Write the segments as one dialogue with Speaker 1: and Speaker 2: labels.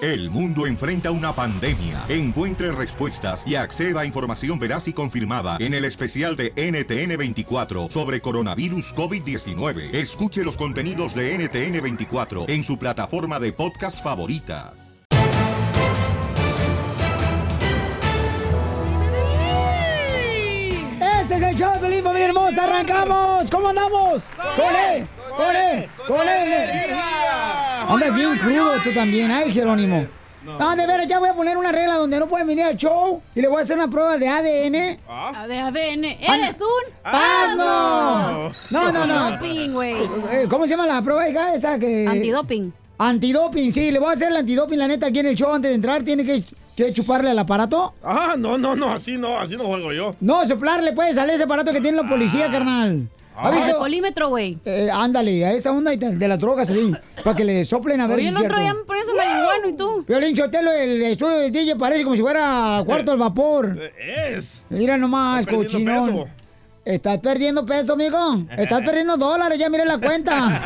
Speaker 1: El mundo enfrenta una pandemia. Encuentre respuestas y acceda a información veraz y confirmada en el especial de NTN24 sobre coronavirus COVID-19. Escuche los contenidos de NTN24 en su plataforma de podcast favorita.
Speaker 2: Este es el show, Felipe, familia hermosa. Arrancamos. ¿Cómo andamos? Con él, con él, con él. Anda bien crudo tú también, ay, Jerónimo. No, de veras, ya voy a poner una regla donde no pueden venir al show y le voy a hacer una prueba de ADN.
Speaker 3: Ah, De ADN. ¡Eres un
Speaker 2: ¡Asno! Ah, No, no, no.
Speaker 3: Doping, güey.
Speaker 2: Eh, ¿Cómo se llama la prueba, hija? Esa que...
Speaker 3: Antidoping.
Speaker 2: Antidoping, sí, le voy a hacer el antidoping, la neta, aquí en el show antes de entrar. Tiene que, que chuparle al aparato.
Speaker 4: Ah, no, no, no, así no, así no juego yo.
Speaker 2: No, soplarle, pues, al ese aparato que tiene la
Speaker 3: Ah.
Speaker 2: policía, carnal. ¿Has
Speaker 3: El
Speaker 2: visto?
Speaker 3: colímetro, güey.
Speaker 2: Eh, ándale, a esa onda y te- de las drogas, así, para que le soplen a ver si
Speaker 3: Oye, el
Speaker 2: es
Speaker 3: otro
Speaker 2: cierto.
Speaker 3: día me pones un marihuano y tú.
Speaker 2: Piolín Chotelo, el estudio del DJ parece como si fuera Ah, cuarto al vapor.
Speaker 4: Es.
Speaker 2: Mira nomás,
Speaker 4: Está perdiendo
Speaker 2: cochinón.
Speaker 4: peso.
Speaker 2: Estás perdiendo peso, amigo. Estás perdiendo dólares, ya mire la cuenta.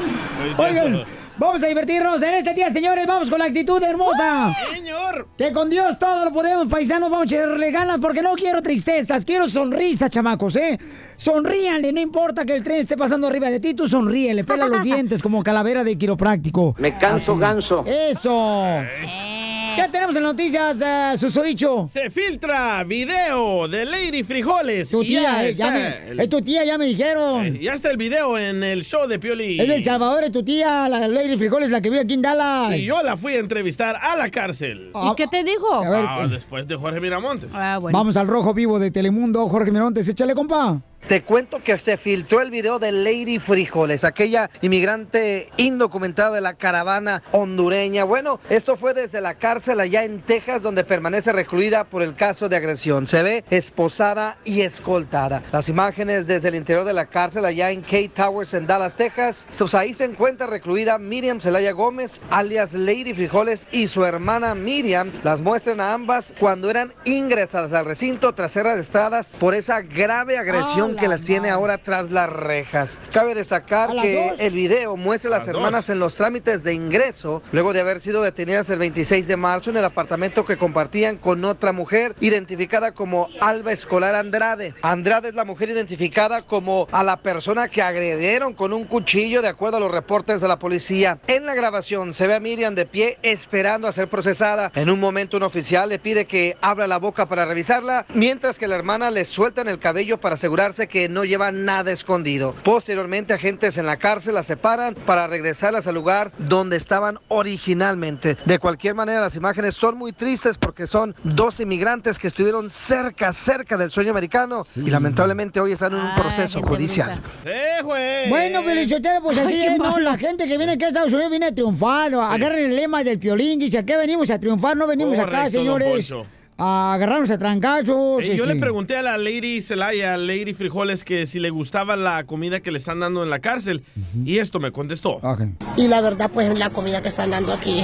Speaker 2: Oigan, vamos a divertirnos en este día, señores. Vamos con la actitud hermosa.
Speaker 4: Señor.
Speaker 2: Que con Dios todo lo podemos, paisanos. Vamos a echarle ganas porque no quiero tristezas, quiero sonrisas, chamacos, ¿eh? Sonríanle, no importa que el tren esté pasando arriba de ti, tú sonríele, pela los dientes como calavera de quiropráctico.
Speaker 5: Me canso ganso.
Speaker 2: ¡Eso!
Speaker 4: Eh.
Speaker 2: ¿Qué tenemos en noticias, eh, susodicho?
Speaker 4: Se filtra video de Lady Frijoles.
Speaker 2: Tu
Speaker 4: Y ya
Speaker 2: tía, eh, ya
Speaker 4: está
Speaker 2: me,
Speaker 4: el-
Speaker 2: es tu tía, ya me dijeron.
Speaker 4: eh, Ya está el video en el show de Pioli.
Speaker 2: Es del Salvador, es tu tía, la Lady Frijoles, la que vive aquí en Dallas.
Speaker 4: Y yo la fui a entrevistar a la cárcel.
Speaker 2: Ah,
Speaker 3: ¿Y qué te dijo?
Speaker 2: A ver,
Speaker 4: Ah,
Speaker 2: eh,
Speaker 4: después de Jorge Miramontes.
Speaker 3: Ah, bueno.
Speaker 2: vamos al rojo vivo de Telemundo. Jorge Mirontes, échale, compa.
Speaker 6: Te cuento que se filtró el video de Lady Frijoles, aquella inmigrante indocumentada de la caravana hondureña. Bueno, esto fue desde la cárcel allá en Texas, donde permanece recluida por el caso de agresión. Se ve esposada y escoltada. Las imágenes desde el interior de la cárcel allá en K Towers en Dallas, Texas. Pues ahí se encuentra recluida Miriam Celaya Gómez, alias Lady Frijoles, y su hermana Miriam. Las muestran a ambas cuando eran ingresadas al recinto tras ser arrestadas por esa grave agresión agresión
Speaker 3: Hola,
Speaker 6: que las tiene
Speaker 3: ma.
Speaker 6: ahora tras las rejas. Cabe destacar
Speaker 2: A las
Speaker 6: que
Speaker 2: dos.
Speaker 6: el video muestra a las
Speaker 4: las
Speaker 6: hermanas
Speaker 4: dos.
Speaker 6: en los trámites de ingreso luego de haber sido detenidas el 26 de marzo en el apartamento que compartían con otra mujer identificada como Alba Escolar Andrade. Andrade es la mujer identificada como a la persona que agredieron con un cuchillo de acuerdo a los reportes de la policía. En la grabación se ve a Miriam de pie esperando a ser procesada. En un momento un oficial le pide que abra la boca para revisarla, mientras que la hermana le suelta en el cabello para asegurarse que no lleva nada escondido. Posteriormente, agentes en la cárcel la separan para regresarlas al lugar donde estaban originalmente. De cualquier manera, las imágenes son muy tristes porque son dos inmigrantes que estuvieron cerca, cerca del sueño americano y lamentablemente hoy están en un
Speaker 3: Ah,
Speaker 6: proceso
Speaker 3: gente
Speaker 6: judicial.
Speaker 3: bruta.
Speaker 4: ¡Eh, güey!
Speaker 2: Bueno, Pelichotero, pues así
Speaker 3: Ay, qué
Speaker 2: es, ¿no?
Speaker 3: mal.
Speaker 2: La gente que viene aquí a Estados Unidos viene a triunfar. ¿no? Agarren el lema del piolín. Dice, ¿a qué venimos? A triunfar, no venimos acá,
Speaker 4: Correcto, don
Speaker 2: señores.
Speaker 4: Poncho.
Speaker 2: A agarrarnos a trancazos.
Speaker 4: Eh, yo
Speaker 2: este.
Speaker 4: le pregunté a la Lady Celaya, Lady Frijoles, que si le gustaba la comida que le están dando en la cárcel. Y esto me contestó.
Speaker 2: Ok.
Speaker 7: Y la verdad, pues la comida que están dando aquí,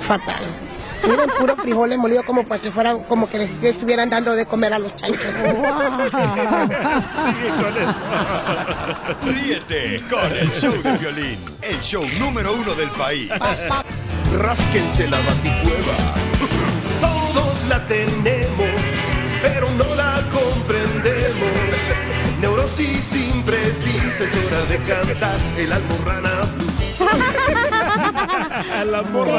Speaker 7: fatal. Miren, puro frijoles molidos como para que fueran, como que les estuvieran dando de comer a los chanchos.
Speaker 8: Ríete con el show de violín, el show número uno del país.
Speaker 9: Rásquense la baticueva. Todos la tenemos, pero no la comprendemos. Neurosis imprecisa, es hora de cantar el almorrana blues.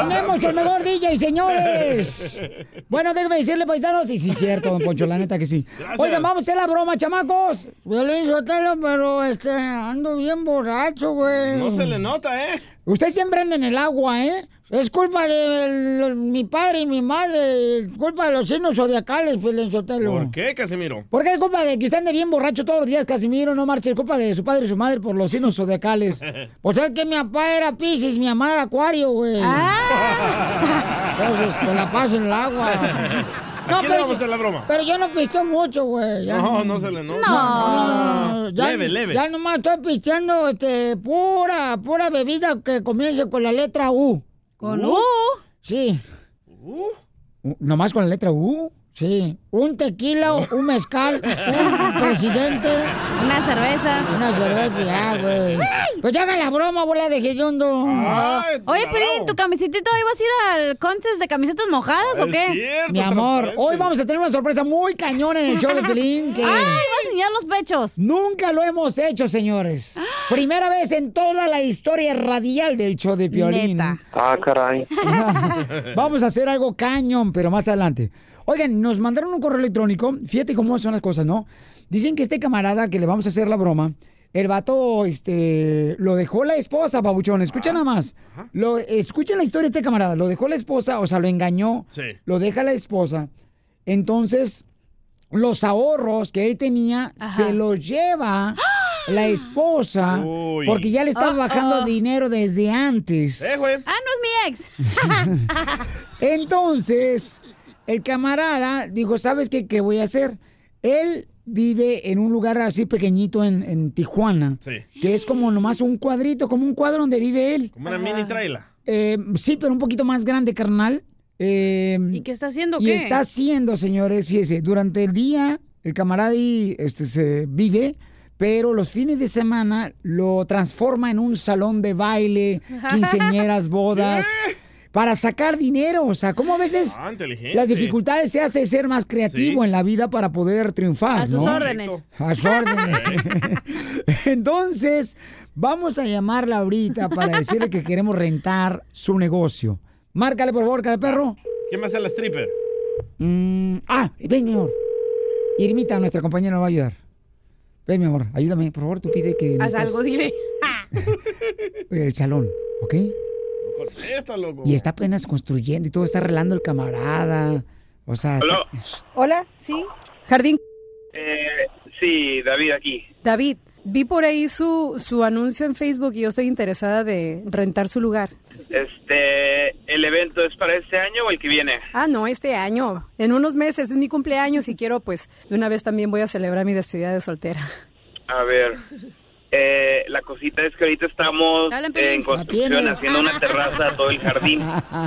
Speaker 2: Tenemos el mejor DJ, señores. Bueno, déjeme decirle, paisanos. Y sí, cierto, don Poncho, la neta que sí. Oigan, vamos a hacer la broma, chamacos. Piolín Sotelo, pero este, ando bien borracho, güey.
Speaker 4: No se le nota, ¿eh?
Speaker 2: Ustedes siempre andan en el agua, ¿eh? Es culpa de el- mi padre y mi madre, culpa de los signos zodiacales, pues, Piolín Sotelo.
Speaker 4: ¿Por qué, Casimiro?
Speaker 2: ¿Por qué es culpa de que usted ande bien borracho todos los días, Casimiro? No marche, es culpa de su padre y su madre por los signos zodiacales. Pues es que mi papá era Pisces, mi mamá era Acuario, güey. Ah. Entonces te la paso en el agua.
Speaker 4: Aquí le vamos a hacer la broma.
Speaker 2: Pero yo no pisteo mucho, güey. Ya
Speaker 4: No, no se le nota.
Speaker 2: no, ya,
Speaker 4: leve, leve.
Speaker 2: Ya nomás estoy pisteando este, pura, pura bebida que comience con la letra U.
Speaker 3: Con U.
Speaker 2: Sí. U- Nomás con la letra U. Sí, un tequila, un mezcal, un presidente. Una cerveza. Una cerveza, ya, güey. Pues ya haga la broma, bola de geyondo.
Speaker 3: Oye, Pelín, ¿tu camisetita hoy vas a ir al contest de camisetas mojadas o qué?
Speaker 2: Mi amor, hoy vamos a tener una sorpresa muy cañona en el show de Pelín.
Speaker 3: ¡Ay, va
Speaker 2: a enseñar los pechos! Nunca lo hemos hecho, señores. Primera vez en toda la historia radial del show de Piolín.
Speaker 5: Ah, caray.
Speaker 2: Vamos a hacer algo cañón, pero más adelante. Oigan, nos mandaron un correo electrónico. Fíjate cómo son las cosas, ¿no? Dicen que este camarada que le vamos a hacer la broma, el vato, este, lo dejó la esposa, babuchón. Escucha nada más. Lo, escuchen la historia de este camarada. Lo dejó la esposa, o sea, lo engañó.
Speaker 4: Sí.
Speaker 2: Lo deja la esposa. Entonces, los ahorros que él tenía se los lleva la esposa
Speaker 4: Uy.
Speaker 2: porque ya le estaba
Speaker 3: Uh-oh.
Speaker 2: bajando dinero desde antes.
Speaker 3: Ah, no es mi ex.
Speaker 2: Entonces, el camarada dijo, ¿sabes qué, qué voy a hacer? Él vive en un lugar así pequeñito en, en Tijuana,
Speaker 4: Sí.
Speaker 2: que es como nomás un cuadrito, como un cuadro donde vive él.
Speaker 4: Como una mini traila.
Speaker 2: Eh, sí, pero un poquito más grande, carnal. Eh, ¿Y
Speaker 3: qué está haciendo?
Speaker 2: Y
Speaker 3: qué?
Speaker 2: está haciendo, señores, fíjese, durante el día el camarada ahí, este, se vive, pero los fines de semana lo transforma en un salón de baile, quinceñeras, bodas, para sacar dinero. O sea, ¿cómo a veces
Speaker 4: Ah, inteligente.
Speaker 2: las dificultades te hacen ser más creativo en la vida para poder triunfar?
Speaker 3: A sus
Speaker 2: ¿no?
Speaker 3: órdenes.
Speaker 2: A sus órdenes. Entonces, vamos a llamarla ahorita para decirle que queremos rentar su negocio. Márcale, por favor, cara de perro.
Speaker 4: ¿Quién va a ser la stripper?
Speaker 2: Mm, ah, ven, mi amor. Irmita, nuestra compañera, nos va a ayudar. Ven, mi amor, ayúdame, por favor, tú pide que...
Speaker 3: Haz
Speaker 2: necesitas
Speaker 3: algo, dile.
Speaker 2: El salón, ¿ok?
Speaker 4: Contesta, loco.
Speaker 2: Y está apenas construyendo y todo está arreglando el camarada. O sea... está-
Speaker 10: Hola.
Speaker 11: Hola, sí. Jardín
Speaker 10: Eh, sí, David aquí.
Speaker 11: David, vi por ahí su, su anuncio en Facebook y yo estoy interesada de rentar su lugar.
Speaker 10: Este, ¿el evento es para este año o el que viene?
Speaker 11: Ah, no, este año, en unos meses, es mi cumpleaños y quiero pues de una vez también voy a celebrar mi despedida de soltera.
Speaker 10: A ver, eh, la cosita es que ahorita estamos
Speaker 11: Habla, Piolín.
Speaker 10: en construcción,
Speaker 11: tienes.
Speaker 10: haciendo una terraza, todo el jardín.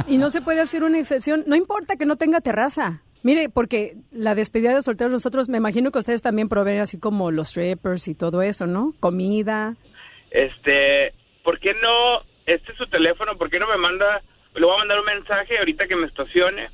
Speaker 11: Y no se puede hacer una excepción, no importa que no tenga terraza. Mire, porque la despedida de soltero nosotros, me imagino que ustedes también proveen así como los strippers y todo eso, ¿no? Comida.
Speaker 10: Este, ¿por qué no? Este es su teléfono, ¿por qué no me manda? Le voy a mandar un mensaje ahorita que me estacione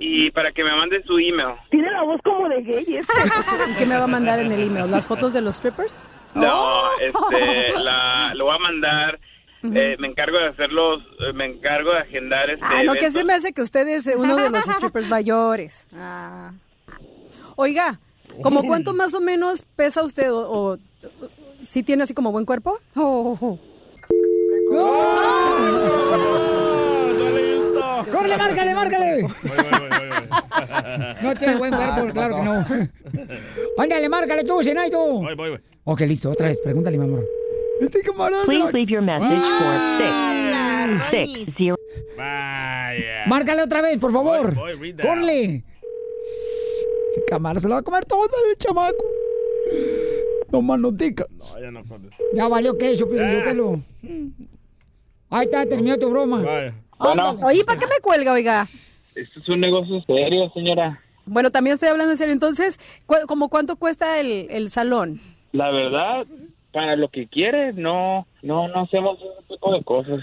Speaker 10: y para que me mande su email.
Speaker 11: Tiene la voz como de gay. ¿eh? ¿Y qué me va a mandar en el email? ¿Las fotos de los strippers?
Speaker 10: No, este, la, lo voy a mandar. eh, me encargo de hacerlos, eh, me encargo de agendar este.
Speaker 11: Ah, no, que
Speaker 10: evento.
Speaker 11: se me hace que usted es eh, uno de los strippers mayores. Ah. Oiga, ¿como
Speaker 10: Uy.
Speaker 11: cuánto más o menos pesa usted o, o- o- si tiene así como buen cuerpo?
Speaker 4: ¡Ah!
Speaker 2: ¡Córrele, márcale, márcale! No tiene buen cuerpo, claro que no. Ándale, márcale tú, Zenaito. Voy,
Speaker 4: voy, voy.
Speaker 2: Ok, listo, otra vez, pregúntale, mi amor. Este camarada... se la-
Speaker 12: Please leave your message for six six zero.
Speaker 2: Márcale otra vez, por favor.
Speaker 12: Voy, voy, read that.
Speaker 2: ¡Corle! Este camarada se lo va a comer todo el chamaco. No más no digas.
Speaker 4: No, ya no contesta.
Speaker 2: Ya valió queso, pero yo te lo... Ahí está, terminó tu broma.
Speaker 10: Bueno.
Speaker 11: Oye, ¿para qué me cuelga, oiga?
Speaker 10: Este es un negocio serio, señora.
Speaker 11: Bueno, también estoy hablando en serio. Entonces, ¿cu- ¿como cuánto cuesta el, el salón?
Speaker 10: La verdad, para lo que quiere, no, no, no hacemos ese tipo de cosas.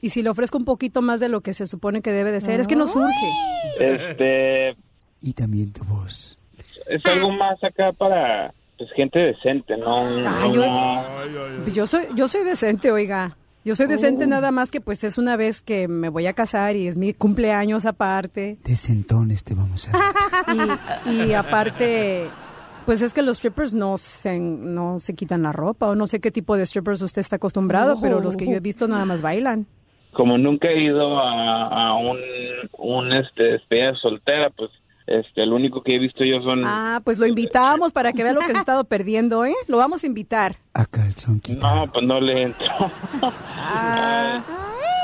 Speaker 11: Y si le ofrezco un poquito más de lo que se supone que debe de ser, es que no surge.
Speaker 10: Este,
Speaker 2: Y también tu voz.
Speaker 10: es algo más acá para pues, gente decente, ¿no?
Speaker 11: Ay,
Speaker 10: No,
Speaker 11: yo-
Speaker 10: no.
Speaker 11: Yo soy, yo soy decente, oiga. Yo soy decente nada más que pues es una vez que me voy a casar y es mi cumpleaños aparte.
Speaker 2: Desentones te vamos a dar.
Speaker 11: Y, y aparte, pues es que los strippers no se, no se quitan la ropa o no sé qué tipo de strippers usted está acostumbrado,
Speaker 10: No.
Speaker 11: pero los que yo he visto nada más bailan.
Speaker 10: Como nunca he ido a, a un, un este, despedida de soltera, pues este, lo único que he visto yo son...
Speaker 11: Ah, pues lo invitamos para que vea lo que se ha estado perdiendo, ¿eh? Lo vamos a invitar.
Speaker 10: No, pues no le entro.
Speaker 11: Ah.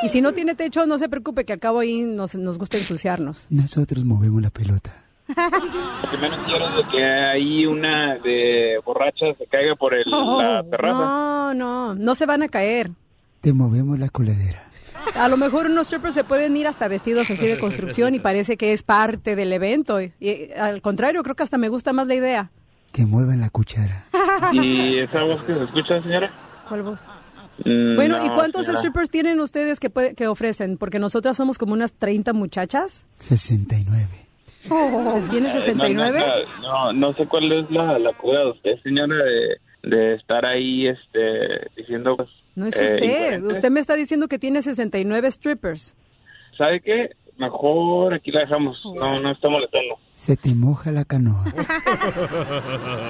Speaker 11: Y si no tiene techo, no se preocupe, que al cabo ahí nos, nos gusta ensuciarnos.
Speaker 2: Nosotros movemos la pelota.
Speaker 10: Lo que menos quiero es de que ahí una de borracha se caiga por
Speaker 11: Oh,
Speaker 10: el, la terraza.
Speaker 11: No, no, no se van a caer.
Speaker 2: Te movemos la coladera.
Speaker 11: A lo mejor unos strippers se pueden ir hasta vestidos así de construcción y parece que es parte del evento. Y, y al contrario, creo que hasta me gusta más la idea.
Speaker 2: Que muevan la cuchara.
Speaker 10: ¿Y esa voz que se escucha, señora?
Speaker 11: ¿Cuál voz?
Speaker 10: Mm,
Speaker 11: Bueno, ¿y
Speaker 10: no,
Speaker 11: cuántos
Speaker 10: señora.
Speaker 11: strippers tienen ustedes que, puede- que ofrecen? Porque nosotras somos como unas 30 muchachas. Oh,
Speaker 2: 69.
Speaker 11: ¿Tiene
Speaker 10: Eh,
Speaker 11: 69?
Speaker 10: No, no, no sé cuál es la, la cura de usted, señora, de, de estar ahí este, diciendo... pues,
Speaker 11: No es
Speaker 10: eh,
Speaker 11: usted.
Speaker 10: incoherentes.
Speaker 11: usted me está diciendo que tiene 69 strippers.
Speaker 10: pues, ¿Sabe qué? Mejor aquí la dejamos. No, no está molestando.
Speaker 2: Se te moja la canoa.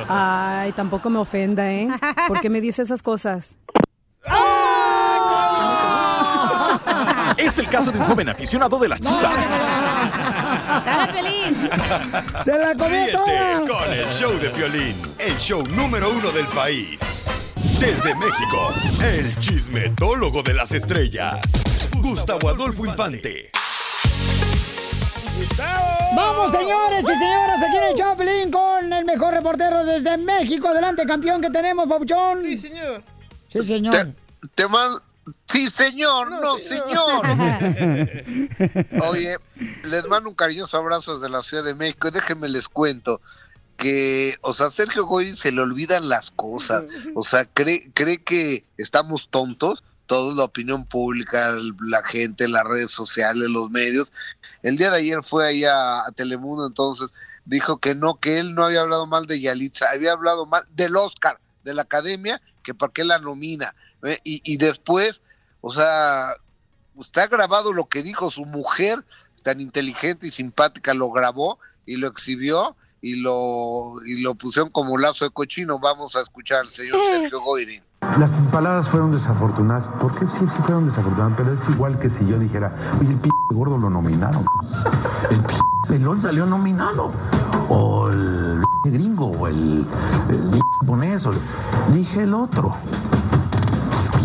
Speaker 11: Ay, tampoco me ofenda, ¿eh? ¿Por qué me dice esas cosas?
Speaker 13: Es el caso de un joven aficionado de las chivas.
Speaker 3: Dale, Pelín.
Speaker 2: ¡Se la
Speaker 8: Ríete con el show de Piolín, el show número uno del país. Desde México, el chismetólogo de las estrellas, Gustavo Adolfo Infante.
Speaker 2: Vamos, señores y señoras, aquí en el Chaplin con el mejor reportero desde México. Adelante, campeón que tenemos, Pabuchón. Sí,
Speaker 14: señor.
Speaker 2: Sí, señor.
Speaker 14: Te mando... Sí, señor, no, señor. Oye, les mando un cariñoso abrazo desde la Ciudad de México. y Déjenme les cuento que, o sea, Sergio Goyri se le olvidan las cosas. O sea, cree, cree que estamos tontos, toda la opinión pública, la gente, las redes sociales, los medios. El día de ayer fue ahí a, a Telemundo, entonces dijo que no, que él no había hablado mal de Yalitza, había hablado mal del Oscar, de la academia, que para qué la nomina. ¿eh? Y, y después, o sea, está grabado lo que dijo su mujer, tan inteligente y simpática, lo grabó y lo exhibió y lo, y lo pusieron como lazo de cochino. Vamos a escuchar al señor Sergio Goyri.
Speaker 15: Las palabras fueron desafortunadas. ¿Por qué sí, sí fueron desafortunadas? Pero es igual que si yo dijera, oye, el p gordo lo nominaron. El p pelón salió nominado. O el p gringo, o el, el p japonés. o el- Dije el otro.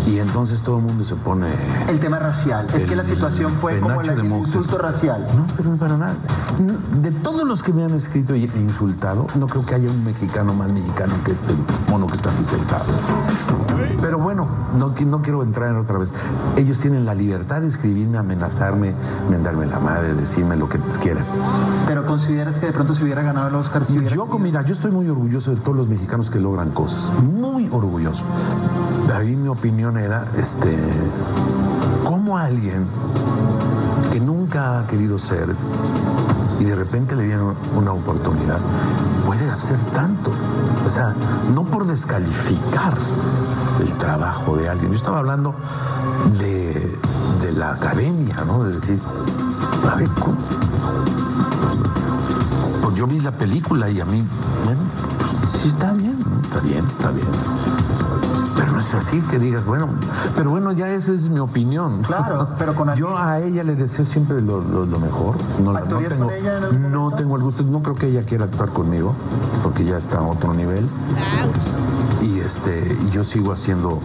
Speaker 15: Y entonces todo el mundo se pone.
Speaker 16: El tema racial. Es que la situación fue como la- el insulto racial.
Speaker 15: No, pero para nada. De todos los que me han escrito y- e insultado, no creo que haya un mexicano más mexicano que este mono que está aquí sentado. Pero bueno, no, qui- no quiero entrar en otra vez. Ellos tienen la libertad de escribirme, amenazarme, mentarme la madre, decirme lo que quieran.
Speaker 16: Pero consideras que de pronto se hubiera ganado el Oscar si hubiera-
Speaker 15: Yo, co- mira, yo estoy muy orgulloso de todos los mexicanos que logran cosas. Muy orgulloso. Ahí mi opinión era, este, cómo alguien que nunca ha querido ser y de repente le dieron una oportunidad, puede hacer tanto. O sea, no por descalificar el trabajo de alguien. Yo estaba hablando de, de la academia, ¿no? De decir, a ver, ¿cómo? Pues yo vi la película y a mí, bueno, pues sí está bien, ¿no? está bien, está bien. Pero no es así que digas, bueno, pero bueno, ya esa es mi opinión. Claro, pero con Yo a ella le deseo siempre lo, lo- lo mejor. No, la- no
Speaker 16: ¿Actuarías
Speaker 15: tengo,
Speaker 16: con ella en
Speaker 15: no tengo el gusto, no creo que ella quiera actuar conmigo, porque ya está a otro nivel. Y este, y yo sigo haciendo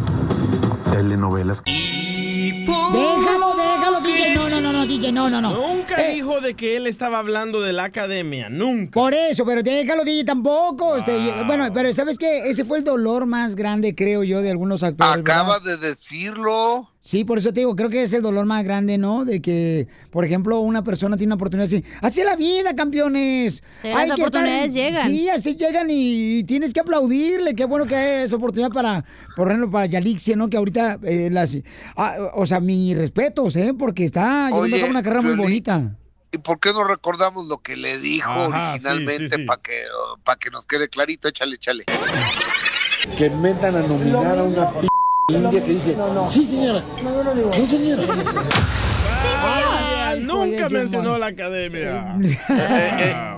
Speaker 15: telenovelas.
Speaker 2: Déjalo, déjalo, DJ. No, no, no, no, DJ, no, no, no.
Speaker 4: Nunca
Speaker 2: Eh,
Speaker 4: dijo de que él estaba hablando de la academia, nunca.
Speaker 2: Por eso, pero déjalo, DJ, tampoco. este,
Speaker 4: Wow.
Speaker 2: bueno, pero ¿sabes qué? Ese fue el dolor más grande, creo yo, de algunos actores.
Speaker 14: Acaba
Speaker 2: ¿verdad?
Speaker 14: de decirlo.
Speaker 2: Sí, por eso te digo, creo que es el dolor más grande, ¿no? De que, por ejemplo, una persona tiene una oportunidad así. Así es la vida, campeones.
Speaker 3: Sí, las oportunidades llegan.
Speaker 2: Sí, así llegan y, y tienes que aplaudirle. Qué bueno que es oportunidad para, por ejemplo, para Yalixia, ¿no? Que ahorita, eh, las, ah, o sea, mis respetos, ¿eh? Porque está llevando a
Speaker 14: Oye,
Speaker 2: cabo una carrera muy
Speaker 14: Piolín,
Speaker 2: bonita.
Speaker 14: ¿Y por qué no recordamos lo que le dijo
Speaker 2: Ajá,
Speaker 14: originalmente
Speaker 2: sí, sí, sí.
Speaker 14: para que, para que nos quede clarito? Échale, échale.
Speaker 17: Que metan a nominar a una p india que dice, sí señora, sí señora.
Speaker 4: Ah, nunca
Speaker 14: Yuma.
Speaker 4: mencionó la academia.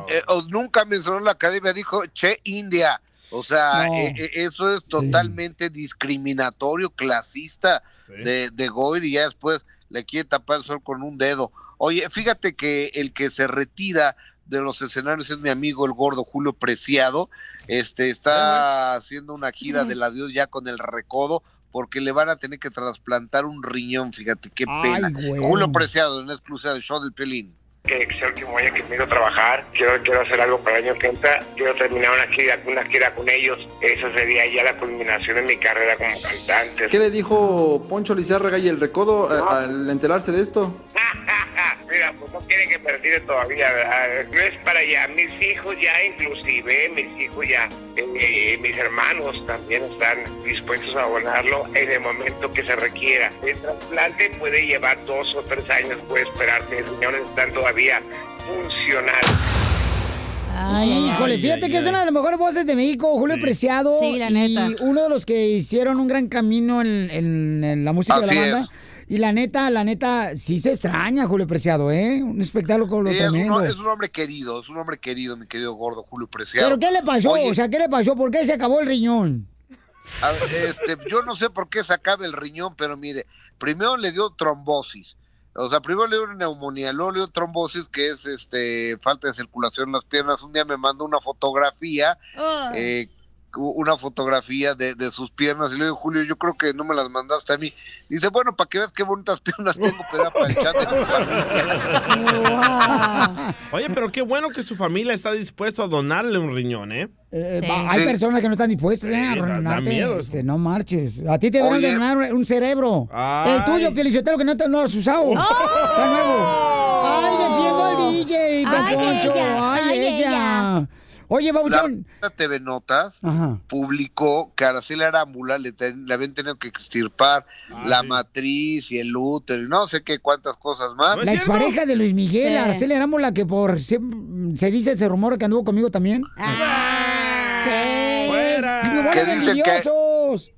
Speaker 14: Eh, o nunca mencionó la academia, dijo Che India. O sea,
Speaker 4: No.
Speaker 14: eh, eh, eso es totalmente discriminatorio, clasista de, de Goyri, y ya después le quiere tapar el sol con un dedo. Oye, fíjate que el que se retira de los escenarios es mi amigo el gordo Julio Preciado. Este está haciendo una gira del adiós ya con el recodo porque le van a tener que trasplantar un riñón, fíjate qué
Speaker 2: Ay,
Speaker 14: pena.
Speaker 2: güey.
Speaker 14: Julio Preciado en exclusiva del show del Pelín.
Speaker 18: que es el último año que me a trabajar, quiero, quiero hacer algo para el año que entra, quiero terminar una gira, una gira con ellos, esa sería ya la culminación de mi carrera como cantante.
Speaker 19: ¿Qué le dijo Poncho Lizárraga y el Recodo eh, al enterarse de esto?
Speaker 18: Mira, pues no tienen que perder todavía, ¿verdad? no es para allá, mis hijos ya inclusive, mis hijos ya, eh, mis hermanos también están dispuestos a abonarlo en el momento que se requiera. El trasplante puede llevar dos o tres años, puede esperar, mis riñones están todavía funcionales.
Speaker 2: Ay, híjole, fíjate que es una de las mejores voces de México, Julio Preciado.
Speaker 3: Sí, la
Speaker 2: Y
Speaker 3: neta.
Speaker 2: uno de los que hicieron un gran camino en, en- en la música
Speaker 14: Así
Speaker 2: de la
Speaker 14: es.
Speaker 2: banda. Y la neta, la neta, sí se extraña, Julio Preciado, ¿eh? Un espectáculo
Speaker 14: Sí, es,
Speaker 2: tremendo.
Speaker 14: un, es un hombre querido, es un hombre querido, mi querido gordo Julio Preciado.
Speaker 2: ¿Pero qué le pasó?
Speaker 14: Oye,
Speaker 2: O sea, ¿qué le pasó? ¿Por qué se acabó el riñón?
Speaker 14: a- este, yo no sé por qué se acaba el riñón, pero mire, primero le dio trombosis. O sea, primero le dio una neumonía, luego le dio trombosis, que es este falta de circulación en las piernas. Un día me mandó una fotografía eh, u- una fotografía de, de sus piernas y le digo, Julio, yo creo que no me las mandaste a mí. Dice, bueno, para que veas qué bonitas piernas tengo, pero era para el chat de tu familia".
Speaker 4: Oye, pero qué bueno que su familia está dispuesta a donarle un riñón, ¿eh?
Speaker 2: Eh,
Speaker 4: Sí.
Speaker 2: va- Hay
Speaker 4: Sí.
Speaker 2: personas que no están dispuestas eh, a
Speaker 4: Sí, da- da
Speaker 2: arruinarte.
Speaker 4: miedo eso.
Speaker 2: este, no marches. A ti te deberían
Speaker 4: Oye.
Speaker 2: de donar un cerebro.
Speaker 4: Ay. Oh.
Speaker 2: El tuyo, Pielichotero, que no te no lo has usado. Está nuevo. Ay, defiendo al DJ, don
Speaker 14: Ay,
Speaker 2: Poncho.
Speaker 14: ella,
Speaker 2: Ay,
Speaker 14: ay,
Speaker 2: ella.
Speaker 14: ella.
Speaker 2: Oye, Babuchón.
Speaker 14: La TV Notas
Speaker 2: Ajá.
Speaker 14: publicó que a Araceli Arámbula le, ten- le habían tenido que extirpar la matriz y el útero y no sé qué cuántas cosas
Speaker 4: ¿Ah?
Speaker 14: más.
Speaker 2: La expareja de Luis Miguel,
Speaker 14: Sí.
Speaker 2: Araceli Arámbula, que por siem- se dice ese rumor que anduvo conmigo también.
Speaker 14: Que
Speaker 2: de
Speaker 14: dicen que
Speaker 2: envidiosos!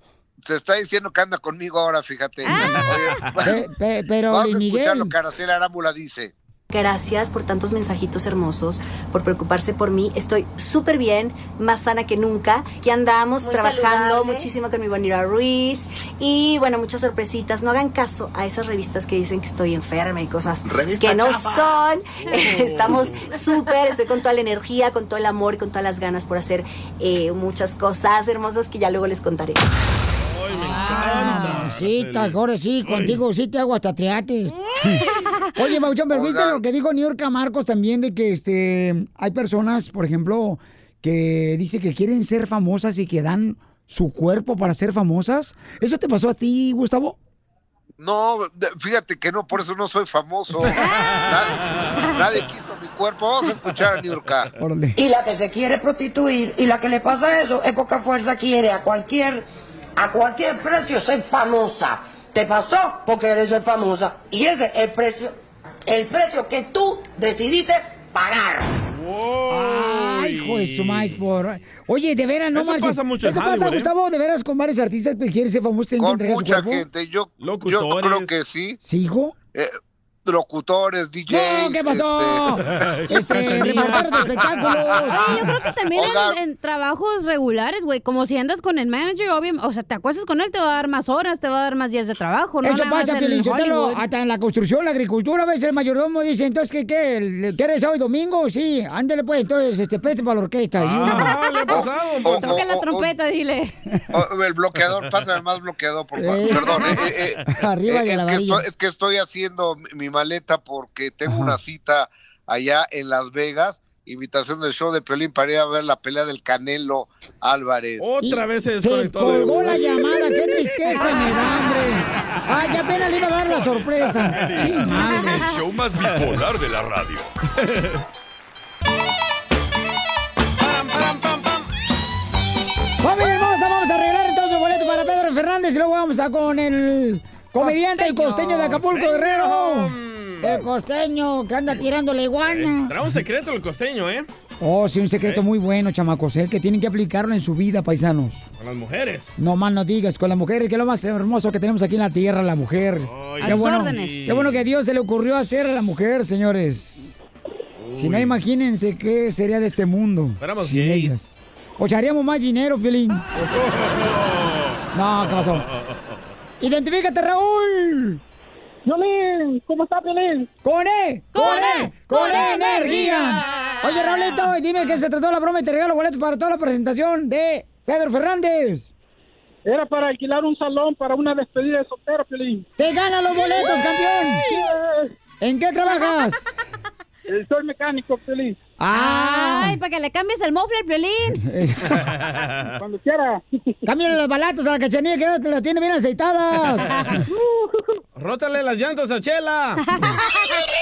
Speaker 14: se está diciendo que anda conmigo ahora, fíjate.
Speaker 2: Ah. Pe- pe- pero
Speaker 14: Vamos
Speaker 2: Luis
Speaker 14: a
Speaker 2: Miguel-
Speaker 14: escuchar lo que Araceli Arámbula dice.
Speaker 20: Gracias por tantos mensajitos hermosos, por preocuparse por mí. Estoy súper bien, más sana que nunca. Que andamos
Speaker 21: Muy
Speaker 20: trabajando
Speaker 21: saludable.
Speaker 20: muchísimo con mi Bonira Ruiz. Y bueno, muchas sorpresitas. No hagan caso a esas revistas que dicen que estoy enferma y cosas que no
Speaker 21: chafa.
Speaker 20: son.
Speaker 14: Uh.
Speaker 21: Oh.
Speaker 20: Estamos súper, estoy con toda la energía, con todo el amor y con todas las ganas por hacer eh, muchas cosas hermosas que ya luego les contaré.
Speaker 2: Ah, sí, ta- ahora sí, contigo sí te hago hasta triates. Oye, Mauchón, pero viste lo que dijo New York Marcos también de que este hay personas, por ejemplo, que dice que quieren ser famosas y que dan su cuerpo para ser famosas. ¿Eso te pasó a ti, Gustavo?
Speaker 14: No, de- fíjate que no, por eso no soy famoso.
Speaker 2: Ah.
Speaker 14: Nad- nadie quiso mi cuerpo. Vamos a escuchar a Niurka.
Speaker 21: Y la que se quiere prostituir y la que le pasa eso es poca fuerza quiere a cualquier a cualquier precio ser famosa. Te pasó porque eres ser famosa y ese es el precio el precio que tú decidiste pagar.
Speaker 2: Ay, hijo de su maíz, por... Oye, de veras, no
Speaker 14: Eso
Speaker 2: marches.
Speaker 14: pasa mucho en
Speaker 2: Eso pasa,
Speaker 14: Hollywood, ¿eh?
Speaker 2: Gustavo, de veras, con varios artistas que quieren ser famosos, tienen que
Speaker 14: Con
Speaker 2: entregar su
Speaker 14: mucha
Speaker 2: cuerpo.
Speaker 14: gente. Yo, yo creo que sí.
Speaker 2: ¿Sí, hijo?
Speaker 14: Eh, locutores, DJs.
Speaker 2: No, ¿qué pasó? Este, reporteros de espectáculos.
Speaker 3: Oye, yo creo que también en, en trabajos regulares, güey, como si andas con el manager, obvio, o sea, te acuestas con él, te va a dar más horas, te va a dar más días de trabajo, Pues ¿no?
Speaker 2: Eso
Speaker 3: Nada más
Speaker 2: pasa,
Speaker 3: en
Speaker 2: Piolín, Sotelo,
Speaker 3: Hollywood.
Speaker 2: hasta en la construcción, la agricultura, a veces el mayordomo dice, entonces, ¿qué, qué? ¿Le ¿Quieres sábado y domingo? Sí, ándale pues, entonces, este, preste para la orquesta.
Speaker 14: Ah, le pasaron, pues.
Speaker 2: Toca
Speaker 14: la trompeta,
Speaker 3: dile.
Speaker 14: Oh, el bloqueador, pásame más bloqueador, por favor.
Speaker 2: Eh.
Speaker 14: Perdón. eh, eh, eh.
Speaker 2: Arriba
Speaker 14: Eh,
Speaker 2: de
Speaker 14: es,
Speaker 2: la
Speaker 14: que
Speaker 2: varilla.
Speaker 14: estoy, es que estoy haciendo mi- mi maleta porque tengo una cita allá en Las Vegas. Invitación del show de Piolín para ir a ver la pelea del Canelo Álvarez.
Speaker 4: Otra vez se
Speaker 2: Se
Speaker 4: desconectó. de-
Speaker 2: colgó la llamada, qué tristeza me da, hombre. Ay, ya apenas le iba a dar la sorpresa. Sí, madre.
Speaker 8: El show más bipolar de la radio.
Speaker 2: Familia hermosa, vamos a arreglar entonces el boleto para Pedro Fernández y luego vamos a con el comediante, el costeño de Acapulco Guerrero. El costeño que anda tirando la iguana.
Speaker 4: Trae un secreto el costeño, ¿eh?
Speaker 2: Oh, sí, un secreto muy bueno, chamacos, ¿eh? que tienen que aplicarlo en su vida, paisanos.
Speaker 4: Con las mujeres.
Speaker 2: No más no digas, con las mujeres, que es lo más hermoso que tenemos aquí en la tierra, la mujer.
Speaker 4: Ay,
Speaker 2: qué
Speaker 4: A sus
Speaker 2: bueno,
Speaker 4: órdenes.
Speaker 2: Qué bueno que a Dios se le ocurrió hacer a la mujer, señores. Si no, imagínense qué sería de este mundo.
Speaker 4: Fuéramos
Speaker 2: sin
Speaker 4: gays.
Speaker 2: ellas. O sea, haríamos más dinero, Piolín. No, ¿qué pasó? ¡Identifícate, Raúl! ¡Piolín! ¿Cómo está, Piolín? ¡Con E! ¡Con E! ¡Con E energía! Oye, Raulito, dime que se trató la broma y te regalo boletos para toda la presentación de Pedro Fernández.
Speaker 13: Era para alquilar un salón para una despedida de soltero, Piolín.
Speaker 2: ¡Te ganan los boletos, campeón! ¿En qué trabajas?
Speaker 22: Eh, Soy mecánico, feliz.
Speaker 2: Ah.
Speaker 3: Ay, para que le cambies el mofle al violín.
Speaker 22: Cuando quiera.
Speaker 2: Cámbiale las balatas a la cachanilla que te las tiene bien aceitadas.
Speaker 4: Rótale las llantas a Chela.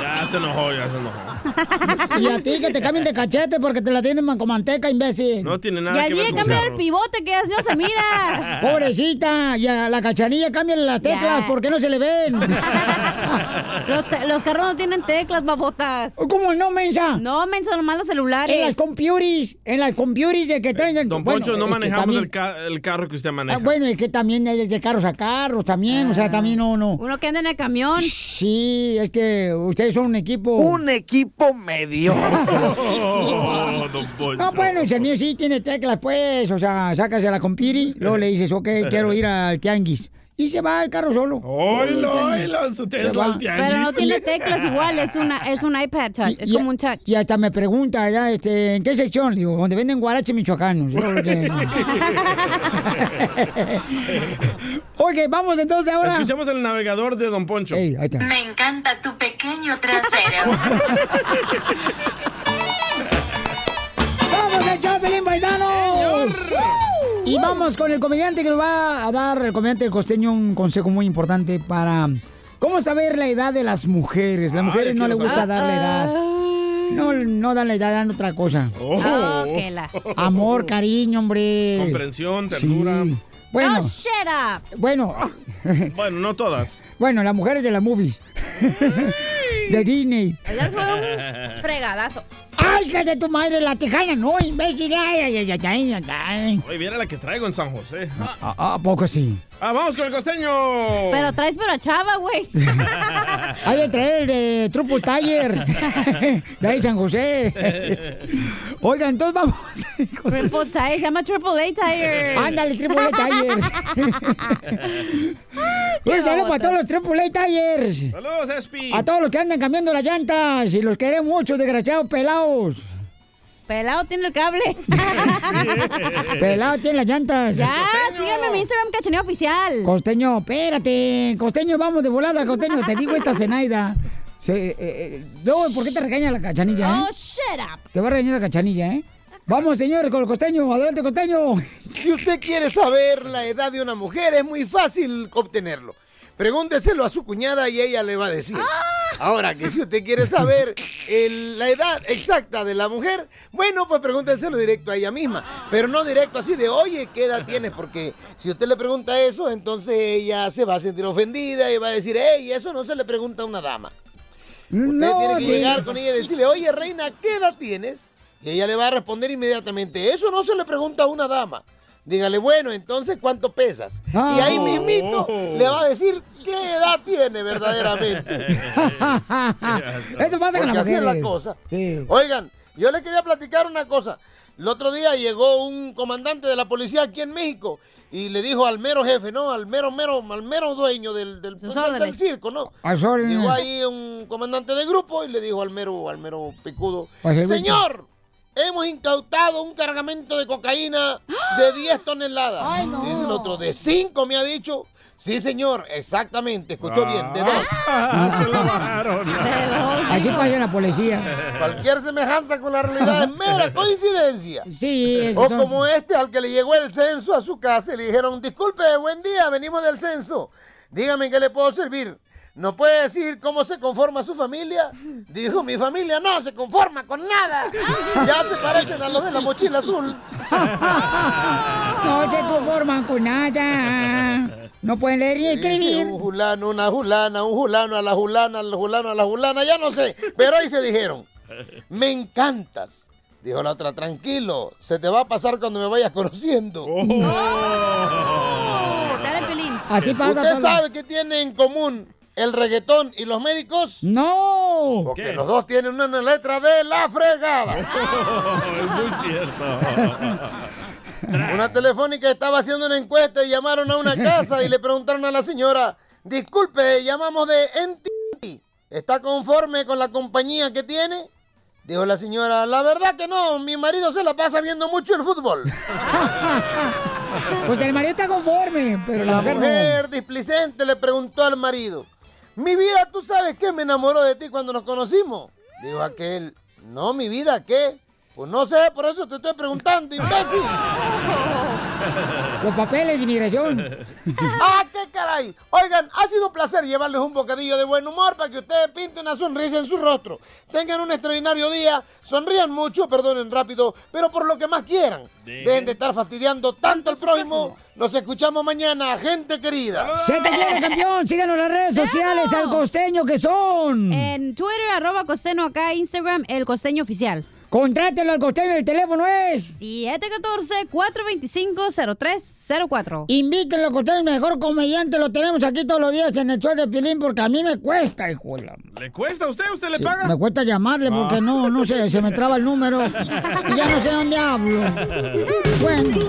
Speaker 4: ya se enojó, ya se enojó.
Speaker 2: y a ti que te cambien de cachete porque te la tienen con manteca, imbécil.
Speaker 4: No tiene nada
Speaker 3: y
Speaker 4: que
Speaker 3: allí
Speaker 4: ver con
Speaker 3: cambia el
Speaker 4: carros.
Speaker 3: pivote que no se mira.
Speaker 2: Pobrecita, y a la cachanilla cámbiale las teclas
Speaker 3: Ya.
Speaker 2: porque no se le ven.
Speaker 3: Los, te- los carros no tienen teclas, babotas.
Speaker 2: Oh, ¿Cómo no, mensa?
Speaker 3: No, mensa, nomás los celulares.
Speaker 2: en las computers, en las computers de que traen...
Speaker 4: Don
Speaker 2: bueno,
Speaker 4: Poncho,
Speaker 2: es
Speaker 4: no
Speaker 2: que
Speaker 4: manejamos
Speaker 2: también-
Speaker 4: el, ca- el carro que usted
Speaker 2: Ah,
Speaker 4: maneja.
Speaker 2: bueno, es que también hay de carros a carros, también, o sea, también no, no.
Speaker 3: Ah. Uno que anda en el camión.
Speaker 2: Sí, es que ustedes son un equipo.
Speaker 6: Un equipo medio.
Speaker 4: Oh, don Poncho.
Speaker 2: Ah, bueno, el mío sí tiene teclas, pues, o sea, sacas a la compiri, luego le dices, ok, quiero ir al tianguis. Y se va el carro solo.
Speaker 4: ¡Oilo,
Speaker 2: Solo al
Speaker 4: oilo,
Speaker 2: tianguis.
Speaker 4: su
Speaker 2: Se
Speaker 4: Tesla
Speaker 2: va.
Speaker 4: al tianguis!
Speaker 3: Pero no tiene teclas igual, es una es un iPad touch, es
Speaker 2: Y-
Speaker 3: como un touch.
Speaker 2: Y hasta me pregunta ya, este, ¿en qué sección? Digo, donde venden guarache michoacanos. Yo, porque- Oye, vamos entonces ahora.
Speaker 4: Escuchamos el navegador de Don Poncho.
Speaker 1: Me encanta tu pequeño trasero.
Speaker 2: ¡Somos el Chapelín Paisanos! Y vamos con el comediante que nos va a dar, el comediante costeño, un consejo muy importante para... ¿Cómo saber la edad de las mujeres? Las mujeres no
Speaker 23: quiero
Speaker 2: les gusta
Speaker 23: saber.
Speaker 2: dar la edad. No, no dan la edad, dan otra cosa.
Speaker 3: Ah,
Speaker 4: Oh. Oh, que la-
Speaker 2: Amor, cariño, hombre.
Speaker 4: Comprensión, ternura.
Speaker 2: Sí. Bueno,
Speaker 3: Oh, shut up.
Speaker 2: bueno,
Speaker 4: Bueno, no todas.
Speaker 2: bueno, las mujeres de las movies. de Disney.
Speaker 3: Ya les fue un fregadazo.
Speaker 2: ¡Ay, hija de tu madre, la tejana! No, imbécil. Ay, ay, ay, ay, ay, ay, ay.
Speaker 4: Hoy viene la que traigo en San José. Ah,
Speaker 2: ¿A, a poco sí?
Speaker 4: ah, vamos con el costeño.
Speaker 3: Pero traes pero chava, güey.
Speaker 2: Hay de traer el de Trupo Taller. de ahí San José. Oiga, entonces vamos.
Speaker 3: Triple Tire, se llama Triple A Tire.
Speaker 2: Ándale, Triple A Tires. Un saludo para todos los Triple A Tires.
Speaker 4: Saludos, Espi.
Speaker 2: A todos los que andan cambiando las llantas. Y los queremos mucho, desgraciados pelados.
Speaker 3: Pelado tiene el cable.
Speaker 4: Eh.
Speaker 2: Pelados tienen las llantas.
Speaker 3: Ya, síganme en mi Instagram, cachaneo oficial.
Speaker 2: Costeño, espérate. Costeño, vamos de volada, costeño. Te digo esta cenaida. Se, eh, eh, luego, ¿por qué te regaña la cachanilla? eh?
Speaker 3: Oh, shut up.
Speaker 2: Te va a regañar la cachanilla, ¿eh? Vamos, señores, con el costeño. Adelante, costeño.
Speaker 24: Si usted quiere saber la edad de una mujer, es muy fácil obtenerlo. Pregúnteselo a su cuñada y ella le va a decir. Ahora que si usted quiere saber el- la edad exacta de la mujer, bueno, pues pregúnteselo directo a ella misma. Pero no directo así de, oye, ¿qué edad tienes? Porque si usted le pregunta eso, entonces ella se va a sentir ofendida y va a decir, hey, eso no se le pregunta a una dama. Usted
Speaker 2: No,
Speaker 24: tiene que
Speaker 2: sí.
Speaker 24: llegar con ella y decirle, oye, reina, ¿qué edad tienes? Y ella le va a responder inmediatamente, eso no se le pregunta a una dama. Dígale, bueno, entonces, ¿cuánto pesas? Y ahí
Speaker 2: Ah.
Speaker 24: mismito le va a decir qué edad tiene verdaderamente.
Speaker 2: Eso pasa con
Speaker 24: Porque
Speaker 2: las
Speaker 24: así es
Speaker 2: mujeres.
Speaker 24: la cosa.
Speaker 2: Sí.
Speaker 24: Oigan, yo les quería platicar una cosa. El otro día llegó un comandante de la policía aquí en México y le dijo al mero jefe, ¿no? Al mero, mero, al mero dueño del, del, del
Speaker 2: órdenes.
Speaker 24: circo, ¿no?
Speaker 2: A sus órdenes.
Speaker 24: Llegó ahí un comandante de grupo y le dijo al mero, al mero picudo,
Speaker 2: Pues el-
Speaker 24: señor, hemos incautado un cargamento de cocaína de 10 toneladas. Dice el otro, de 5 me ha dicho. Sí, señor, exactamente, escuchó bien, de dos.
Speaker 2: Así pasa en la policía.
Speaker 24: Cualquier semejanza con la realidad es mera coincidencia.
Speaker 2: Sí, es-
Speaker 24: O
Speaker 2: son-
Speaker 24: como este al que le llegó el censo a su casa y le dijeron, disculpe, buen día, venimos del censo. Dígame en qué le puedo servir. ¿No puede decir cómo se conforma su familia? Dijo, mi familia no se conforma con nada. Ya se parecen a los de la mochila azul.
Speaker 2: No se conforman con nada. No pueden leer ni
Speaker 24: Dice
Speaker 2: escribir.
Speaker 24: un fulano, una fulana, un fulano, a la fulana, al fulano, a la fulana, ya no sé. Pero ahí se dijeron, me encantas. Dijo la otra, tranquilo, se te va a pasar cuando me vayas conociendo.
Speaker 4: Oh.
Speaker 2: Así pasa,
Speaker 24: ¿Usted
Speaker 2: Pablo.
Speaker 24: sabe qué tiene en común el reggaetón y los médicos?
Speaker 2: No.
Speaker 24: Porque los dos tienen una letra de la
Speaker 4: Es
Speaker 24: fregada.
Speaker 4: muy cierto.
Speaker 24: Una telefónica estaba haciendo una encuesta y llamaron a una casa y le preguntaron a la señora, disculpe, llamamos de NTT. ¿Está conforme con la compañía que tiene? Dijo la señora, la verdad que no, mi marido se la pasa viendo mucho el fútbol.
Speaker 2: Pues el marido está conforme, pero la,
Speaker 24: La
Speaker 2: mujer, no.
Speaker 24: mujer displicente le preguntó al marido, mi vida, ¿tú sabes qué? Me enamoró de ti cuando nos conocimos. Digo aquel, no, mi vida, ¿qué? Pues no sé, por eso te estoy preguntando, imbécil.
Speaker 2: Los papeles de inmigración.
Speaker 24: ¡Ah, qué caray! Oigan, ha sido un placer llevarles un bocadillo de buen humor para que ustedes pinten una sonrisa en su rostro. Tengan un extraordinario día, sonrían mucho, perdonen rápido, pero por lo que más quieran. Dejen de estar fastidiando tanto al prójimo. Nos escuchamos mañana, gente querida.
Speaker 2: Se te quiere, campeón. Síganos en las redes sociales al costeño que son.
Speaker 3: En Twitter, arroba costeño acá, Instagram, el costeño oficial. este
Speaker 2: Contrátelo al costeño, el teléfono es.
Speaker 3: 714-425-0304.
Speaker 2: Invítenlo al costeño, el mejor comediante. Lo tenemos aquí todos los días en el show de Pilín porque a mí me cuesta, hijo de la-
Speaker 4: Ah, ¿Le cuesta a usted? ¿Usted le paga?
Speaker 2: Me cuesta llamarle porque no, no sé, se me traba el número. Y ya no sé dónde hablo. Bueno.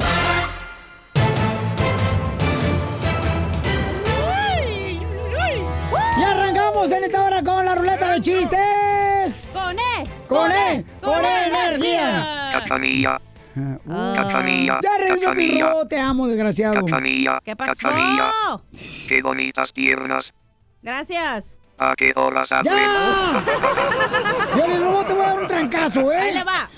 Speaker 2: Y arrancamos en esta hora con la ruleta de chistes.
Speaker 3: Con E.
Speaker 2: Con E. Con E energía.
Speaker 7: Cachanilla.
Speaker 3: Ah.
Speaker 7: Cachanilla.
Speaker 2: Ah, Ya regresó mi
Speaker 7: Cachanilla.
Speaker 2: Te amo, desgraciado.
Speaker 7: Cachanilla.
Speaker 3: ¿Qué pasó?
Speaker 7: Cachanilla. Qué bonitas piernas.
Speaker 3: Gracias.
Speaker 7: ¿A qué horas hablan?
Speaker 2: Ah. Yo le digo, te voy a dar un trancazo, ¿eh?
Speaker 3: Ahí le va.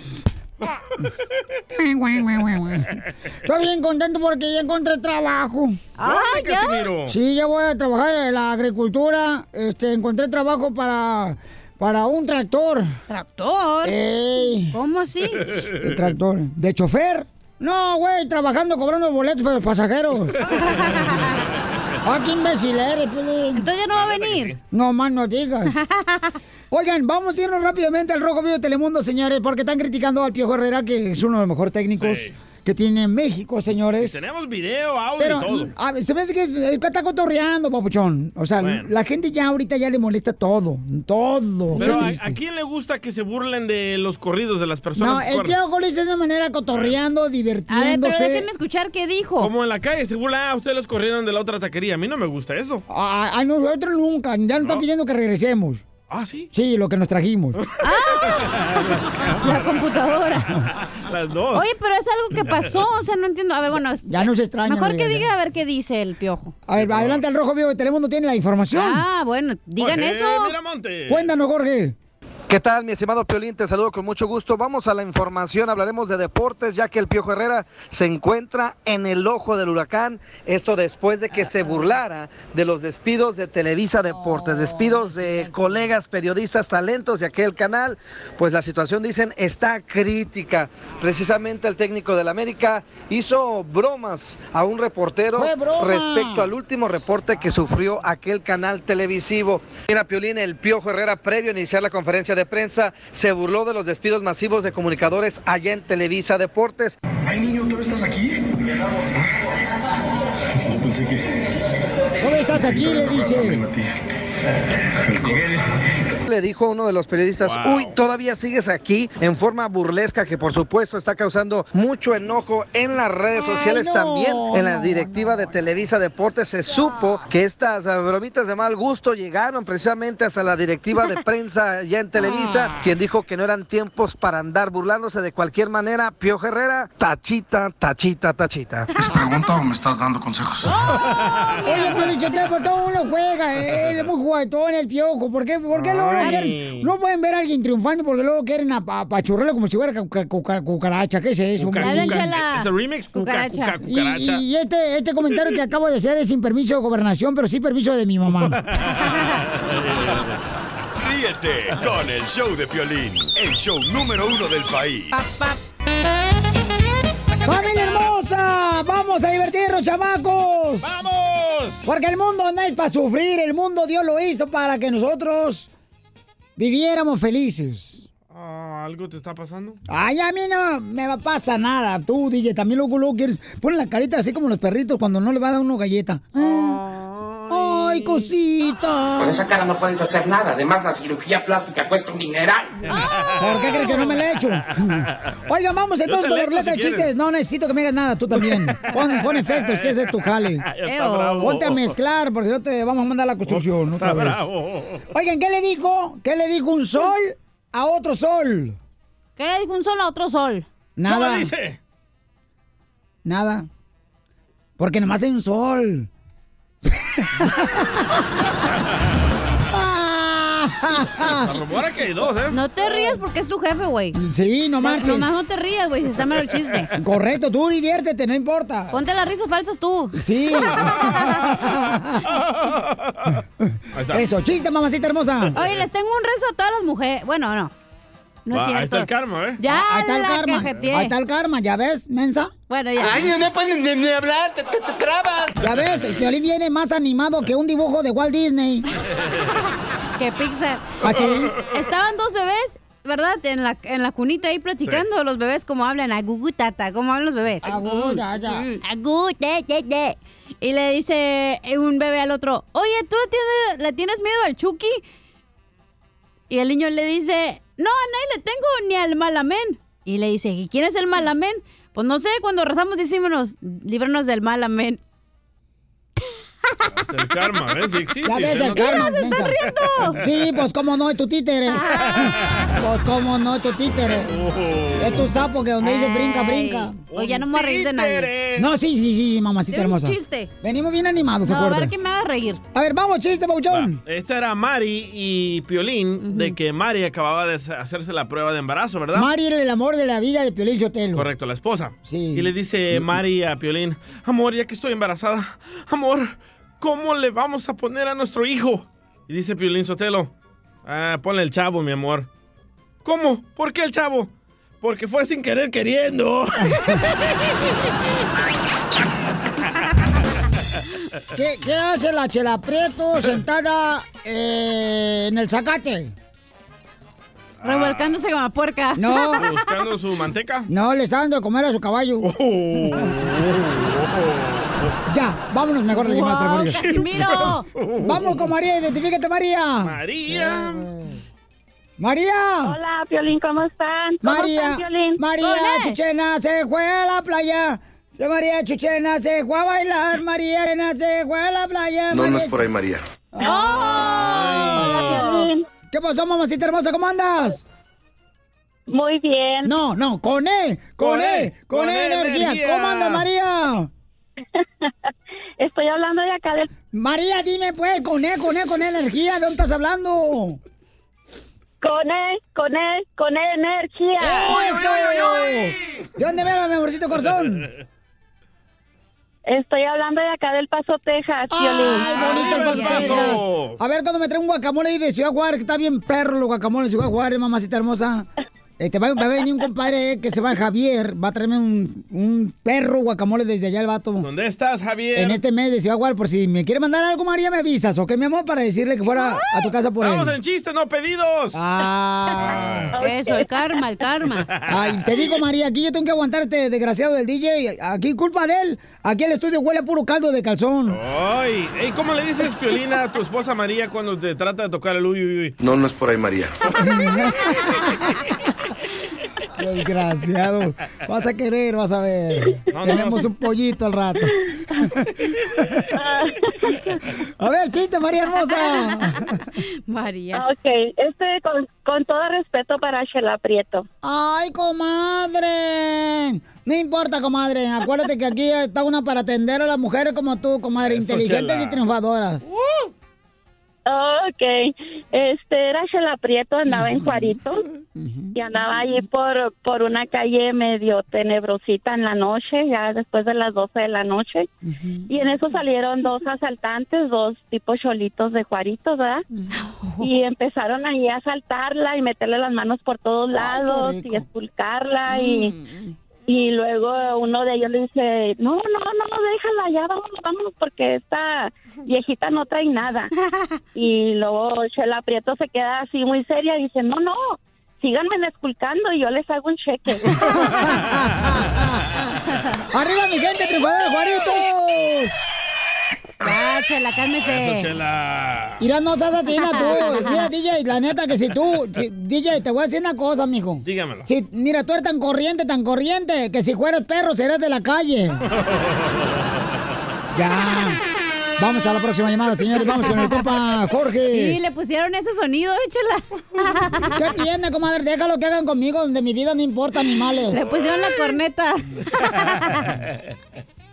Speaker 2: Estoy bien contento porque ya encontré trabajo.
Speaker 3: Ah, ¿Dónde, ¿ya? Casimiro?
Speaker 2: Sí, ya voy a trabajar en la agricultura. Este, encontré trabajo para, para un tractor.
Speaker 3: ¿Tractor?
Speaker 2: Ey.
Speaker 3: ¿Cómo así?
Speaker 2: El tractor. ¿De chofer? No, güey, trabajando, cobrando boletos para los pasajeros. Ah, qué imbécil eres, Entonces no va a venir. No más no digas. Oigan, vamos a irnos rápidamente al Rojo Vivo de Telemundo, señores, porque están criticando al Piojo Herrera, que es uno de los mejores técnicos que tiene México, señores.
Speaker 4: Tenemos video, audio
Speaker 2: Pero
Speaker 4: y todo.
Speaker 2: a ver, se me hace que es- eh, está cotorreando, papuchón. O sea,
Speaker 4: Bueno.
Speaker 2: la gente ya ahorita ya le molesta todo, todo.
Speaker 4: Pero
Speaker 2: Qué
Speaker 4: ¿a,
Speaker 2: mm, triste.
Speaker 4: a quién le gusta que se burlen de los corridos de las personas?
Speaker 2: No,
Speaker 4: que
Speaker 2: el
Speaker 4: corren?
Speaker 2: Piojo lo hizo de una manera cotorreando, divirtiéndose.
Speaker 3: escuchar qué dijo.
Speaker 4: Como en la calle, se burla, ah, ustedes los corrieron de la otra taquería. A mí no me gusta eso.
Speaker 2: Ah, a nosotros nunca, ya nos están pidiendo que regresemos.
Speaker 4: ¿Ah, sí?
Speaker 2: Sí, lo que nos trajimos.
Speaker 3: La computadora.
Speaker 4: Las dos.
Speaker 3: Oye, pero es algo que pasó, o sea, no entiendo. A ver, bueno,
Speaker 2: Ya nos extraña.
Speaker 3: mejor que
Speaker 2: María,
Speaker 3: diga a ver qué dice el piojo.
Speaker 2: A ver, adelante el Rojo Vivo de Telemundo tiene la información.
Speaker 3: Ah, bueno, digan
Speaker 2: Jorge
Speaker 3: eso.
Speaker 4: Miramonte.
Speaker 2: Cuéntanos, Jorge.
Speaker 6: ¿Qué tal, mi estimado Piolín? Te saludo con mucho gusto. Vamos a la información, hablaremos de deportes, ya que el Piojo Herrera se encuentra en el ojo del huracán. Esto después de que se burlara de los despidos de Televisa Deportes, despidos
Speaker 3: Oh,
Speaker 6: de colegas, periodistas, talentos de aquel canal. Pues la situación, dicen, está crítica. Precisamente el técnico del América hizo bromas a un reportero
Speaker 24: Fue broma.
Speaker 6: respecto al último reporte que sufrió aquel canal televisivo. Mira, Piolín, el Piojo Herrera, previo a iniciar la conferencia de prensa, se burló de los despidos masivos de comunicadores allá en Televisa Deportes.
Speaker 25: Ay, niño, ¿tú estás aquí? Ah, No pensé que.
Speaker 2: ¿Cómo estás aquí? Le dice.
Speaker 6: Le dijo a uno de los periodistas, uy, todavía sigues aquí, en forma burlesca, que por supuesto está causando mucho enojo en las redes sociales,
Speaker 24: no,
Speaker 6: también en la directiva de Televisa Deportes. Se supo que estas ah, bromitas de mal gusto llegaron precisamente hasta la directiva de prensa allá en
Speaker 2: Ah.
Speaker 6: Televisa, quien dijo que no eran tiempos para andar burlándose de cualquier manera. Pio Herrera, tachita, tachita, tachita.
Speaker 25: ¿Es pregunta o me estás dando consejos?
Speaker 2: Oye, pero yo te por todo uno juega, eh, él es muy juguetón, el piojo. ¿Por qué, por qué luego no
Speaker 25: Ay.
Speaker 2: quieren, no pueden ver a alguien triunfando porque luego quieren apa- apachurrarlo como si fuera cu- cu- cu- cucaracha? ¿Qué es eso? hombre?
Speaker 4: Cuca, cuca. Es el remix. Cuca, cuca,
Speaker 2: Y-
Speaker 4: cucaracha.
Speaker 2: Y, este, este comentario que acabo de hacer es sin permiso de gobernación, pero sí permiso de mi mamá.
Speaker 8: Ríete con el show de Piolín, el show número uno del país.
Speaker 2: ¡Familia hermosa! ¡Vamos a divertirnos, chamacos!
Speaker 4: ¡Vamos!
Speaker 2: Porque el mundo no es para sufrir, el mundo Dios lo hizo para que nosotros viviéramos felices.
Speaker 4: Ah, ¿Algo te está pasando?
Speaker 2: Ay, a mí no me va- pasa nada. Tú, DJ, también luego, luego quieres... Pon la carita así como los perritos cuando no le va a dar uno galleta. Ah. Ay, cosita.
Speaker 9: Con esa cara no puedes hacer nada. Además, la cirugía plástica cuesta un dineral.
Speaker 2: ¿Por qué crees que no me la he hecho? Oiga, vamos
Speaker 9: Yo
Speaker 2: entonces con
Speaker 9: te
Speaker 2: la
Speaker 9: lecho,
Speaker 2: ruleta
Speaker 9: si
Speaker 2: de chistes.
Speaker 9: quieres.
Speaker 2: No necesito que me hagas nada, tú también. Pon, pon efectos, que ese es tu jale.
Speaker 4: Ya está bravo. Oh,
Speaker 2: Ponte a mezclar, porque no te vamos a mandar a la construcción.
Speaker 4: Está
Speaker 2: otra vez.
Speaker 4: bravo.
Speaker 2: Oigan, ¿qué le dijo? ¿Qué le dijo un sol a otro sol?
Speaker 3: ¿Qué le dijo un sol a otro sol?
Speaker 2: Nada. Nada. Porque nomás hay un sol. Ah.
Speaker 4: Se rumora que hay dos, ¿eh?
Speaker 3: No te rías porque es tu jefe, güey.
Speaker 2: Sí, no marches.
Speaker 3: Nomás no te rías, güey, si está mal el chiste.
Speaker 2: Correcto, tú diviértete, no importa.
Speaker 3: Ponte las risas falsas tú.
Speaker 2: Sí. Eso, chiste, mamacita hermosa.
Speaker 3: Oye, les tengo un rezo a todas las mujeres. Bueno, no. No es
Speaker 4: Va,
Speaker 3: cierto.
Speaker 4: Ahí está el karma, ¿eh?
Speaker 3: Ya,
Speaker 2: Ah, ahí está el
Speaker 3: la
Speaker 2: karma.
Speaker 3: cajeteé.
Speaker 2: Ahí está el karma, ¿ya ves, mensa?
Speaker 3: Bueno, ya. Ay, no, no
Speaker 2: pueden ni, hablar, te, trabas. Ya ves, el Piolín viene más animado que un dibujo de Walt Disney.
Speaker 3: Que Pixar.
Speaker 2: ¿Ah, sí?
Speaker 3: Estaban dos bebés, ¿verdad? En la, en la cunita ahí platicando. Los bebés como hablan. Agugutata. ¿Cómo hablan los bebés?
Speaker 2: Agú, ya, ya.
Speaker 3: Mm, agú, te, te, te. Y le dice eh, un bebé al otro. Oye, ¿tú tienes- le tienes miedo al Chucky? Y el niño le dice. No, a nadie le tengo ni al malamén. Y le dice. ¿Y quién es el malamén? Pues no sé. Cuando rezamos decimos. Líbranos del malamén.
Speaker 4: Hasta el karma, ¿ves? Sí existe.
Speaker 2: Ya ves
Speaker 4: ¿eh?
Speaker 2: el
Speaker 4: No te-
Speaker 2: karma. mensa. Sí, pues cómo no, es tu títere.
Speaker 3: Ah.
Speaker 2: Pues cómo no, es tu títere.
Speaker 4: Oh.
Speaker 2: Es tu sapo que donde dice brinca, brinca.
Speaker 3: Oye, ya no me voy a reír de nadie.
Speaker 2: No, sí, sí, sí, mamacita
Speaker 3: Es un
Speaker 2: hermosa.
Speaker 3: chiste.
Speaker 2: Venimos bien animados,
Speaker 3: No, a
Speaker 2: acuérdate.
Speaker 3: ver que me haga reír.
Speaker 2: A ver, vamos, chiste, Pauchón.
Speaker 4: Esta era Mari y Piolín, de que Mari acababa de hacerse la prueba de embarazo, ¿verdad?
Speaker 2: Mari era el amor de la vida de Piolín Sotelo.
Speaker 4: Correcto, la esposa. Y le dice Mari a Piolín, amor, ya que estoy embarazada, amor, ¿cómo le vamos a poner a nuestro hijo? Y dice Piolín Sotelo, ah, ponle el chavo, mi amor. ¿Cómo? ¿Por qué el chavo? Porque fue sin querer queriendo.
Speaker 2: ¿Qué, qué hace la chela Prieto sentada eh, en el zacate?
Speaker 3: Revolcándose como puerca.
Speaker 2: No.
Speaker 4: Buscando su manteca.
Speaker 2: No, le está dando de comer a su caballo. Oh. ya, vámonos mejor las llamadas
Speaker 4: Wow,
Speaker 2: telefónicas.
Speaker 4: Casimiro.
Speaker 2: Vamos con María, identifícate María.
Speaker 4: María.
Speaker 2: María.
Speaker 21: Hola, Piolín, ¿cómo están? ¿Cómo
Speaker 2: María,
Speaker 21: están, Piolín?
Speaker 2: María Chuchena se fue a la playa. Se- María Chuchena se fue a bailar. María Chuchena se fue a la playa.
Speaker 12: No, no
Speaker 2: María-
Speaker 12: es por ahí, María.
Speaker 2: Ah. ¿Qué pasó, mamacita hermosa? ¿Cómo andas? Muy bien. No, no, con él, con él, con, él, energía. ¿Cómo andas, María?
Speaker 21: Estoy hablando de acá del...
Speaker 2: María, dime pues, con él, con él, con él, energía, ¿de dónde estás hablando?
Speaker 21: Con él, con él, con él, energía.
Speaker 2: ¡Eso! ¿De dónde me mi amorcito corazón?
Speaker 21: Estoy hablando de acá del Paso, Texas, Piolín.
Speaker 2: ¡Ay, bonito el Paso, Texas! A ver, cuando me trae un guacamole ahí de Ciudad Juárez, que está bien perro los guacamoles de Ciudad Juárez, mamacita hermosa. Este, va, va a venir un compadre eh, que se llama Javier, va a traerme un, un perro guacamole desde allá el vato.
Speaker 4: ¿Dónde estás, Javier?
Speaker 2: En este mes de Ciudad Juárez, por si me quiere mandar algo, María, me avisas, ¿ok, mi amor? Para decirle que fuera a tu casa por él.
Speaker 4: Vamos en chistes, no pedidos.
Speaker 2: Ah.
Speaker 3: Eso, el karma, el karma.
Speaker 2: Ay, te digo, María, aquí yo tengo que aguantar este desgraciado del DJ. Aquí, culpa de él. Aquí el estudio huele a puro caldo de calzón.
Speaker 4: Ay, ey, ¿cómo le dices, Piolina, a tu esposa María cuando te trata de tocar el uy, uy, uy?
Speaker 12: No, no es por ahí, María.
Speaker 2: Desgraciado. Vas a querer, vas a ver.
Speaker 12: No, no,
Speaker 2: Tenemos
Speaker 12: no.
Speaker 2: un pollito al rato. a ver, chiste, María Hermosa.
Speaker 3: María.
Speaker 21: Ok, este con, con todo respeto para Shela Prieto.
Speaker 2: Ay, comadre. No importa, comadre. Acuérdate que aquí está una para atender a las mujeres como tú, comadre, inteligentes
Speaker 21: Chela.
Speaker 2: y triunfadoras.
Speaker 21: Oh, Ok, este era Shela Prieto, andaba en Juarito y andaba allí por, por una calle medio tenebrosita en la noche, ya después de las 12 de la noche. Y en eso salieron dos asaltantes, dos tipos cholitos de Juaritos, ¿verdad? Y empezaron ahí a asaltarla y meterle las manos por todos lados y esculcarla y... Y luego uno de ellos le dice, no, no, no, déjala, ya vámonos, vámonos, porque esta viejita no trae nada. Y luego Chela Prieto se queda así muy seria y dice, no, no, síganme esculcando y yo les hago un cheque.
Speaker 4: Ah.
Speaker 2: ¡Arriba, mi gente, triunfadora, Juaritos!
Speaker 3: Ya, Chela, cálmese.
Speaker 4: Eso, Chela.
Speaker 2: Mira, no seas latina tú. Mira, DJ, la neta que si tú... si- DJ, te voy a decir una cosa, mijo.
Speaker 4: Dígamelo.
Speaker 2: Si- mira, tú eres tan corriente, tan corriente, que si fueras perro serás de la calle. Ya. Vamos a la próxima llamada, señores. Vamos con el compa Jorge.
Speaker 3: Y le pusieron ese sonido, échela.
Speaker 2: ¿Qué tiene, comadre? Déjalo que hagan conmigo, donde mi vida no importa, animales.
Speaker 3: Le pusieron la corneta.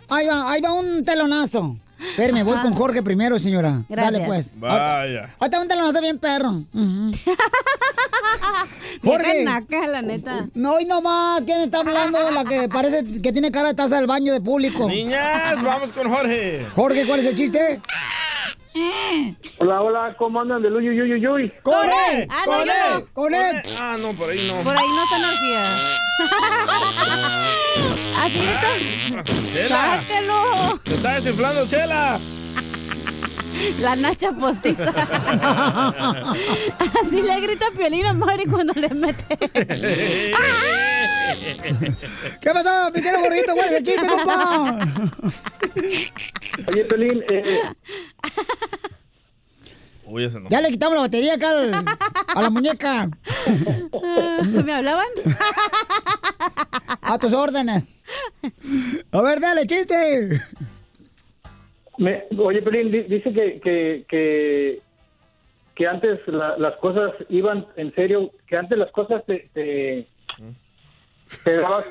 Speaker 2: Ahí va, ahí va un telonazo. Espérame, voy con Jorge primero, señora. Dale,
Speaker 4: Gracias.
Speaker 2: pues. Ahorita-
Speaker 4: Vaya.
Speaker 2: Ahorita ponte la nota bien, perro. Ujú. Jorge.
Speaker 3: naca, la neta.
Speaker 2: No, y no más. ¿Quién está hablando? La que parece que tiene cara de taza del baño de público.
Speaker 4: Niñas, vamos con Jorge.
Speaker 2: Jorge, ¿cuál es el chiste?
Speaker 13: Hola, hola, ¿cómo andan del uy, uy, uy, uy?
Speaker 2: ¡Con él! Ah, no, ¡Con yo no! él! ¡Con él!
Speaker 4: Ah, no, por ahí no.
Speaker 3: Por ahí no están orgías. Así está.
Speaker 2: ¿eh?
Speaker 4: Chela.
Speaker 3: ¡Sáquelo!
Speaker 4: ¡Se está desinflando, Chela!
Speaker 3: La nacha postiza. Así le grita Piolín a Mari cuando le mete.
Speaker 2: ¿Qué pasó, mi querido Jorgito? ¿Cuál es el chiste, compa?
Speaker 13: Oye, Pelín, eh,
Speaker 4: Uy, ese no.
Speaker 2: Ya le quitamos la batería acá al- a la muñeca.
Speaker 3: Ah, ¿Me hablaban?
Speaker 2: A tus órdenes. A ver, dale, chiste.
Speaker 13: me- oye, Pelín, di- dice que, que, que, que antes la- las cosas iban en serio, que antes las cosas te... te te dabas-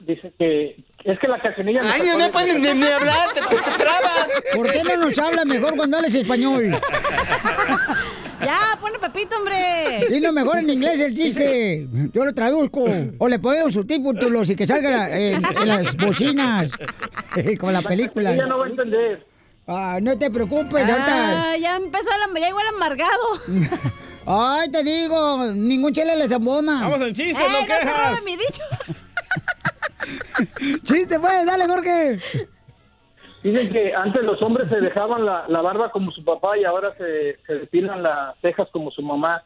Speaker 13: dice que eh, es que la cachanilla
Speaker 26: Ay, no pueden ni- ni hablar,
Speaker 13: te, trabas
Speaker 2: ¿Por qué no nos habla mejor cuando hables español?
Speaker 3: ¡Ya, ponle Pepito, hombre!
Speaker 2: Dilo mejor en inglés el chiste. Yo lo traduzco. O le ponemos subtítulos y que salga en, en las bocinas. Como la película.
Speaker 13: Ella no va a entender.
Speaker 2: Ah, no te preocupes, ahorita.
Speaker 3: Ah, ya empezó la, ya igual amargado.
Speaker 2: Ay, te digo, ningún chile le zambona.
Speaker 3: Vamos al chiste, Ey, Eh, no no se quejas. robe mi
Speaker 2: dicho. chiste, pues, dale, Jorge.
Speaker 13: Dicen que antes los hombres se dejaban la, la barba como su papá y ahora se, se depilan las cejas como su mamá.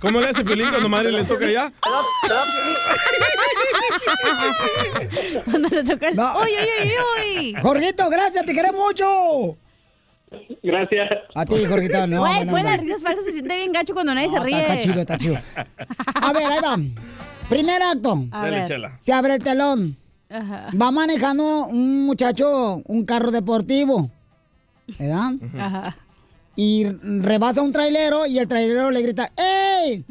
Speaker 4: ¿Cómo le hace Piolín cuando Mari le toca ya?
Speaker 3: Cuando le toca el...
Speaker 2: No.
Speaker 3: ¡Uy, uy, uy, uy!
Speaker 2: Jorgito, gracias, te queremos mucho.
Speaker 13: Gracias.
Speaker 2: A ti, Jorgito, no.
Speaker 3: Güey,
Speaker 2: bueno, hombre.
Speaker 3: pues las risas falsas se siente bien gacho cuando nadie se ríe.
Speaker 2: Está, está chido, está chido. A ver, ahí va. Primer acto.
Speaker 3: A Dale, ver. Chela.
Speaker 2: Se abre el telón.
Speaker 3: Ajá.
Speaker 2: Va manejando un muchacho un carro deportivo. ¿Verdad?
Speaker 3: Ajá.
Speaker 2: Y rebasa un trailero y el trailero le grita, ¡Ey!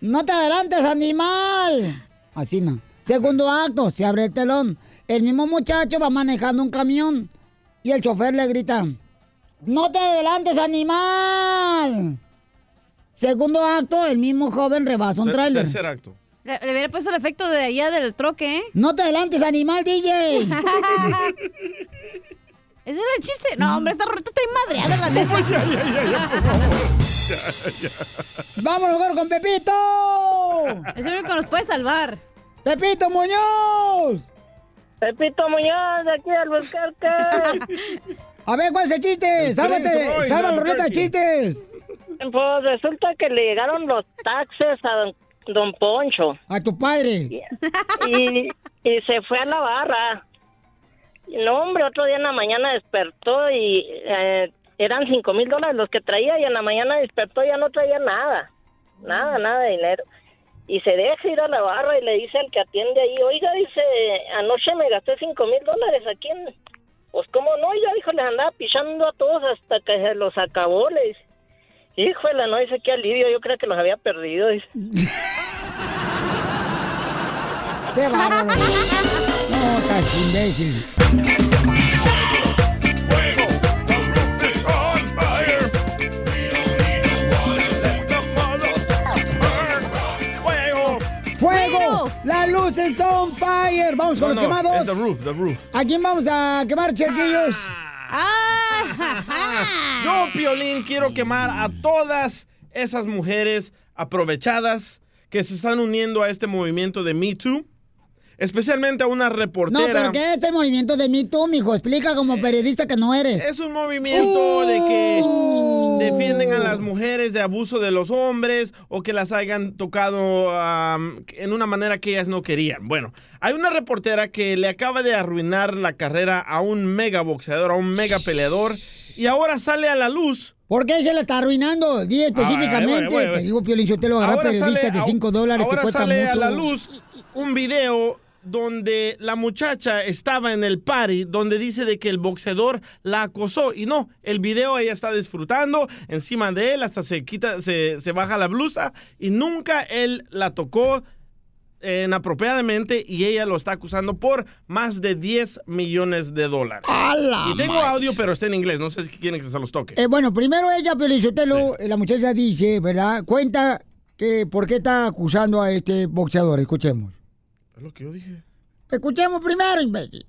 Speaker 2: ¡No te adelantes, animal! Así no. Segundo acto, se abre el telón. El mismo muchacho va manejando un camión y el chofer le grita, ¡No te adelantes, animal! Segundo acto, el mismo joven rebasa un
Speaker 4: Ter-
Speaker 2: tráiler.
Speaker 4: Tercer acto.
Speaker 3: Le, le hubiera puesto el efecto de allá del troque, ¿eh?
Speaker 2: ¡No te adelantes, animal, DJ!
Speaker 3: ¿Ese era el chiste? No, hombre, esta ruleta está madreada, la neta.
Speaker 2: ¡Vámonos, mejor con Pepito!
Speaker 3: Es el único que nos puede salvar.
Speaker 2: ¡Pepito Muñoz!
Speaker 27: ¡Pepito Muñoz, aquí al buscarte!
Speaker 2: A ver, ¿cuál es el chiste? ¡Sálvate! ¡Salva la ruleta de chistes!
Speaker 27: Pues resulta que le llegaron los taxes a don, don Poncho.
Speaker 2: A tu padre.
Speaker 27: Y, y se fue a la barra. No, hombre, otro día en la mañana despertó y eh, eran cinco mil dólares los que traía y en la mañana despertó y ya no traía nada. Nada, nada de dinero. Y se deja ir a la barra y le dice al que atiende ahí, oiga, dice, anoche me gasté cinco mil dólares aquí en... Pues cómo no, ya dijo, les andaba pichando a todos hasta que se los acabó, le dice. Híjole, no, dice, qué alivio, yo creo que los había perdido, dice.
Speaker 2: ¡Qué bárbaro! No, estás imbécil. ¡Fuego! ¡Las luces on fire! ¡Vamos con los
Speaker 4: No, no, es
Speaker 2: quemados!
Speaker 4: The Roof, The Roof.
Speaker 2: ¿A quién vamos a quemar, chiquillos?
Speaker 4: Yo, Piolín, quiero quemar a todas esas mujeres aprovechadas que se están uniendo a este movimiento de Me Too. Especialmente a una
Speaker 2: No,
Speaker 4: reportera.
Speaker 2: pero ¿qué es el movimiento de Me Too, mijo? Explica como periodista que no eres.
Speaker 4: Es un movimiento de
Speaker 2: Uh.
Speaker 4: que defienden a las mujeres de abuso de los hombres o que las hayan tocado am, en una manera que ellas no querían. Bueno, hay una reportera que le acaba de arruinar la carrera a un mega boxeador, a un mega peleador, y ahora sale a la luz.
Speaker 2: ¿Por qué se la está arruinando? Di específicamente.
Speaker 4: Ah, bueno, bueno.
Speaker 2: Te digo, Piolín Chotelo, agarrar
Speaker 4: Ahora
Speaker 2: periodistas
Speaker 4: sale
Speaker 2: de
Speaker 4: a-
Speaker 2: 5 dólares te
Speaker 4: Ahora
Speaker 2: cuesta
Speaker 4: sale a
Speaker 2: mucho.
Speaker 4: la luz un video donde la muchacha estaba en el party, donde dice de que el boxeador la acosó. Y no, el video ella está disfrutando encima de él, hasta se quita, se, se baja la blusa y nunca él la tocó, eh, inapropiadamente y ella lo está acusando por más de 10 millones de dólares.
Speaker 2: ¡A la
Speaker 4: Y tengo
Speaker 2: madre!
Speaker 4: audio, pero está en inglés. No sé si quieren que se los toque.
Speaker 2: Eh, bueno, primero ella, Pelizotelo, la muchacha dice, ¿verdad? Cuenta que por qué está acusando a este boxeador. Escuchemos.
Speaker 4: Es lo que yo dije.
Speaker 2: Escuchemos primero, imbécil.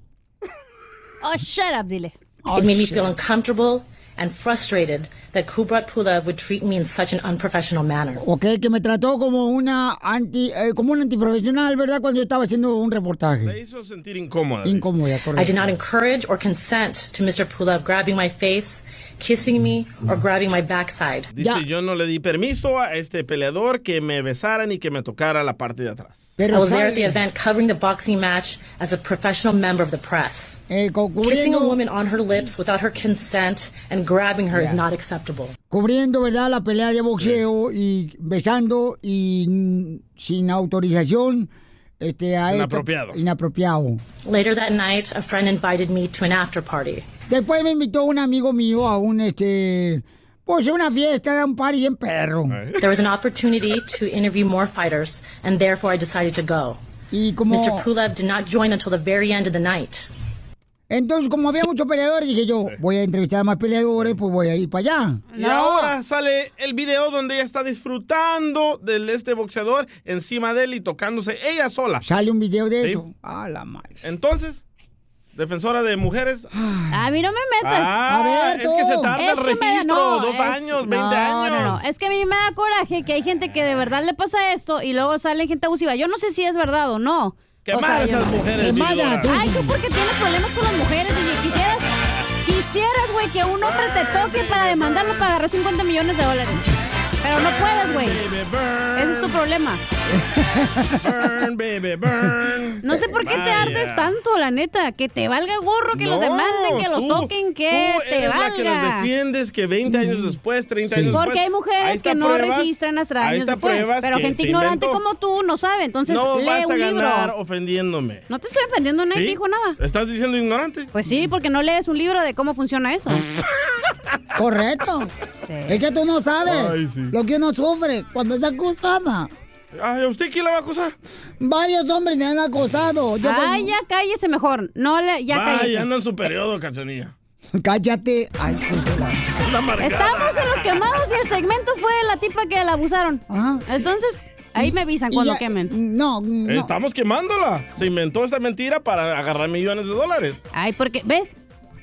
Speaker 3: Oh, shut up, dile.
Speaker 28: It made me feel uncomfortable and frustrated that Kubrat Pula would treat me in such an unprofessional manner.
Speaker 2: Ok, que me trató como una anti, eh, como un antiprofesional, ¿verdad? Cuando yo estaba haciendo un
Speaker 4: Me
Speaker 2: reportaje.
Speaker 4: hizo sentir incómoda. dice.
Speaker 2: Incómoda,
Speaker 28: I did
Speaker 2: correcto.
Speaker 28: not encourage or consent to Mr. Pula grabbing my face, kissing me, or grabbing my backside.
Speaker 4: Dice, yo no le di permiso a este peleador que me besaran y que me tocara la parte de atrás.
Speaker 28: I was there at the event covering the boxing match as a professional member of the press.
Speaker 2: Eh, co-
Speaker 28: Kissing a
Speaker 2: cubriendo,
Speaker 28: woman on her lips without her consent and grabbing her is
Speaker 2: Yeah.
Speaker 28: not acceptable.
Speaker 2: cubriendo, ¿verdad? La pelea de boxeo y besando y mm, sin autorización. Este, a esta-
Speaker 28: Inapropiado.
Speaker 2: inapropiado.
Speaker 28: Later that night, a friend invited me to an after party.
Speaker 2: Después me invitó un amigo mío a un, este, pues una fiesta, a un party bien perro.
Speaker 28: There was an opportunity to interview more fighters, and therefore I decided to go.
Speaker 2: como-
Speaker 28: Mr. Pulev did not join until the very end of the night.
Speaker 2: Entonces, como había muchos peleadores, dije yo, voy a entrevistar a más peleadores, pues voy a ir para allá.
Speaker 4: Y ahora sale el video donde ella está disfrutando de este boxeador encima de él y tocándose ella sola.
Speaker 2: Sale un video de
Speaker 4: Sí.
Speaker 2: eso. A la madre.
Speaker 4: Entonces, defensora de mujeres.
Speaker 3: A mí no me metas.
Speaker 4: Ah, A ver, es tú. que se tarda el
Speaker 3: Es que me da-
Speaker 4: registro, dos años, 20
Speaker 3: no, No, no,
Speaker 4: años.
Speaker 3: Es que a mí me da coraje que hay gente que de verdad le pasa esto y luego sale gente abusiva. Yo no sé si es verdad o no.
Speaker 4: Que
Speaker 3: O sea,
Speaker 4: mal
Speaker 3: yo
Speaker 4: esas
Speaker 3: no sé.
Speaker 4: mujeres, Que mal, vividora. tú.
Speaker 3: Ay, tú porque tienes problemas con las mujeres, DJ. Quisieras, quisieras, güey, que un hombre te toque para demandarlo para agarrar 50 millones de dólares. Pero no puedes, güey. Ese es tu problema.
Speaker 4: Burn, baby, burn.
Speaker 3: No sé por qué te
Speaker 4: Vaya.
Speaker 3: ardes tanto, la neta. Que te valga gorro, que los
Speaker 4: No,
Speaker 3: demanden, que los
Speaker 4: tú-
Speaker 3: toquen, que
Speaker 4: tú
Speaker 3: te
Speaker 4: eres
Speaker 3: valga.
Speaker 4: la que los defiendes que
Speaker 2: Mm.
Speaker 4: 20 años después, 30 años después.
Speaker 3: Porque hay
Speaker 4: ahí
Speaker 3: mujeres
Speaker 4: está
Speaker 3: que no
Speaker 4: pruebas,
Speaker 3: registran hasta
Speaker 4: ahí
Speaker 3: años
Speaker 4: está
Speaker 3: después.
Speaker 4: pruebas
Speaker 3: Pero
Speaker 4: que
Speaker 3: gente
Speaker 4: se
Speaker 3: ignorante
Speaker 4: inventó.
Speaker 3: como tú no sabe. Entonces
Speaker 4: no
Speaker 3: lee
Speaker 4: vas a
Speaker 3: un
Speaker 4: ganar
Speaker 3: libro.
Speaker 4: ofendiéndome.
Speaker 3: No te estoy ofendiendo, nadie
Speaker 4: ¿Sí?
Speaker 3: te dijo nada.
Speaker 4: ¿Estás diciendo ignorante?
Speaker 3: Pues sí, porque no lees un libro de cómo funciona eso.
Speaker 2: Correcto. Es que tú no sabes lo que uno sufre cuando es acusada.
Speaker 4: Ay, ¿a usted quién la va a acusar?
Speaker 2: Varios hombres me han acosado. Yo
Speaker 3: Ay, ya cállese mejor. No le, ya
Speaker 4: Vaya,
Speaker 3: cállese.
Speaker 4: anda en su periodo, cachanilla.
Speaker 2: Cállate. Ay, culpa.
Speaker 4: Una amargada.
Speaker 3: Estamos en los quemados y el segmento fue la tipa que la abusaron. Entonces, ahí me avisan
Speaker 2: y
Speaker 3: cuando
Speaker 2: ya-
Speaker 3: quemen.
Speaker 2: No, no.
Speaker 4: Eh, Estamos quemándola. Se inventó esta mentira para agarrar millones de dólares.
Speaker 3: Ay, porque, ¿ves?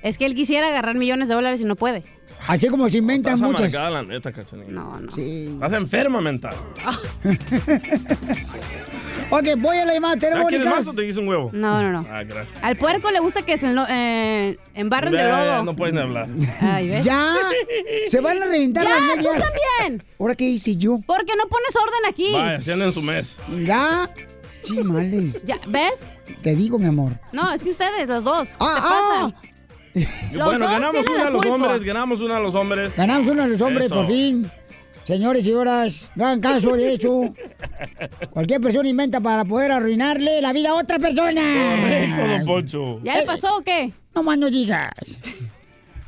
Speaker 3: Es que él quisiera agarrar millones de dólares y no puede.
Speaker 2: Así como se inventan
Speaker 4: Estás
Speaker 2: muchas.
Speaker 4: amargada, la neta, cachanilla.
Speaker 3: No, no.
Speaker 4: Estás enferma mental.
Speaker 2: Ok, voy a la llamada
Speaker 4: ¿Ya quieres más
Speaker 2: telefónica.
Speaker 4: o te hice un huevo?
Speaker 3: No, no, no.
Speaker 4: Ah, gracias.
Speaker 3: Al puerco le gusta que se enlo- eh, embarren de
Speaker 4: Ya, ya,
Speaker 3: lodo.
Speaker 4: ya, no puedes ni hablar.
Speaker 3: Ay, ¿ves?
Speaker 2: Ya. Se van a reventar
Speaker 3: ¡Ya,
Speaker 2: las
Speaker 3: tú
Speaker 2: medias.
Speaker 3: también!
Speaker 2: ¿Ahora qué hice yo?
Speaker 3: ¿Por qué no pones orden aquí?
Speaker 4: Vaya, se anda en su mes.
Speaker 2: Ya. Chimales.
Speaker 3: Ya, ¿Ves?
Speaker 2: Te digo, mi amor.
Speaker 3: No, es que ustedes, los dos, se
Speaker 2: Ah,
Speaker 3: pasan.
Speaker 4: Y
Speaker 3: Los
Speaker 4: bueno,
Speaker 3: dos
Speaker 4: ganamos
Speaker 3: tienen
Speaker 4: una
Speaker 3: la
Speaker 4: a los
Speaker 3: culpa.
Speaker 4: hombres, ganamos una a los hombres.
Speaker 2: Ganamos uno de los hombres,
Speaker 4: Eso.
Speaker 2: por fin. Señores y señoras, no hagan caso de eso. Cualquier persona inventa para poder arruinarle la vida a otra persona. Eh,
Speaker 4: Correcto, don Poncho.
Speaker 3: ¿Ya le pasó o qué?
Speaker 2: No más no digas.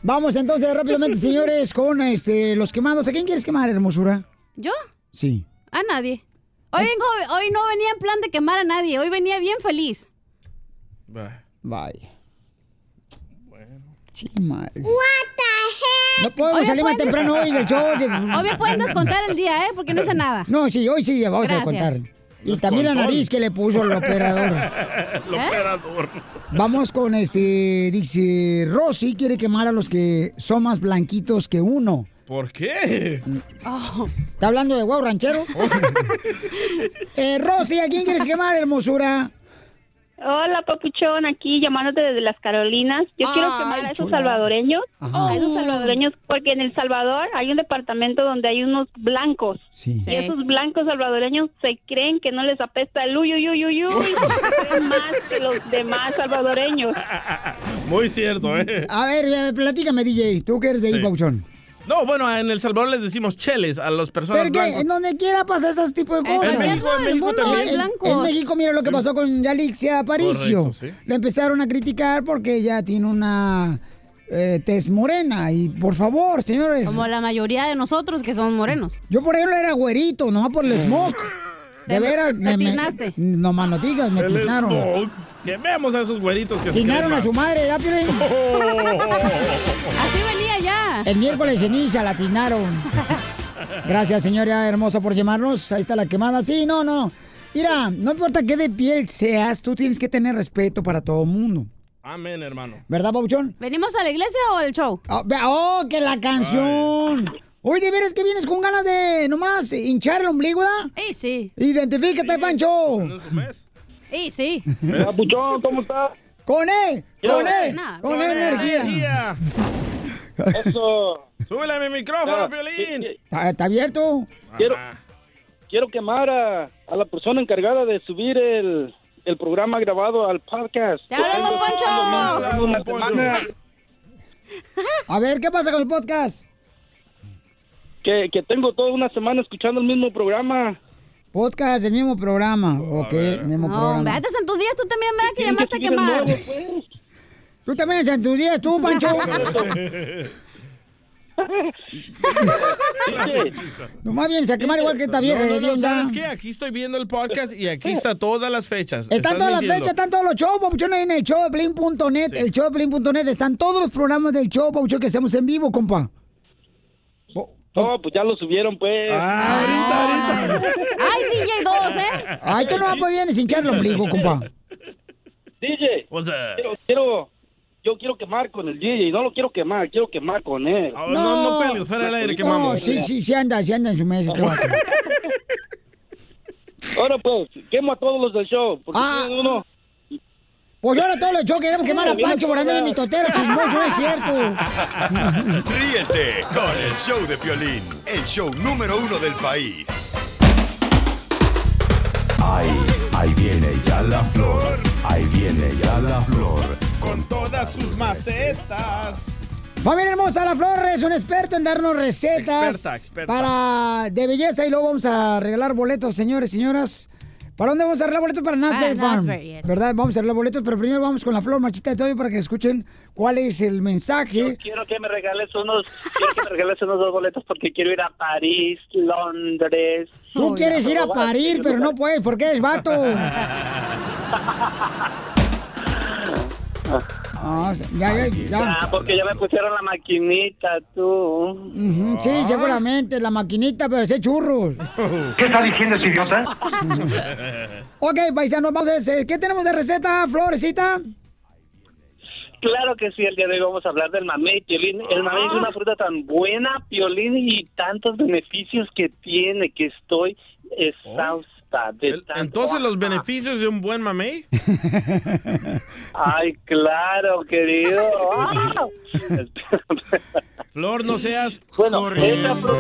Speaker 2: Vamos entonces rápidamente, señores, con este los quemados. ¿A quién quieres quemar, hermosura?
Speaker 3: ¿Yo?
Speaker 2: Sí.
Speaker 3: A nadie. Hoy, vengo, hoy no venía en plan de quemar a nadie, hoy venía bien feliz.
Speaker 2: Bye. Chimal.
Speaker 3: the
Speaker 2: No podemos
Speaker 3: Obvio
Speaker 2: salir más
Speaker 3: pueden-
Speaker 2: temprano hoy del show.
Speaker 3: Obvio pueden descontar el día, ¿eh? Porque no hice nada.
Speaker 2: No, sí, hoy sí, vamos a contar.
Speaker 3: Gracias.
Speaker 2: Y también la
Speaker 3: contó.
Speaker 2: nariz que le puso el operador.
Speaker 4: El
Speaker 29: ¿Eh?
Speaker 4: operador.
Speaker 2: Vamos con este, dice, Rosy quiere quemar a los que son más blanquitos que uno.
Speaker 4: ¿Por qué?
Speaker 3: Oh.
Speaker 2: ¿Está hablando de guau ranchero? eh, Rosy, ¿a quién quieres quemar, hermosura?
Speaker 21: Hola, papuchón, aquí llamándote desde las Carolinas. Yo quiero
Speaker 2: Ay,
Speaker 21: quemar a esos
Speaker 2: chula.
Speaker 21: salvadoreños,
Speaker 2: Ajá.
Speaker 21: a esos salvadoreños, porque en El Salvador hay un departamento donde hay unos blancos.
Speaker 2: Sí.
Speaker 21: Y esos blancos salvadoreños se creen que no les apesta el uy, uy, uy, uy, uy, se creen más que los demás salvadoreños.
Speaker 4: Muy cierto, ¿eh?
Speaker 2: Mm, A ver, eh, platícame, DJ, tú que eres de ahí, Pauchón.
Speaker 4: No, bueno, en El Salvador les decimos cheles a las personas
Speaker 2: Pero que
Speaker 4: blancas.
Speaker 2: en donde quiera pasa esos tipos de
Speaker 4: En
Speaker 2: cosas.
Speaker 4: México, en México también.
Speaker 2: En- En México, mira lo que pasó con Yalixia Aparicio.
Speaker 4: Correcto, sí.
Speaker 2: Lo empezaron a criticar porque ella tiene una eh, tez morena. Y por favor, señores.
Speaker 3: Como la mayoría de nosotros que somos morenos.
Speaker 2: Yo, por ejemplo, era güerito, no por el smoke. De veras, me, me, no más no digas, me
Speaker 4: El
Speaker 2: tiznaron.
Speaker 4: smog. Que vemos a esos güeritos que se
Speaker 2: Tiznaron
Speaker 4: creen
Speaker 2: a su madre, ¿verdad, Piolín?
Speaker 3: Así venía ya.
Speaker 2: El miércoles ceniza la tiznaron. Gracias, señora hermosa, por llamarnos. Ahí está la quemada. Sí, no, no. Mira, no importa qué de piel seas, tú tienes que tener respeto para todo el mundo.
Speaker 4: Amén, hermano.
Speaker 2: ¿Verdad, Pabuchón?
Speaker 3: ¿Venimos a la iglesia o al show?
Speaker 2: Oh, ve- oh, que la canción. Oye, de veras que vienes con ganas de nomás hinchar el ombligo, ¿verdad?
Speaker 3: Sí, sí.
Speaker 2: Identifícate, Pancho.
Speaker 3: Y sí.
Speaker 4: ¿Eh?
Speaker 2: Papuchón, ¿cómo estás? Con él,
Speaker 3: Yo.
Speaker 2: con él,
Speaker 3: Nah,
Speaker 2: con
Speaker 3: con
Speaker 2: él energía.
Speaker 4: energía.
Speaker 29: Eso.
Speaker 4: Súbele a mi micrófono,
Speaker 29: Ah,
Speaker 4: Piolín.
Speaker 2: ¿Está, está abierto?
Speaker 29: Quiero, quiero quemar a, a la persona encargada de subir el, el programa grabado al podcast.
Speaker 3: ¡Te hablo, Don Poncho!
Speaker 29: Una semana
Speaker 2: A ver, ¿qué pasa con el podcast?
Speaker 29: que, que tengo toda una semana escuchando el mismo programa.
Speaker 2: Podcast del mismo programa. Ok, mismo
Speaker 3: No,
Speaker 2: programa.
Speaker 3: hombre, antes en tus días tú también, ¿verdad? Que llamaste a
Speaker 29: que siga
Speaker 3: quemar.
Speaker 29: el
Speaker 2: pues. Tú también echas en tus días, tú, Pancho. Nomás vienes a quemar igual que esta vieja
Speaker 4: pues, No, no,
Speaker 2: de
Speaker 4: no,
Speaker 2: Dios. ¿eh?
Speaker 4: ¿Sabes qué? Aquí estoy viendo el podcast y aquí está todas las fechas.
Speaker 2: Están
Speaker 4: Estás
Speaker 2: todas las
Speaker 4: mintiendo.
Speaker 2: fechas, están todos los shows, Pabuchón, ahí en el show de Plin.net, el show de Plin.net, están todos los programas del show, Pabuchón, que hacemos en vivo, compa.
Speaker 29: No, pues ya lo subieron, pues.
Speaker 4: Ah,
Speaker 3: ¡Ay, DJ2, eh!
Speaker 2: Ay, tú no pues vienes sin echar el ombligo, compa.
Speaker 29: DJ, quiero, quiero- yo quiero quemar con el DJ, no lo quiero quemar, quiero quemar con él.
Speaker 2: Ah, No. No, sí, sí, sí anda, sí anda en su mesa. este vato.
Speaker 29: Ahora pues, quemo a todos los del show, porque
Speaker 2: Ah.
Speaker 29: tienen uno...
Speaker 2: Pues ahora todos los shows queremos quemar a Pancho por andar en mi totero chismoso, es cierto.
Speaker 8: Ríete con el show de Piolín, el show número uno del país.
Speaker 21: Ahí, ahí viene ya la flor, ahí viene ya la flor. Con
Speaker 4: Todas sus macetas.
Speaker 2: Familia hermosa, la flor es un experto en darnos recetas
Speaker 4: Experta, experta.
Speaker 2: para de belleza y luego vamos a regalar boletos, señores, señoras. ¿Para dónde vamos a regalar boletos? Para Nashville Farm.
Speaker 3: Knott's Berry, yes.
Speaker 2: ¿Verdad? Vamos a regalar boletos, pero primero vamos con la flor marchita de todo para que escuchen cuál es el mensaje.
Speaker 29: Quiero que me regales unos, quiero que me regales unos dos boletos porque quiero ir a París, Londres.
Speaker 2: Tú quieres ir a parir, pero no puedes porque eres vato. Ah, ya, ya, ya.
Speaker 29: Ah, porque ya me pusieron la maquinita, tú.
Speaker 2: Ujú, Sí, seguramente, la maquinita, pero sé churros.
Speaker 29: ¿Qué está diciendo este idiota?
Speaker 2: Ok, paisanos, vamos a ver, ¿qué tenemos de receta, Florecita?
Speaker 29: Claro que sí, el día de hoy vamos a hablar del mamey, Piolín. El mamey es una fruta tan buena, Piolín, y tantos beneficios que tiene que estoy exhausta. de tanto-
Speaker 4: Entonces, los beneficios de un buen mamey.
Speaker 29: Ay, claro, Oh, querido. Ah.
Speaker 4: Flor, no seas.
Speaker 29: Bueno, esta fruta...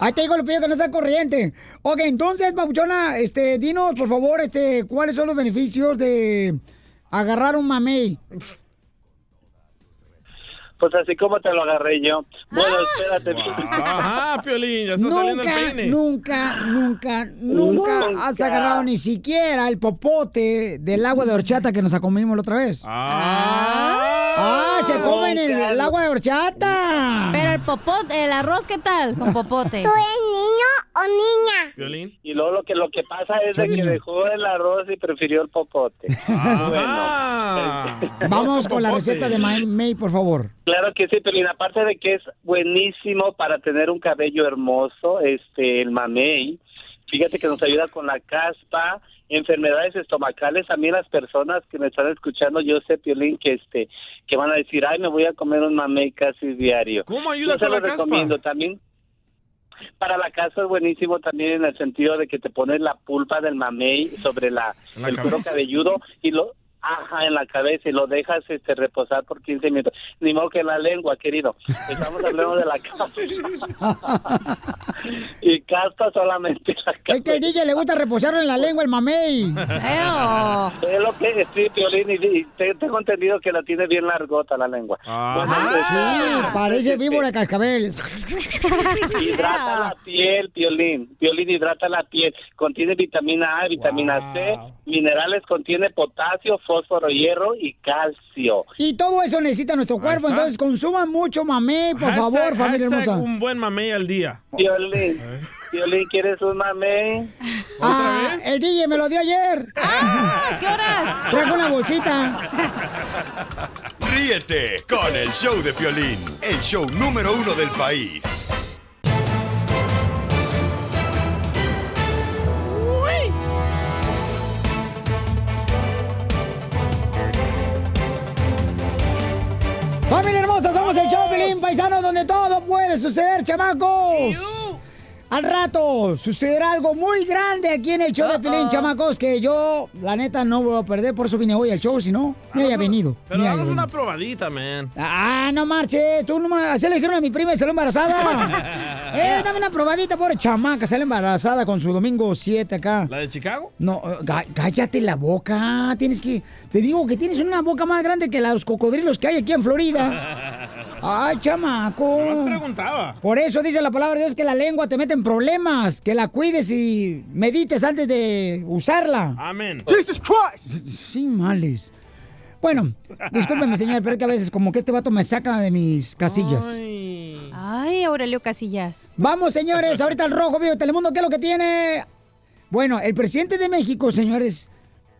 Speaker 2: Ahí te digo lo pillo que no está corriente. Ok, entonces, Papuchona, este, dinos, por favor, este, cuáles son los beneficios de agarrar un mamey.
Speaker 29: Pues así como te lo agarré yo. Bueno, espérate.
Speaker 4: Ah. Ajá, Piolín, ya está saliendo el
Speaker 2: Nunca,
Speaker 4: peine.
Speaker 2: nunca, nunca, nunca,
Speaker 29: Nunca.
Speaker 2: has agarrado ni siquiera el popote del agua de horchata que nos acomimos la otra vez. ¡Ah! ¡Se comen el,
Speaker 3: Nunca.
Speaker 2: el agua de horchata!
Speaker 3: Pero el popote, el arroz, ¿qué tal? Con popote. ¿Tú
Speaker 29: eres
Speaker 3: niño o niña?
Speaker 29: Y luego lo que, lo que pasa es de que dejó el arroz y prefirió el popote. Bueno.
Speaker 2: Vamos con la receta de mamey, por favor.
Speaker 29: Claro que sí, Pelín. Aparte de que es buenísimo para tener un cabello hermoso, este, el mamey. Fíjate que nos ayuda con la caspa, enfermedades estomacales. También las personas que me están escuchando, yo sé, Piolín, que este, que van a decir, ay, me voy a comer un mamey casi diario.
Speaker 4: ¿Cómo ayuda
Speaker 29: Yo se
Speaker 4: con la
Speaker 29: lo
Speaker 4: caspa?
Speaker 29: recomiendo también. Para la casa es buenísimo también en el sentido de que te pones la pulpa del mamey sobre la,
Speaker 4: En la
Speaker 29: el cuero
Speaker 4: cabeza.
Speaker 29: cabelludo y lo ajá en la cabeza y lo dejas este reposar por 15 minutos. Ni modo que la lengua, querido. Estamos hablando de la caspa. y caspa solamente la caspa.
Speaker 2: Es que el DJ le gusta reposarlo en la lengua el mamey.
Speaker 29: Es lo que sí, Piolín, y, y te- tengo entendido que la tiene bien largota la lengua. Bueno,
Speaker 2: Ah.
Speaker 29: pues,
Speaker 2: Sí,
Speaker 4: Ah. Este,
Speaker 2: parece víbora
Speaker 4: eh.
Speaker 2: de cascabel.
Speaker 29: pues, Hidrata la piel, piolín. Piolín hidrata la piel. Contiene vitamina A, vitamina C, minerales, contiene potasio, fósforo, hierro y calcio.
Speaker 2: Y todo eso necesita nuestro cuerpo,
Speaker 4: está.
Speaker 2: entonces consuman mucho mamé, por
Speaker 4: Hashtag-
Speaker 2: favor, familia
Speaker 4: hashtag
Speaker 2: hermosa.
Speaker 4: un buen mamey al día.
Speaker 29: Violín, Violín, ¿quieres un mamey?
Speaker 2: Ah, el DJ me lo dio ayer.
Speaker 4: Ah,
Speaker 3: ¿Qué horas?
Speaker 2: Trajo una bolsita.
Speaker 8: Ríete con el show de Piolín, el show número uno del país.
Speaker 2: Familia hermosa, somos el Choplin, paisano donde todo puede suceder, chamacos. Al rato sucederá algo muy grande aquí en el show de Pilín, chamacos, que yo, la neta, no voy a perder. Por eso vine hoy al show, si no, ni haya venido.
Speaker 4: Pero
Speaker 2: ni haya
Speaker 4: danos
Speaker 2: venido.
Speaker 4: una probadita, man.
Speaker 2: Ah, no marche, tú nomás, así le dijeron a mi prima y salió embarazada. eh, dame una probadita, pobre chamaca, sale embarazada con su domingo 7 acá.
Speaker 4: ¿La de Chicago?
Speaker 2: No, eh, gá- cállate la boca, tienes que, te digo que tienes una boca más grande que la de los cocodrilos que hay aquí en Florida. Ay, chamaco.
Speaker 4: preguntaba.
Speaker 2: Por eso dice la palabra de Dios que la lengua te mete en problemas, que la cuides y medites antes de usarla.
Speaker 4: Amén.
Speaker 2: Jesus Christ. Sí, males. Bueno, discúlpeme, señor, pero es que a veces como que este vato me saca de mis casillas.
Speaker 3: Ay, Aurelio Casillas.
Speaker 2: Vamos, señores, ahorita el rojo vivo de Telemundo, ¿qué es lo que tiene? Bueno, el presidente de México, señores,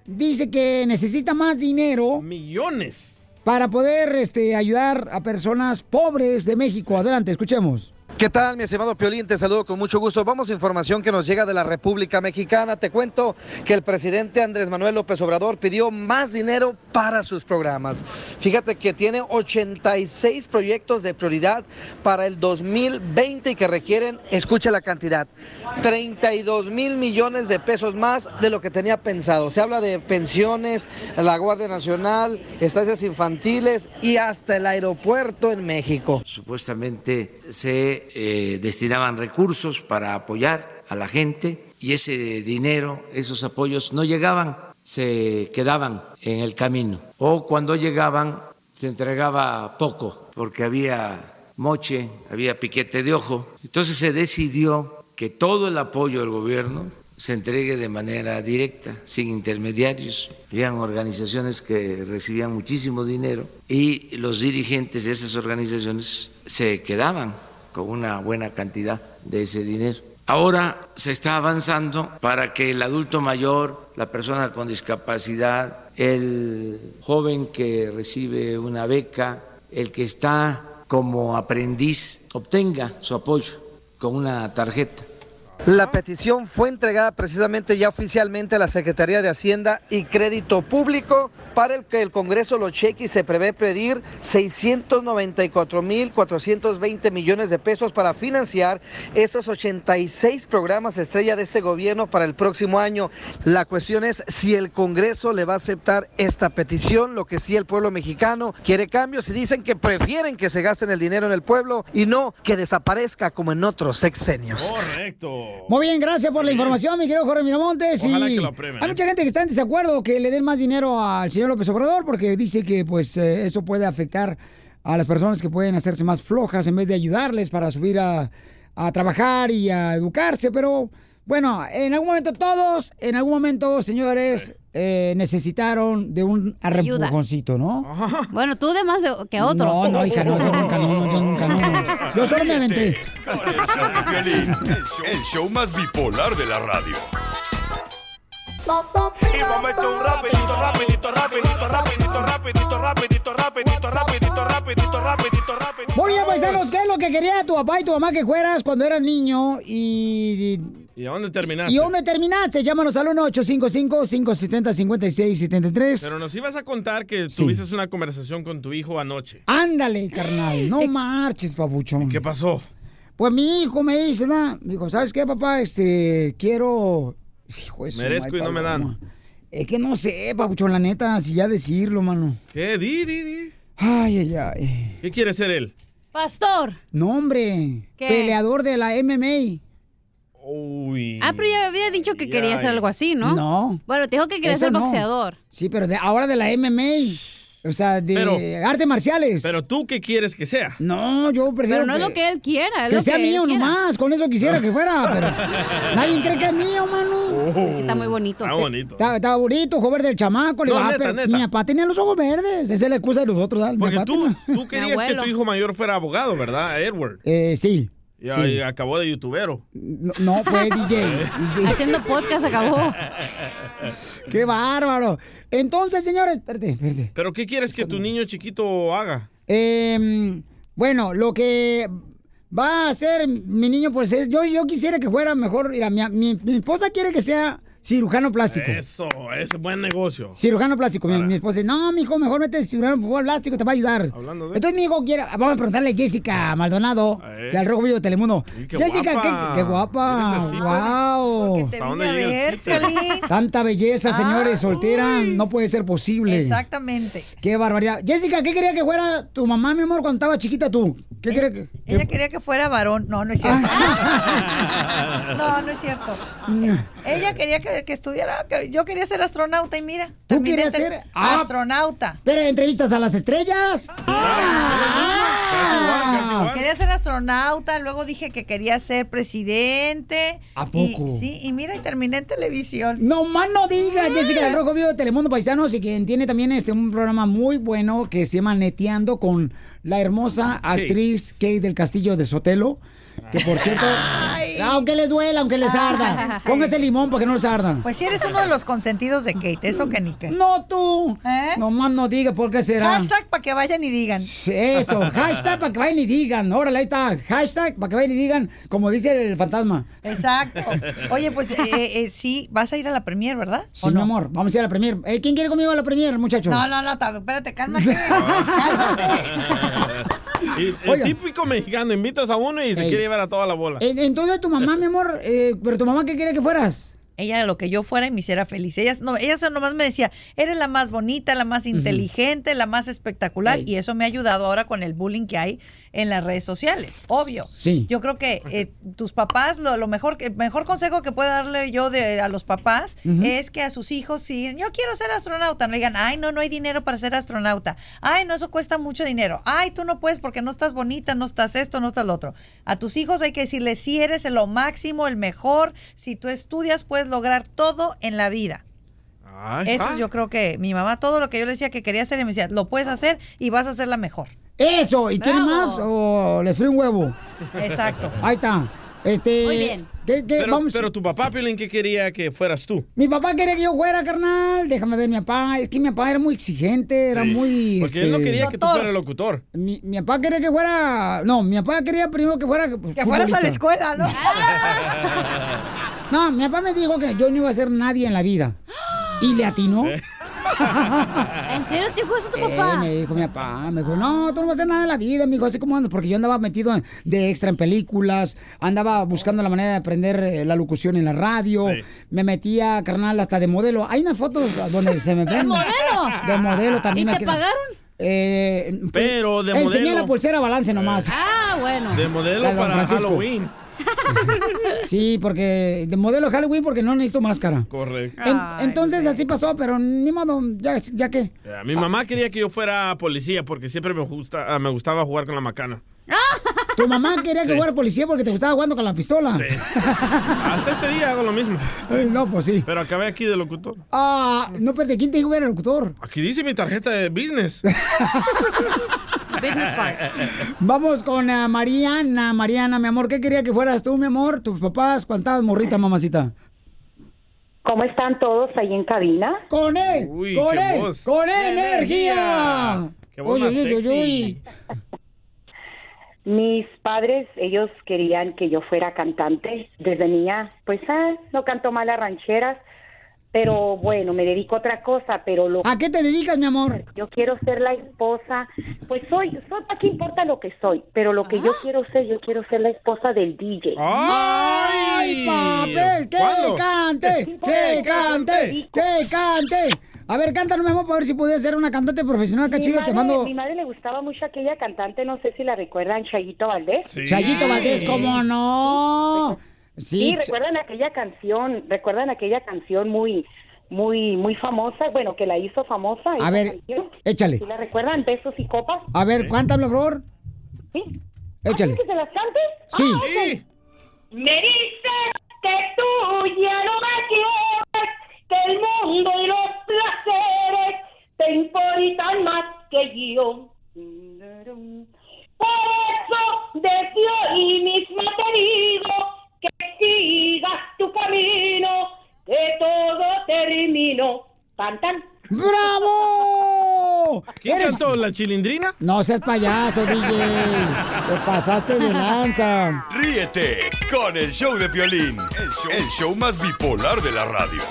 Speaker 2: dice que necesita más dinero.
Speaker 4: Millones.
Speaker 2: Para poder este, ayudar a personas pobres de México. Adelante, escuchemos.
Speaker 6: ¿Qué tal, mi estimado Piolín? Te saludo con mucho gusto. Vamos a información que nos llega de la República Mexicana. Te cuento que el presidente Andrés Manuel López Obrador pidió más dinero para sus programas. Fíjate que tiene 86 proyectos de prioridad para el 2020 y que requieren, escucha la cantidad, 32 mil millones de pesos más de lo que tenía pensado. Se habla de pensiones, la Guardia Nacional, estancias infantiles y hasta el aeropuerto en México.
Speaker 30: Supuestamente se eh, destinaban recursos para apoyar a la gente y ese dinero, esos apoyos no llegaban, se quedaban en el camino. O cuando llegaban se entregaba poco porque había moche, había piquete de ojo. Entonces se decidió que todo el apoyo del gobierno se entregue de manera directa, sin intermediarios. Habían organizaciones que recibían muchísimo dinero y los dirigentes de esas organizaciones se quedaban con una buena cantidad de ese dinero. Ahora se está avanzando para que el adulto mayor, la persona con discapacidad, el joven que recibe una beca, el que está como aprendiz, obtenga su apoyo con una tarjeta.
Speaker 6: La petición fue entregada precisamente ya oficialmente a la Secretaría de Hacienda y Crédito Público para el que el Congreso lo cheque y se prevé pedir 694.420 millones de pesos para financiar estos 86 programas estrella de este gobierno para el próximo año. La cuestión es si el Congreso le va a aceptar esta petición, lo que sí el pueblo mexicano quiere cambios y dicen que prefieren que se gasten el dinero en el pueblo y no que desaparezca como en otros sexenios.
Speaker 4: Correcto.
Speaker 2: Muy bien, gracias por la información, mi querido Jorge Miramontes.
Speaker 4: Ojalá
Speaker 2: y
Speaker 4: que lo aprueben, ¿eh?
Speaker 2: hay mucha gente que está en desacuerdo que le den más dinero al señor López Obrador porque dice que pues eh, eso puede afectar a las personas que pueden hacerse más flojas en vez de ayudarles para subir a, a trabajar y a educarse. Pero bueno, en algún momento todos, en algún momento, señores, eh, necesitaron de un
Speaker 3: Ayuda.
Speaker 2: arrempujoncito, ¿no?
Speaker 3: Bueno, tú de más que otro.
Speaker 2: No, no, hija, no, yo nunca, no, yo nunca, no. Yo solo me aventé.
Speaker 8: Con el show de Piolín, el show, el show más bipolar de la radio.
Speaker 13: Y vamos a esto un rapidito, rapidito, rapidito, rapidito, rapidito, rapidito, rapidito, rapidito, rapidito, rapidito, rapidito.
Speaker 2: Oye, paisanos, ¿qué es lo que quería tu papá y tu mamá que fueras cuando eras niño? Y,
Speaker 4: ¿Y a dónde
Speaker 2: y,
Speaker 4: terminaste?
Speaker 2: dónde terminaste? Llámanos al 1-855-570-5673.
Speaker 4: Pero nos ibas a contar que tuviste una conversación con tu hijo anoche.
Speaker 2: Ándale, carnal, no marches, papuchón. ¿Qué
Speaker 4: pasó?
Speaker 2: Pues mi hijo me dice, ¿no? Me dijo, ¿sabes qué, papá? Este, quiero... Hijo de su
Speaker 4: Merezco y no me dan.
Speaker 2: paloma. Es que no sé, papuchón, la neta, si ya decirlo, mano.
Speaker 4: ¿Qué? Di, di, di.
Speaker 2: Ay, ay, ay.
Speaker 4: ¿Qué quiere ser él?
Speaker 3: Pastor.
Speaker 2: No, hombre.
Speaker 3: ¿Qué?
Speaker 2: Peleador de la MMA.
Speaker 4: Uy.
Speaker 3: Ah, pero ya había dicho que quería
Speaker 2: Ay.
Speaker 3: hacer algo así, ¿no?
Speaker 2: No.
Speaker 3: Bueno, te dijo que quería
Speaker 2: Eso
Speaker 3: ser
Speaker 2: no.
Speaker 3: boxeador.
Speaker 2: Sí, pero de, ahora de la MMA. O sea, de
Speaker 4: Pero-
Speaker 2: artes marciales.
Speaker 4: Pero tú, ¿qué quieres que sea?
Speaker 2: no, yo prefiero.
Speaker 4: Pero no es lo
Speaker 3: que él quiera, es
Speaker 2: Que
Speaker 3: lo
Speaker 2: sea
Speaker 3: que él
Speaker 2: mío
Speaker 3: quiera.
Speaker 2: nomás, con eso quisiera que fuera, pero. Nadie cree que es mío, mano.
Speaker 3: Oh. Es que está muy bonito.
Speaker 4: Está bonito.
Speaker 2: Está, está bonito, joven del chamaco. Le
Speaker 4: No,
Speaker 2: digo, ah,
Speaker 4: neta,
Speaker 2: pero
Speaker 4: neta.
Speaker 2: mi papá tenía los ojos verdes. Esa es la excusa de los otros. ¿verdad? Mi
Speaker 4: Porque
Speaker 2: papá
Speaker 4: tú,
Speaker 2: tenía-
Speaker 4: tú querías que tu hijo mayor fuera abogado, ¿verdad, Edward?
Speaker 2: Eh, sí.
Speaker 4: Y,
Speaker 2: sí.
Speaker 4: y acabó de youtubero.
Speaker 2: No, no, pues, DJ. DJ.
Speaker 3: Haciendo podcast acabó.
Speaker 2: Qué bárbaro. Entonces, señores, espérate, espérate.
Speaker 4: ¿Pero qué quieres que tu niño chiquito haga?
Speaker 2: Em, bueno, lo que va a hacer mi niño, pues es, yo, yo quisiera que fuera mejor, mira, mi, mi- mi esposa quiere que sea cirujano plástico.
Speaker 4: Eso, es buen negocio.
Speaker 2: Cirujano plástico, mi, mi esposa dice, no, mijo, mejor vete de cirujano plástico, te va a ayudar.
Speaker 4: Hablando de-
Speaker 2: Entonces mi hijo quiere, vamos a preguntarle a Jessica Maldonado,
Speaker 4: Eh.
Speaker 2: de Al Rojo Vivo de Telemundo.
Speaker 4: Y qué
Speaker 2: Jessica,
Speaker 4: guapa.
Speaker 2: qué, qué guapa,
Speaker 4: Eres así,
Speaker 2: wow.
Speaker 4: te ¿A dónde vine a llega el ver, zipper? Piolín. Ah,
Speaker 2: Tanta belleza, señores, soltera, no puede ser posible.
Speaker 31: Exactamente.
Speaker 2: Qué barbaridad. Jessica, ¿qué quería que fuera tu mamá, mi amor, cuando estaba chiquita tú? ¿Qué quería que.?
Speaker 31: Ella quería que fuera varón. No, no es cierto. No, no es cierto. Ella quería que, que estudiara. que- yo quería ser astronauta y mira.
Speaker 2: ¿Tú
Speaker 31: terminé
Speaker 2: querías
Speaker 31: ter-
Speaker 2: ser ah,
Speaker 31: astronauta?
Speaker 2: Pero entrevistas a las estrellas.
Speaker 31: Ah. Quería ser astronauta, luego dije que quería ser presidente.
Speaker 2: ¿A
Speaker 31: Y-
Speaker 2: poco?
Speaker 31: sí, y mira, y terminé en televisión.
Speaker 2: No más no diga,
Speaker 31: Eh.
Speaker 2: Jessica del Rojo Vivo de Telemundo Paisanos y quien tiene también este un programa muy bueno que se llama Neteando con la hermosa
Speaker 31: Kate.
Speaker 2: actriz Kate del Castillo de Sotelo. Que por cierto, aunque les duela, aunque les arda, póngase limón para que no les arda.
Speaker 31: Pues sí, eres uno de los consentidos de Kate, eso que ni qué. ¿Eh?
Speaker 2: No tú. No más no diga por qué será.
Speaker 31: Hashtag para que vayan y digan.
Speaker 2: Eso, hashtag para que vayan y digan. Órale, ahí está. Hashtag para que vayan y digan, como dice el fantasma.
Speaker 31: Exacto. Oye, pues eh, eh, sí, vas a ir a la premier, ¿verdad?
Speaker 2: Sí, mi amor, vamos a ir a la premier. Eh, ¿Quién quiere conmigo a la premier, muchachos?
Speaker 31: No, no, no, ta- espérate, cálmate.
Speaker 4: Y el
Speaker 2: Oiga.
Speaker 4: típico mexicano, invitas a uno y se
Speaker 2: Ey.
Speaker 4: quiere llevar a toda la bola.
Speaker 2: En- Entonces tu mamá, mi amor, eh, pero tu mamá, ¿qué quiere que fueras?
Speaker 31: Ella de lo que yo fuera y me hiciera feliz. Ella, no, ella solo nomás me decía, eres la más bonita, la más inteligente, la más espectacular. Y eso me ha ayudado ahora con el bullying que hay en las redes sociales, obvio.
Speaker 32: Sí.
Speaker 31: Yo creo que eh, tus papás, lo, lo mejor, que- el mejor consejo que puedo darle yo de, a los papás
Speaker 32: Ujú.
Speaker 31: es que a sus hijos, si dicen, yo quiero ser astronauta, no digan, ay, no, no hay dinero para ser astronauta. Ay, no, eso cuesta mucho dinero. Ay, tú no puedes porque no estás bonita, no estás esto, no estás lo otro. A tus hijos hay que decirles, si eres lo máximo, el mejor, si tú estudias, puedes lograr todo en la vida. Eso es, yo creo que mi mamá, todo lo que yo le decía que quería hacer, y me decía, lo
Speaker 32: Ah.
Speaker 31: puedes hacer y vas a ser la mejor.
Speaker 2: Eso, ¿y tiene más? ¿O le frío un huevo?
Speaker 31: Exacto.
Speaker 2: Ahí está. Este,
Speaker 31: Muy bien.
Speaker 2: ¿qué- qué?
Speaker 4: Pero,
Speaker 2: vamos.
Speaker 4: pero tu papá, Piolín, ¿qué quería que fueras tú?
Speaker 2: Mi papá quería que yo fuera, carnal. Déjame ver, mi papá. Es que mi papá era muy exigente, era
Speaker 4: Sí.
Speaker 2: muy.
Speaker 4: Porque él no
Speaker 2: este,
Speaker 4: quería que tú fueras locutor.
Speaker 2: Mi, mi papá quería que fuera. No, mi papá quería primero que fuera. pues,
Speaker 31: Que fueras a la escuela, ¿no?
Speaker 13: Ah.
Speaker 2: No, mi papá me dijo que yo no iba a ser nadie en la vida. Y le atinó.
Speaker 3: ¿En serio te dijo eso tu
Speaker 2: Eh,
Speaker 3: papá?
Speaker 2: me dijo mi papá, me dijo, no, tú no vas a hacer nada en la vida, me dijo, así como andas, porque yo andaba metido en- de extra en películas, andaba buscando la manera de aprender eh, la locución en la radio, me metía, carnal, hasta de modelo. Hay unas fotos donde se me ven.
Speaker 3: modelo?
Speaker 2: De modelo también.
Speaker 3: ¿Y
Speaker 2: me
Speaker 3: te
Speaker 2: quedan.
Speaker 3: pagaron?
Speaker 2: Eh,
Speaker 4: Pero de
Speaker 2: enseñé
Speaker 4: modelo. Eh.
Speaker 2: la pulsera balance nomás.
Speaker 3: Ah, bueno.
Speaker 4: De modelo
Speaker 2: La de Don
Speaker 4: para
Speaker 2: Francisco.
Speaker 4: Halloween.
Speaker 2: Sí, porque de modelo Halloween porque no necesito máscara.
Speaker 4: Correcto.
Speaker 2: En- entonces así pasó, pero ni modo, ya, ya que.
Speaker 4: Eh, Mi
Speaker 2: Ah.
Speaker 4: mamá quería que yo fuera policía porque siempre me, gusta, ah, me gustaba jugar con la macana.
Speaker 2: Tu mamá quería que
Speaker 4: Sí.
Speaker 2: fuera policía porque te gustaba jugando con la pistola.
Speaker 4: Hasta este día hago lo mismo.
Speaker 2: No, pues sí.
Speaker 4: Pero acabé aquí de locutor.
Speaker 2: Ah, no, pero ¿quién te dijo que era locutor?
Speaker 4: Aquí dice mi tarjeta de business.
Speaker 2: Business card. Vamos con ah, Mariana. Mariana, mi amor, ¿qué quería que fueras tú, mi amor? Tus papás, cuántas morrita, mamacita.
Speaker 23: ¿Cómo están todos ahí en cabina?
Speaker 2: ¡Con él!
Speaker 23: Uy,
Speaker 2: ¡Con
Speaker 23: qué
Speaker 2: él!
Speaker 23: voz.
Speaker 2: ¡Con
Speaker 23: ¡Qué
Speaker 2: energía!
Speaker 23: energía! ¡Qué voz más sexy! Mis padres, ellos querían que yo fuera cantante. Desde niña, pues, ah, no canto mal a rancheras, pero bueno, me dedico a otra cosa, pero lo...
Speaker 2: ¿A qué te dedicas, mi amor?
Speaker 23: Yo quiero ser la esposa, pues soy, soy ¿a qué importa lo que soy? Pero lo que
Speaker 2: Ah.
Speaker 23: yo quiero ser, yo quiero ser la esposa del DJ.
Speaker 2: ¡Ay, papel! ¡Que
Speaker 23: ¿Cuándo?
Speaker 2: cante!
Speaker 23: pues,
Speaker 2: ¡Que cante! ¡Que cante! A ver, cántalo, mi amor, para ver si podías ser una cantante profesional,
Speaker 23: Mi
Speaker 2: cachida. Ah, Te
Speaker 23: madre-
Speaker 2: mando.
Speaker 23: Mi madre le gustaba mucho aquella cantante, no sé si la recuerdan, Chayito Valdés.
Speaker 2: Chayito Valdés, ¿cómo no?
Speaker 23: Sí,
Speaker 2: Sí.
Speaker 23: recuerdan aquella canción, recuerdan aquella canción muy muy muy famosa, bueno, que la hizo famosa.
Speaker 2: A
Speaker 23: esa
Speaker 2: ver,
Speaker 23: canción.
Speaker 2: échale.
Speaker 23: ¿Sí la recuerdan? Besos y copas.
Speaker 2: A ver, cuéntame, por favor.
Speaker 23: Sí.
Speaker 2: Échale.
Speaker 23: ¿Quieres que se las cante?
Speaker 2: Sí.
Speaker 23: Ah, ok.
Speaker 1: Me dices que tú ya no me quieres, que el mundo y los placeres te importan más que yo. Por eso desde hoy mismo te digo que sigas tu camino, que todo terminó. Tan, tan.
Speaker 2: ¡Bravo!
Speaker 4: ¿Quién cantó, la chilindrina?
Speaker 2: No seas payaso, DJ. Te pasaste de lanza.
Speaker 8: Ríete con el show de Piolín, el show, el show más bipolar de la radio.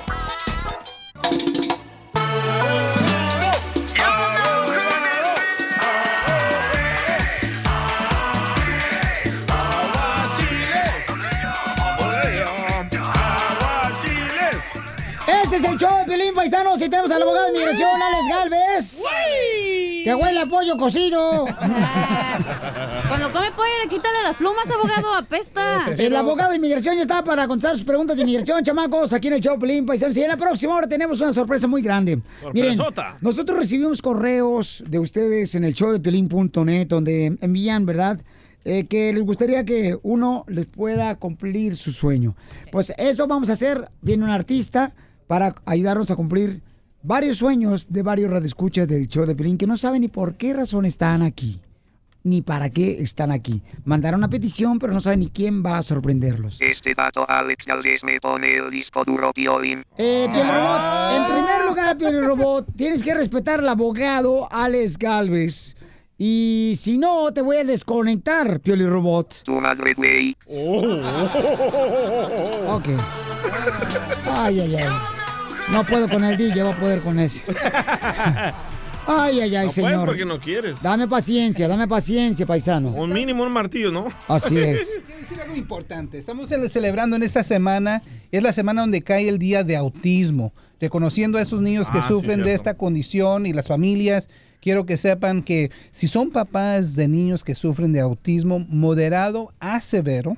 Speaker 2: Este es el show de Pelín Paisanos y tenemos al abogado de inmigración, Alex Galvez. ¡Que huele a pollo cocido!
Speaker 3: Cuando come pollo le quítale las plumas, abogado, apesta.
Speaker 2: El abogado de inmigración ya está para contestar sus preguntas de inmigración, chamacos, aquí en el show Pelín Paisanos. Y en la próxima hora tenemos una sorpresa muy grande. Miren,
Speaker 4: Sorpresota.
Speaker 2: nosotros recibimos correos de ustedes en el show de Piolín.net donde envían, ¿verdad? Eh, que les gustaría que uno les pueda cumplir su sueño. Pues eso vamos a hacer. Viene un artista para ayudarnos a cumplir varios sueños de varios radioescuchas del show de Piolín que no saben ni por qué razón están aquí ni para qué están aquí. Mandaron una petición, pero no saben ni quién va a sorprenderlos.
Speaker 7: Este vato Alex Galvez me pone el disco duro violín.
Speaker 2: Eh, Piolirobot, en primer lugar, Piolirobot, tienes que respetar al abogado Alex Galvez. Y si no, te voy a desconectar, Piolirobot.
Speaker 7: Tu madre, güey.
Speaker 2: Ok. Ay, ay, ay. No puedo con el DJ, voy a poder con ese. Ay, ay, ay,
Speaker 4: No puedes
Speaker 2: señor.
Speaker 4: porque no quieres.
Speaker 2: Dame paciencia, dame paciencia, paisano.
Speaker 4: Un mínimo un martillo, ¿no?
Speaker 2: Así es.
Speaker 16: Quiero decir algo importante. Estamos cele- celebrando en esta semana, es la semana donde cae el día de autismo, reconociendo a estos niños que
Speaker 32: Ah, sí,
Speaker 16: sufren de
Speaker 32: cierto.
Speaker 16: esta condición y las familias. Quiero que sepan que si son papás de niños que sufren de autismo moderado a severo,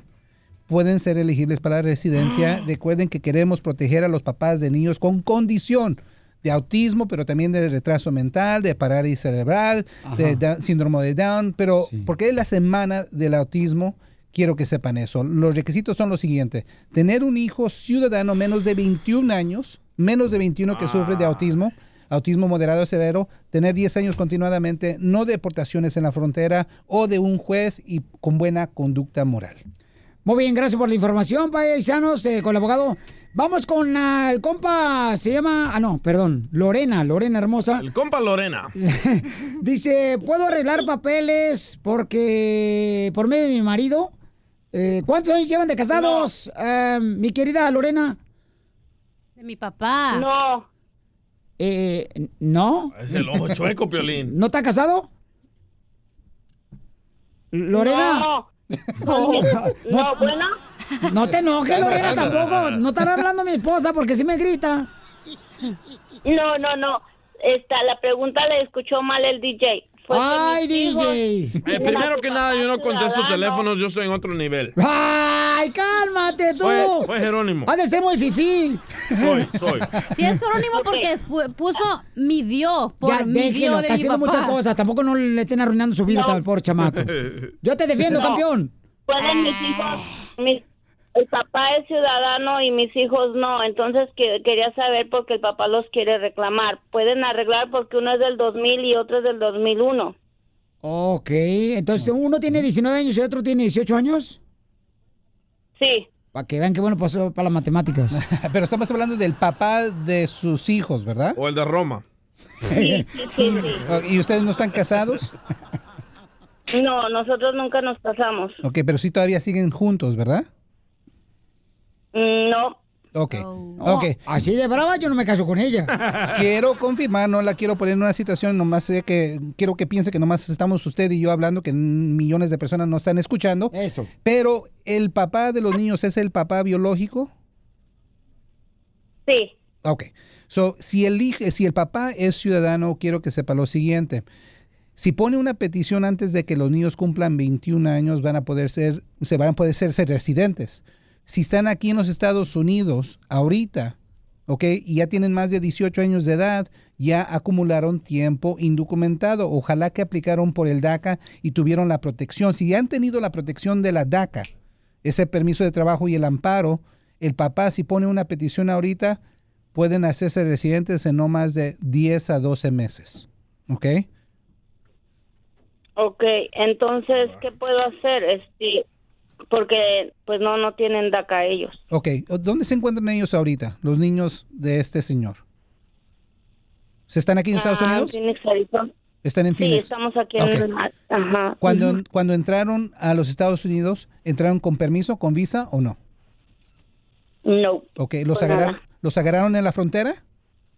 Speaker 16: pueden ser elegibles para residencia. Recuerden que queremos proteger a los papás de niños con condición de autismo, pero también de retraso mental, de parálisis cerebral, de Down- síndrome de Down. Pero porque es la semana del autismo, quiero que sepan eso. Los requisitos son los siguientes. Tener un hijo ciudadano menos de 21 años, menos de 21 que sufre de autismo, autismo moderado o severo, tener 10 años continuadamente, no deportaciones en la frontera o de un juez y con buena conducta moral.
Speaker 2: Muy bien, gracias por la información, paisanos, eh, con el abogado. Vamos con ah, el compa, se llama, ah, no, perdón, Lorena, Lorena hermosa.
Speaker 4: El compa Lorena.
Speaker 2: Dice, ¿puedo arreglar papeles porque por medio de mi marido? Eh, ¿Cuántos años llevan de casados, eh, mi querida Lorena?
Speaker 3: De mi papá.
Speaker 2: No. Eh, ¿No?
Speaker 4: Es el ojo chueco, Piolín.
Speaker 2: ¿No está casado? Lorena.
Speaker 1: No.
Speaker 2: No,
Speaker 1: No, bueno.
Speaker 2: No te enojes, Lorena, tampoco. No estará hablando mi esposa porque sí me grita.
Speaker 1: No, no, no. Esta, la pregunta la escuchó mal el DJ. Fue que
Speaker 2: Ay,
Speaker 1: mis hijos-
Speaker 2: DJ.
Speaker 4: Eh, primero que nada, yo no contesto
Speaker 1: ciudadano.
Speaker 4: teléfonos, yo estoy en otro nivel.
Speaker 2: Ay, cálmate ¡Ah, tú.
Speaker 4: Fue, fue Jerónimo.
Speaker 2: Ha de ser muy fifí.
Speaker 4: Soy, soy.
Speaker 3: Sí es Jerónimo porque despu- puso mi Dios por
Speaker 2: Ya,
Speaker 3: mi
Speaker 2: déjenlo,
Speaker 3: Dios de
Speaker 2: está
Speaker 3: mi
Speaker 2: haciendo
Speaker 3: papá.
Speaker 2: muchas cosas. Tampoco no le estén arruinando su vida,
Speaker 1: No.
Speaker 2: tal por chamaco. Yo te defiendo,
Speaker 1: No.
Speaker 2: campeón.
Speaker 1: Pueden
Speaker 2: Ah.
Speaker 1: mis hijos, mis- el papá es ciudadano y mis hijos no, entonces que- quería saber porque el papá los quiere reclamar. Pueden arreglar porque uno es del 2000 y otro es del 2001.
Speaker 2: Ok, entonces uno tiene 19 años y otro tiene 18 años.
Speaker 1: Sí.
Speaker 2: Para que vean qué bueno pasó para las matemáticas.
Speaker 16: Pero estamos hablando del papá de sus hijos, ¿verdad?
Speaker 4: O el de Roma.
Speaker 16: ¿Y ustedes no están casados?
Speaker 1: No, nosotros nunca nos casamos.
Speaker 16: Ok, pero sí todavía siguen juntos, ¿verdad?
Speaker 1: Mm, No.
Speaker 16: Ok.
Speaker 2: No,
Speaker 16: ok.
Speaker 2: Así de brava yo no me caso con ella.
Speaker 16: Quiero confirmar, no la quiero poner en una situación, nomás sé que quiero que piense que nomás estamos usted y yo hablando, que millones de personas no están escuchando.
Speaker 2: Eso.
Speaker 16: Pero el papá de los niños es el papá biológico.
Speaker 1: Sí.
Speaker 16: Ok. So, si el, hij- si el papá es ciudadano, quiero que sepa lo siguiente. Si pone una petición antes de que los niños cumplan 21 años, van a poder ser, se van a poder ser, ser residentes. Si están aquí en los Estados Unidos ahorita, ¿ok? Y ya tienen más de 18 años de edad, ya acumularon tiempo indocumentado. Ojalá que aplicaron por el DACA y tuvieron la protección. Si ya han tenido la protección de la DACA, ese permiso de trabajo y el amparo, el papá si pone una petición ahorita, pueden hacerse residentes en no más de 10 a 12 meses, ¿ok?
Speaker 10: Ok, entonces,
Speaker 4: Ah.
Speaker 10: ¿qué puedo hacer? Este, porque pues no, no tienen DACA ellos.
Speaker 16: Ok, ¿dónde se encuentran ellos ahorita, los niños de este señor? ¿Se están aquí en Estados
Speaker 10: Ah,
Speaker 16: Unidos?
Speaker 10: Phoenix, Arizona.
Speaker 16: Están en
Speaker 10: Sí,
Speaker 16: Phoenix.
Speaker 10: estamos aquí en...
Speaker 16: Ok.
Speaker 10: Ajá.
Speaker 16: Cuando,
Speaker 10: Ujú.
Speaker 16: cuando entraron a los Estados Unidos, ¿entraron con permiso, con visa o no?
Speaker 10: No.
Speaker 16: Ok, ¿los,
Speaker 10: Con nada.
Speaker 16: agarraron, ¿los agarraron en la frontera?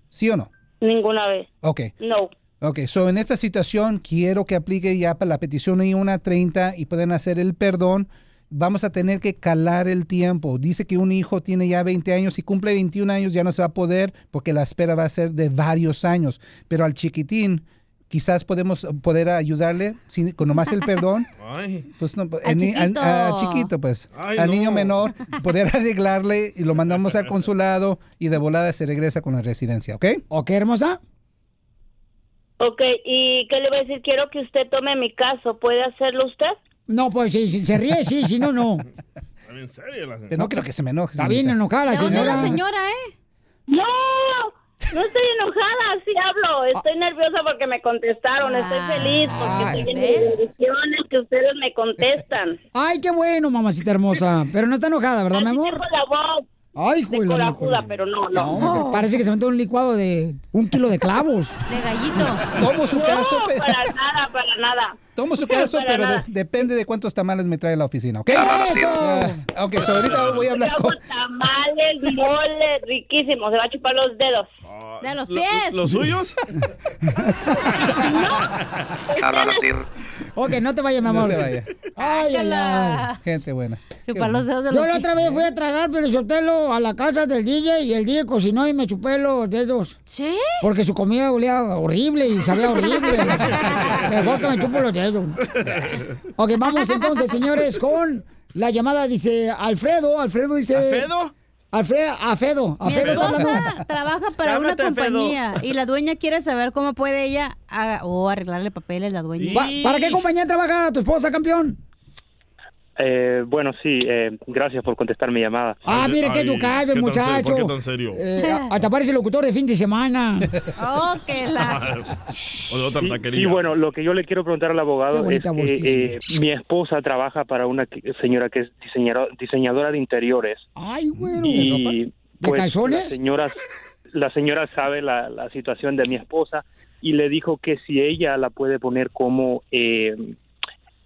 Speaker 16: ¿Sí o no?
Speaker 10: Ninguna vez.
Speaker 16: Ok.
Speaker 10: No.
Speaker 16: Ok, so en esta situación quiero que aplique ya para la petición I-130 y pueden hacer el perdón. Vamos a tener que calar el tiempo. Dice que un hijo tiene ya 20 años, si cumple 21 años ya no se va a poder porque la espera va a ser de varios años. Pero al chiquitín quizás podemos poder ayudarle sin- con nomás el perdón. Pues no,
Speaker 13: Al
Speaker 16: el ni- al-
Speaker 13: chiquito.
Speaker 16: a- chiquito, pues.
Speaker 13: Ay,
Speaker 16: al
Speaker 13: no.
Speaker 16: niño menor, poder arreglarle y lo mandamos al consulado y de volada se regresa con la residencia, ¿ok?
Speaker 2: ¿Ok, hermosa?
Speaker 10: Ok, ¿y qué le voy a decir? Quiero que usted tome mi caso. ¿Puede hacerlo usted?
Speaker 2: No, pues si, si se ríe, sí, si no, no.
Speaker 4: ¿En serio? la
Speaker 16: Pero no creo que se me enoje.
Speaker 2: Está bien enojada Ah, la señora.
Speaker 10: ¿eh? No, no estoy enojada, así hablo. Estoy nerviosa porque me contestaron. Estoy feliz porque
Speaker 16: Ah,
Speaker 10: estoy en mis bendiciones que ustedes me contestan.
Speaker 2: Ay, qué bueno, mamacita hermosa. Pero no está enojada, ¿verdad, mi amor?
Speaker 10: La voz
Speaker 2: Ay,
Speaker 10: de
Speaker 2: juela. miércoles.
Speaker 10: corajuda, pero no, no.
Speaker 2: No, Parece que se metió un licuado de un kilo de clavos.
Speaker 10: De gallito.
Speaker 16: Tomo su caso,
Speaker 10: No,
Speaker 16: pe-
Speaker 10: para nada, para nada.
Speaker 16: Tomo su caso,
Speaker 10: Para
Speaker 16: pero de-
Speaker 10: nada.
Speaker 16: depende de cuántos tamales me trae la oficina, ¿ok?
Speaker 10: ¡Eso!
Speaker 16: Ah, ok, so ahorita voy a hablar
Speaker 10: Yo hago
Speaker 16: con...
Speaker 10: tamales, mole, riquísimo. Se va a chupar los dedos. De los pies.
Speaker 4: Ah, ¿Los suyos?
Speaker 2: Ok, no te vayas, mi amor.
Speaker 16: No se vaya.
Speaker 2: Ay, ay, ay.
Speaker 16: Gente buena.
Speaker 2: Qué bueno. Eh, Yo la otra vez fui a tragar pero a la casa del DJ y el DJ cocinó y me chupé los dedos. ¿Sí? Porque su comida olía horrible y sabía horrible. Mejor que me chupo los dedos. Ok, vamos entonces, señores, con la llamada. Dice Alfredo. Alfredo dice.
Speaker 3: ¿Alfredo?
Speaker 2: Alfredo, Afedo.
Speaker 3: Mi
Speaker 2: Afedo está hablando.
Speaker 3: esposa trabaja para una
Speaker 2: Cálmate, Fedo.
Speaker 3: compañía y la dueña quiere saber cómo puede ella haga- o arreglarle papeles la dueña.
Speaker 2: Pa- ¿Para qué compañía trabaja tu esposa, campeón?
Speaker 9: Eh, bueno, sí, eh, gracias por contestar mi llamada.
Speaker 2: Ah, mire qué educado el muchacho. Eh, a- hasta parece locutor de fin de semana.
Speaker 3: Oh, que la...
Speaker 9: O de otra Y bueno, lo que yo le quiero preguntar al abogado
Speaker 2: Qué
Speaker 9: es
Speaker 2: bonita voz
Speaker 9: que eh, mi esposa trabaja para una que- señora que es diseñadora, diseñadora de interiores.
Speaker 2: Ay, güero.
Speaker 9: Y, pues,
Speaker 2: calzones?
Speaker 9: La señora, la señora sabe la, la situación de mi esposa y le dijo que si ella la puede poner como eh,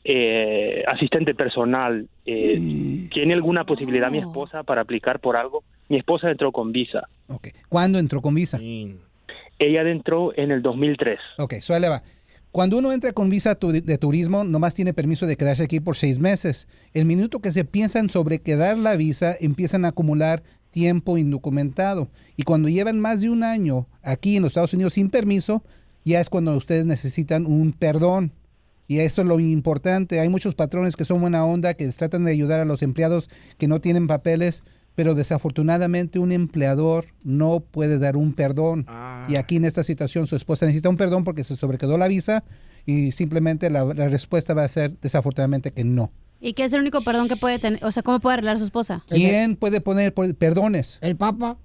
Speaker 9: eh, asistente personal, eh, ¿tiene alguna posibilidad mi esposa para aplicar por algo? Mi esposa entró con visa.
Speaker 16: ¿Cuándo entró con visa?
Speaker 9: Ella entró en el 2003.
Speaker 16: Ok, so ahí le va. Cuando uno entra con visa tu- de turismo, nomás tiene permiso de quedarse aquí por seis meses. El minuto que se piensan sobre quedar la visa, empiezan a acumular tiempo indocumentado. Y cuando llevan más de un año aquí en los Estados Unidos sin permiso, ya es cuando ustedes necesitan un perdón. Y eso es lo importante. Hay muchos patrones que son buena onda, que tratan de ayudar a los empleados que no tienen papeles, pero desafortunadamente un empleador no puede dar un perdón.
Speaker 6: Ah.
Speaker 16: Y aquí en esta situación su esposa necesita un perdón porque se sobrequedó la visa y simplemente la, la respuesta va a ser desafortunadamente que no.
Speaker 3: ¿Y qué es el único perdón que puede tener? O sea, ¿cómo puede arreglar su esposa?
Speaker 16: ¿Quién puede poner por- perdones?
Speaker 2: El papá.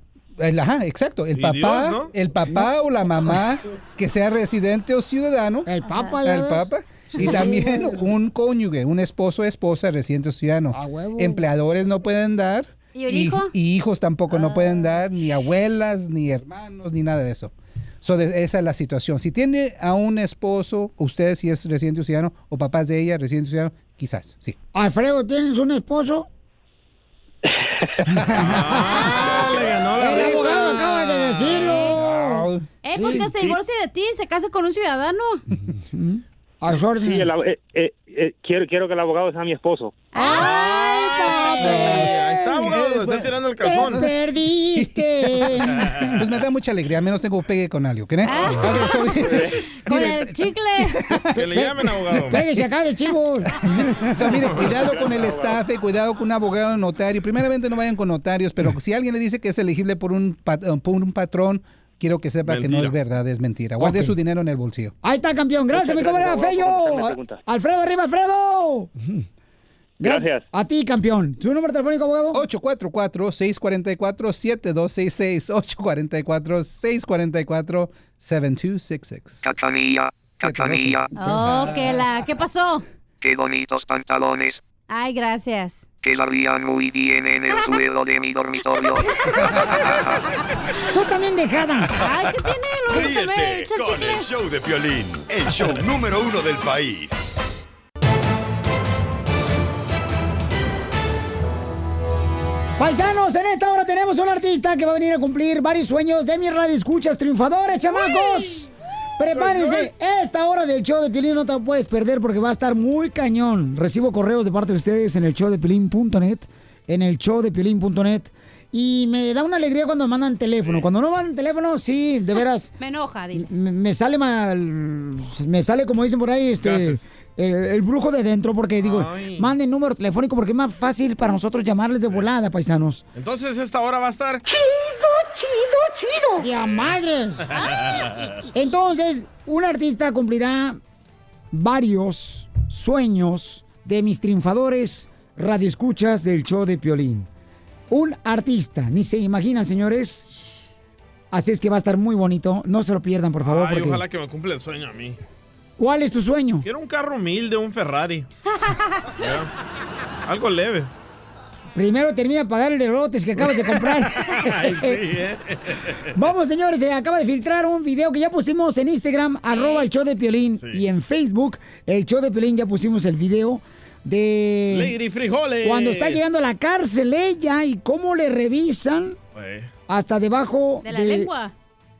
Speaker 16: ajá, exacto. El
Speaker 13: Y
Speaker 16: papá,
Speaker 13: Dios, ¿no?
Speaker 16: el papá o la mamá que sea residente o ciudadano.
Speaker 2: El
Speaker 13: papa, ya
Speaker 16: El
Speaker 13: ves.
Speaker 16: papa.
Speaker 13: Sí.
Speaker 16: Y también un cónyuge, un esposo, esposa, residente o ciudadano.
Speaker 2: huevo.
Speaker 16: Empleadores no pueden dar.
Speaker 3: ¿Y un hijo?
Speaker 16: y hijos tampoco
Speaker 2: Ah.
Speaker 16: no pueden dar, ni abuelas, ni hermanos, ni nada de eso. So, de- esa es la situación. Si tiene a un esposo, usted si es residente o ciudadano, o papás de ella, residente o ciudadano, quizás, sí.
Speaker 2: Alfredo, ¿tienes un esposo?
Speaker 32: Ah,
Speaker 2: El abogado acaba de decirlo.
Speaker 3: Eh, pues
Speaker 2: Sí.
Speaker 3: que se divorcie de ti y se case con un ciudadano.
Speaker 2: A sus órdenes.
Speaker 9: Sí, el ab- eh, eh, eh, quiero, quiero que el abogado sea mi esposo.
Speaker 4: Ahí está, abogado, le está tirando el calzón.
Speaker 2: perdiste.
Speaker 16: pues me da mucha alegría, al menos tengo pegue con algo, ¿qué? Ok, so-
Speaker 3: Con el chicle.
Speaker 4: Ah. Que le llamen, abogado.
Speaker 2: Cállese acá de chivos.
Speaker 16: So, mire, cuidado con el estafe, cuidado con un abogado notario. Primeramente no vayan con notarios, pero si alguien le dice que es elegible por un, pat- eh, por un patrón, quiero que sepa que no
Speaker 2: Mentira.
Speaker 16: es verdad, es mentira. Guarde
Speaker 2: Ok.
Speaker 16: su dinero en el bolsillo.
Speaker 2: Ahí está, campeón. Gracias, mi
Speaker 16: Muchas gracias,
Speaker 2: camarada
Speaker 16: abogado, por contestar mi
Speaker 2: Fello.
Speaker 16: pregunta.
Speaker 2: Alfredo, arriba, Alfredo.
Speaker 16: Gracias.
Speaker 2: A ti, campeón. ¿Tu número telefónico, abogado?
Speaker 16: 844-644-7266. 844-644-7266.
Speaker 7: Cachanilla, cachanilla.
Speaker 3: Oh, que la. ¿Qué pasó?
Speaker 7: Qué bonitos pantalones.
Speaker 3: Ay, gracias.
Speaker 7: Quedarían muy bien en el suelo de mi dormitorio.
Speaker 2: Tú también dejada.
Speaker 3: Ay, ¿qué tiene? Luego se ve,
Speaker 8: Ríete
Speaker 3: echa el
Speaker 8: con
Speaker 3: chicle.
Speaker 8: el show de Piolín, el show número uno del país.
Speaker 2: Paisanos, en esta hora tenemos un artista que va a venir a cumplir varios sueños de mi radio escuchas triunfadores, chamacos. Prepárense, esta hora del show de Piolín no te puedes perder porque va a estar muy cañón. Recibo correos de parte de ustedes en el show de Piolín.net, en el show de Piolín.net. Y me da una alegría cuando me mandan teléfono. Cuando no mandan teléfono, sí, de veras.
Speaker 3: Me enoja, dile.
Speaker 2: me, me sale mal, me sale como dicen por ahí, este, el, el brujo de dentro, porque digo, manden número telefónico porque es más fácil para nosotros llamarles de volada, paisanos.
Speaker 4: Entonces, esta hora va a estar.
Speaker 2: chido, chido! ¡Ya madre! Entonces, un artista cumplirá varios sueños de mis triunfadores radioescuchas del show de Piolín. Un artista, ni se imaginan, señores. Así es que va a estar muy bonito. No se lo pierdan, por favor.
Speaker 4: Ay,
Speaker 2: porque-
Speaker 4: ojalá que me cumpla el sueño a mí.
Speaker 2: ¿Cuál es tu sueño?
Speaker 4: Quiero un carro humilde, un Ferrari. Ya. Algo leve.
Speaker 2: Primero termina de pagar el de lotes que acabas de comprar.
Speaker 4: Ay, sí, ¿eh?
Speaker 2: Vamos, señores, se acaba de filtrar un video que ya pusimos en Instagram, arroba el show de Piolín, y en Facebook, el show de Piolín, ya pusimos el video de...
Speaker 4: Lady Frijoles.
Speaker 2: Cuando está llegando a la cárcel ella y cómo le revisan
Speaker 4: Eh.
Speaker 2: hasta debajo
Speaker 3: De la lengua.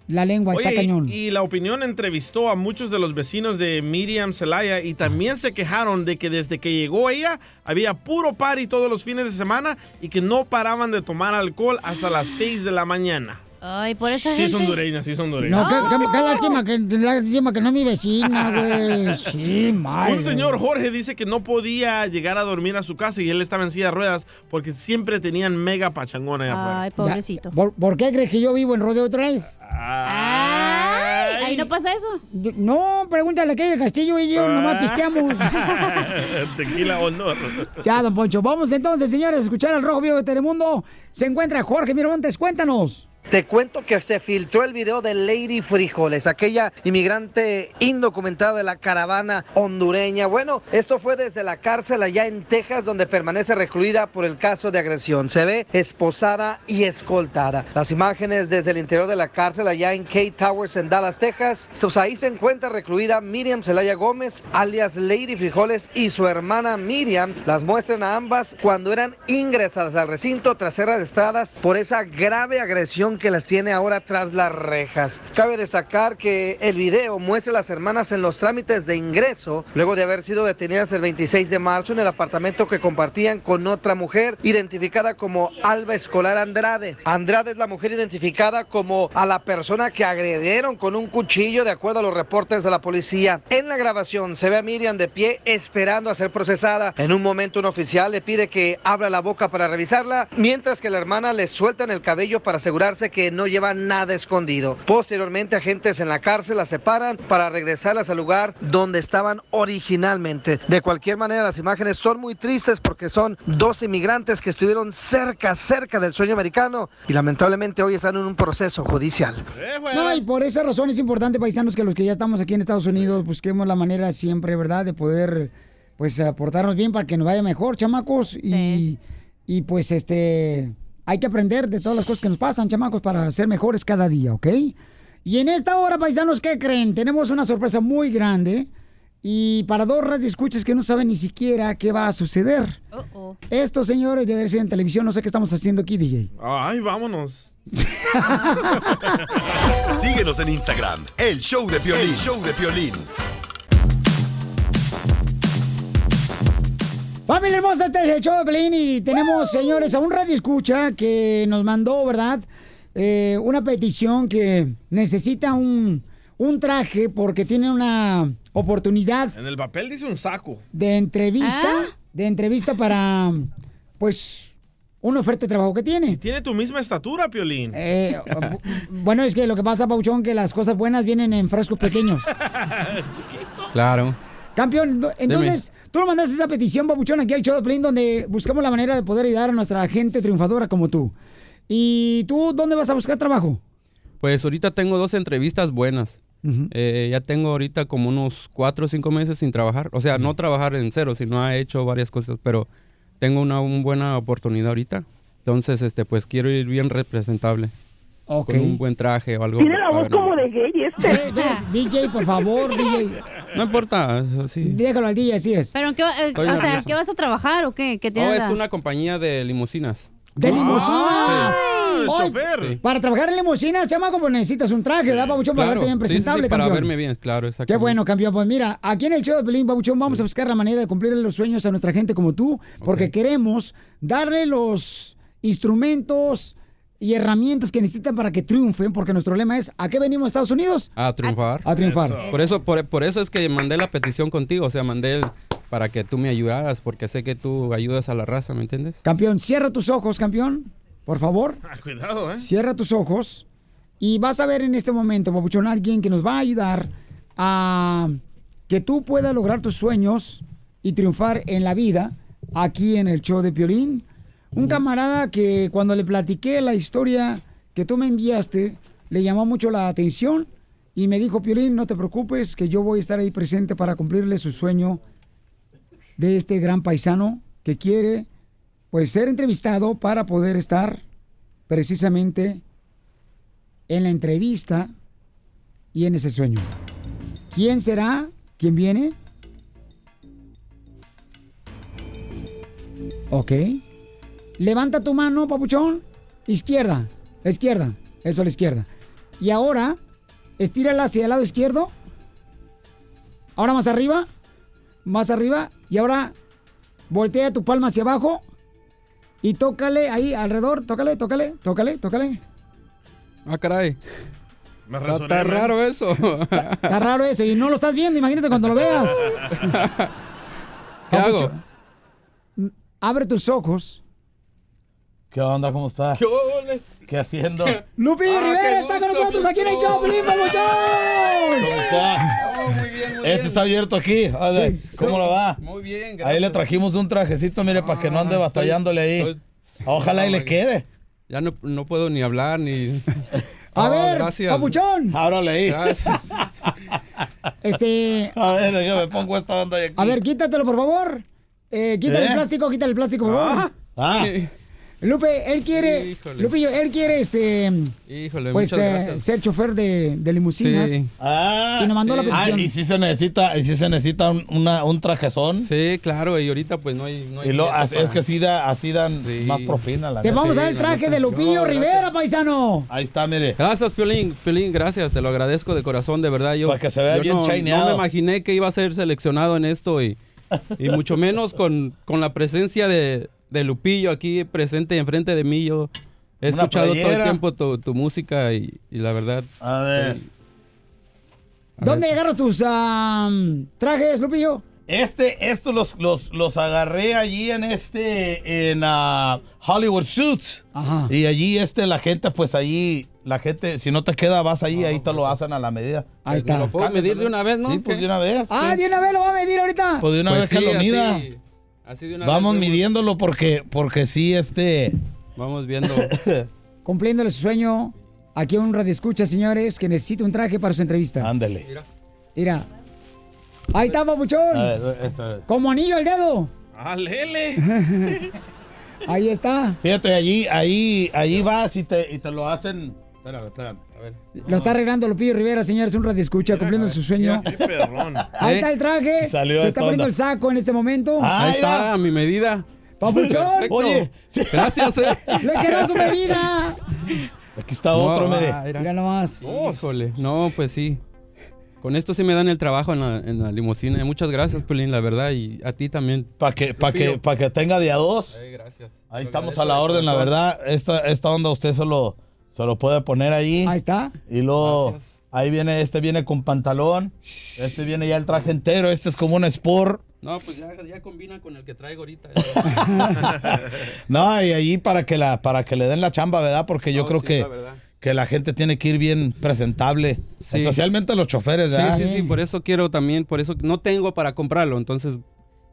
Speaker 2: La lengua,
Speaker 4: Oye,
Speaker 2: Pues, está cañón.
Speaker 4: Y, y la opinión entrevistó a muchos de los vecinos de Miriam Celaya y también se quejaron de que desde que llegó ella había puro party todos los fines de semana y que no paraban de tomar alcohol hasta las 6 de la mañana.
Speaker 3: Ay, por esa
Speaker 4: Sí,
Speaker 3: gente.
Speaker 4: son hondureñas, sí, son
Speaker 2: No,
Speaker 4: hondureñas.
Speaker 2: qué, qué- qué lástima que, lástima que no es mi vecina, güey. Sí, madre.
Speaker 4: Un señor Jorge dice que no podía llegar a dormir a su casa y él estaba en silla de ruedas porque siempre tenían mega pachangona allá afuera.
Speaker 3: pobrecito.
Speaker 2: ¿Por, por qué crees que yo vivo en Rodeo Drive?
Speaker 3: Ay, ahí no pasa eso.
Speaker 2: Yo- No, pregúntale que el castillo y yo nomás pisteamos.
Speaker 4: Tequila honor.
Speaker 2: ya, don Poncho. Vamos entonces, señores, a escuchar al Rojo Vivo de Telemundo. Se encuentra Jorge Miramontes, cuéntanos.
Speaker 6: Te cuento que se filtró el video de Lady Frijoles, aquella inmigrante indocumentada de la caravana hondureña. Bueno, esto fue desde la cárcel allá en Texas, donde permanece recluida por el caso de agresión. Se ve esposada y escoltada. Las imágenes desde el interior de la cárcel allá en K Towers en Dallas, Texas. Pues ahí se encuentra recluida Miriam Celaya Gómez, alias Lady Frijoles, y su hermana Miriam. Las muestran a ambas cuando eran ingresadas al recinto tras ser arrestadas por esa grave agresión que las tiene ahora tras las rejas. Cabe destacar que el video muestra a las hermanas en los trámites de ingreso luego de haber sido detenidas el 26 de marzo en el apartamento que compartían con otra mujer identificada como Alba Escolar Andrade. Andrade es la mujer identificada como a la persona que agredieron con un cuchillo de acuerdo a los reportes de la policía. En la grabación se ve a Miriam de pie esperando a ser procesada. En un momento un oficial le pide que abra la boca para revisarla, mientras que la hermana le sueltan el cabello para asegurarse que no lleva nada escondido. Posteriormente agentes en la cárcel la separan para regresarlas al lugar donde estaban originalmente. De cualquier manera las imágenes son muy tristes porque son dos inmigrantes que estuvieron cerca, cerca del sueño americano y lamentablemente hoy están en un proceso judicial.
Speaker 2: No, y por esa razón es importante, paisanos, que los que ya estamos aquí en Estados Unidos busquemos la manera siempre, ¿verdad?, de poder, pues, aportarnos bien para que nos vaya mejor, chamacos. Y, y pues, este, hay que aprender de todas las cosas que nos pasan, chamacos, para ser mejores cada día, ¿ok? Y en esta hora, paisanos, ¿qué creen? Tenemos una sorpresa muy grande y para dos radioescuchas que no saben ni siquiera qué va a suceder. Estos señores de verse en televisión, no sé qué estamos haciendo aquí, DJ.
Speaker 4: Ay, vámonos.
Speaker 8: Síguenos en Instagram, el show de Piolín, show de Piolín.
Speaker 2: Familia hermosa, este es el show de Pelín y tenemos, señores, a un radio escucha que nos mandó, ¿verdad? Eh, una petición que necesita un, un traje porque tiene una oportunidad
Speaker 4: En el papel dice un saco.
Speaker 2: de entrevista, de entrevista para, pues, una oferta de trabajo que tiene.
Speaker 4: Tiene tu misma estatura, Piolín.
Speaker 2: Eh, bu- bueno, es que lo que pasa, Pauchón, que las cosas buenas vienen en frascos pequeños.
Speaker 16: Claro.
Speaker 2: Campeón, do- entonces, tú nos mandaste esa petición, Papuchón, aquí al show de Plin, donde buscamos la manera de poder ayudar a nuestra gente triunfadora como tú. ¿Y tú dónde vas a buscar trabajo?
Speaker 25: Pues ahorita tengo dos entrevistas buenas. Eh, ya tengo ahorita como unos cuatro o cinco meses sin trabajar. O sea, no trabajar en cero, sino he hecho varias cosas, pero tengo una un buena oportunidad ahorita. Entonces, este, pues quiero ir bien representable.
Speaker 2: Ok.
Speaker 25: Con un buen traje o algo. a ver, no-
Speaker 2: de gay este. DJ, por favor, DJ.
Speaker 25: No importa, es así.
Speaker 2: Déjalo al DJ, así es.
Speaker 3: Pero, en ¿qué, va- eh,
Speaker 25: Estoy
Speaker 3: o sea,
Speaker 25: nervioso.
Speaker 3: ¿qué vas a trabajar o qué? ¿Qué tienes
Speaker 25: Oh,
Speaker 3: la-
Speaker 25: es una compañía de limusinas.
Speaker 2: ¡De limusinas!
Speaker 25: Ah, Sí.
Speaker 2: Hoy, Para trabajar en limusinas, chamaco, pues necesitas un traje, ¿verdad, Papuchón? Para
Speaker 25: Ah, Claro,
Speaker 2: verte bien
Speaker 25: sí, sí, sí,
Speaker 2: presentable,
Speaker 25: para
Speaker 2: campeón.
Speaker 25: verme bien, claro,
Speaker 2: Qué
Speaker 25: exactamente.
Speaker 2: bueno, campeón. Pues mira, aquí en el show de Pelín Babuchón vamos a buscar la manera de cumplir los sueños a nuestra gente como tú, porque queremos darle los instrumentos y herramientas que necesitan para que triunfen, porque nuestro lema es ¿a qué venimos a Estados Unidos?
Speaker 25: A triunfar.
Speaker 2: A triunfar. Eso.
Speaker 25: Por eso, por, por eso es que mandé la petición contigo, o sea, mandé el- para que tú me ayudaras, porque sé que tú ayudas a la raza, ¿me entiendes?
Speaker 2: Campeón, cierra tus ojos, campeón, por favor.
Speaker 4: Ah,
Speaker 25: cuidado, ¿eh?
Speaker 2: Cierra tus ojos y vas a ver en este momento, Papuchón, alguien que nos va a ayudar a que tú puedas lograr tus sueños y triunfar en la vida aquí en el show de Piolín. Un camarada que cuando le platiqué la historia que tú me enviaste, le llamó mucho la atención y me dijo, Piolín, no te preocupes, que yo voy a estar ahí presente para cumplirle su sueño de este gran paisano que quiere pues ser entrevistado para poder estar precisamente en la entrevista y en ese sueño. ¿Quién será? ¿Quién viene? Ok. Levanta tu mano, papuchón. Izquierda, la izquierda. Eso, la izquierda. Y ahora, estírala hacia el lado izquierdo. Ahora más arriba. Más arriba. Y ahora, voltea tu palma hacia abajo. Y tócale ahí alrededor. Tócale, tócale, tócale, tócale.
Speaker 25: Ah, caray.
Speaker 4: Me
Speaker 25: Está,
Speaker 4: resoné,
Speaker 25: está
Speaker 4: men.
Speaker 25: raro eso.
Speaker 2: Está raro eso. Y no lo estás viendo. Imagínate cuando lo veas.
Speaker 25: ¿Qué hago?
Speaker 2: Abre tus ojos.
Speaker 32: ¿Qué onda? ¿Cómo estás?
Speaker 25: ¿Qué,
Speaker 32: haciendo?
Speaker 2: Lupi
Speaker 4: Ah,
Speaker 2: Rivera está con nosotros aquí en el Choplin,
Speaker 32: ¿Cómo
Speaker 2: papuchón.
Speaker 32: está? Este está abierto aquí. A ver, ¿Cómo lo va?
Speaker 25: Muy bien, Ah,
Speaker 32: Ahí le trajimos un trajecito, mire, para que no ande batallándole ahí. Ojalá y le quede.
Speaker 25: Ya no, no puedo ni hablar ni.
Speaker 2: A
Speaker 25: Oh,
Speaker 2: ver,
Speaker 25: gracias.
Speaker 2: papuchón.
Speaker 32: Ahora leí.
Speaker 25: Gracias.
Speaker 2: Este.
Speaker 32: A ver, déjame pongo esta onda de aquí.
Speaker 2: A ver, quítatelo, por favor. Eh, quítale
Speaker 32: ¿Eh?
Speaker 2: el plástico, quítale el plástico, por favor.
Speaker 32: Ah.
Speaker 2: Lupe, él quiere.
Speaker 25: Híjole.
Speaker 2: Lupillo, él quiere este.
Speaker 25: Híjole,
Speaker 2: Pues
Speaker 25: muchas
Speaker 2: eh,
Speaker 25: gracias.
Speaker 2: ser chofer de, de limusinas.
Speaker 25: Sí.
Speaker 32: Ah,
Speaker 2: Y nos mandó la
Speaker 32: sí.
Speaker 2: petición.
Speaker 32: Ah, y sí se necesita, y sí se necesita un, una- un trajezón.
Speaker 25: Sí, claro, y ahorita pues no hay. No hay
Speaker 32: Y lo,
Speaker 25: dinero
Speaker 32: as- es
Speaker 25: para-
Speaker 32: que así, da- así dan más propina. La
Speaker 2: Te
Speaker 32: neta.
Speaker 2: vamos a dar el
Speaker 25: la
Speaker 2: traje
Speaker 25: neta.
Speaker 2: de Lupillo
Speaker 25: No, gracias.
Speaker 2: Rivera, paisano.
Speaker 32: Ahí está, mire.
Speaker 25: Gracias, Piolín. Piolín, gracias. Te lo agradezco de corazón, de verdad. Yo,
Speaker 32: Para que se vea
Speaker 25: yo
Speaker 32: bien
Speaker 25: no,
Speaker 32: shineado.
Speaker 25: no me imaginé que iba a ser seleccionado en esto y, y mucho menos con, con la presencia de, de Lupillo aquí presente enfrente de mí. Yo he
Speaker 32: Una
Speaker 16: escuchado todo el
Speaker 25: escuchado todo el playera. tiempo tu, tu música y, y la verdad.
Speaker 32: A ver.
Speaker 2: ¿Dónde agarras tus am, trajes, Lupillo?
Speaker 32: Este, estos los, los, los agarré allí en este, en ah, Hollywood Suits. Y allí este, la gente, pues allí, la gente, si no te queda, vas allí, ahí te lo hacen a la medida.
Speaker 2: Ahí está.
Speaker 25: Pues, ¿Lo puedo medir de una vez, no?
Speaker 32: Sí, pues de una vez.
Speaker 2: Ah, de una vez lo va a medir ahorita.
Speaker 32: Pues de una vez que lo
Speaker 25: así,
Speaker 32: mida.
Speaker 25: así de una
Speaker 32: Vamos
Speaker 25: vez vemos.
Speaker 32: midiéndolo porque, porque sí, este...
Speaker 25: Vamos viendo.
Speaker 2: Cumpliéndole su sueño. Aquí un radio escucha, señores, que necesita un traje para su entrevista.
Speaker 32: Ándale.
Speaker 2: Mira. Ahí está, papuchón.
Speaker 32: A ver, esta vez.
Speaker 2: Como anillo al dedo.
Speaker 25: Ah,
Speaker 32: ¡Alele!
Speaker 2: Ahí está.
Speaker 32: Fíjate, allí, ahí, ahí vas y te, y te lo hacen... Espérame, espérame. A ver.
Speaker 2: Lo está arreglando Lupillo Rivera, señores, un radio escucha, cumpliendo su sueño. Ahí está el traje.
Speaker 25: Eh, Salió
Speaker 2: Se
Speaker 25: esta
Speaker 2: está poniendo
Speaker 25: onda.
Speaker 2: el saco en este momento.
Speaker 25: Ahí está, a mi medida.
Speaker 2: Papuchón.
Speaker 25: Perfecto. Gracias, eh.
Speaker 2: Le quedó su medida.
Speaker 32: Aquí está
Speaker 25: No,
Speaker 32: otro,
Speaker 25: ah,
Speaker 32: mire.
Speaker 2: Mira nomás.
Speaker 25: Híjole, no, pues sí. Con esto sí me dan el trabajo en la, en la limusina. Muchas gracias, Pelín, la verdad. Y a ti también.
Speaker 32: Para que, pa' que, pa' que tenga de a dos. Ahí estamos a la orden, la verdad. Esta, esta onda usted solo se lo puede poner ahí. Ahí
Speaker 2: está.
Speaker 32: Y luego ahí viene, este viene con pantalón. Este viene ya el traje entero. Este es como un sport.
Speaker 25: No, pues ya, ya combina con el que traigo ahorita.
Speaker 32: No, y ahí para que la, para que le den la chamba, ¿verdad? Porque yo creo
Speaker 25: sí,
Speaker 32: que,
Speaker 25: la verdad.
Speaker 32: que la gente tiene que ir bien presentable.
Speaker 25: Sí.
Speaker 32: Especialmente los choferes, ¿verdad?
Speaker 25: Sí, pues, sí, sí, por eso quiero también, por eso no tengo para comprarlo, entonces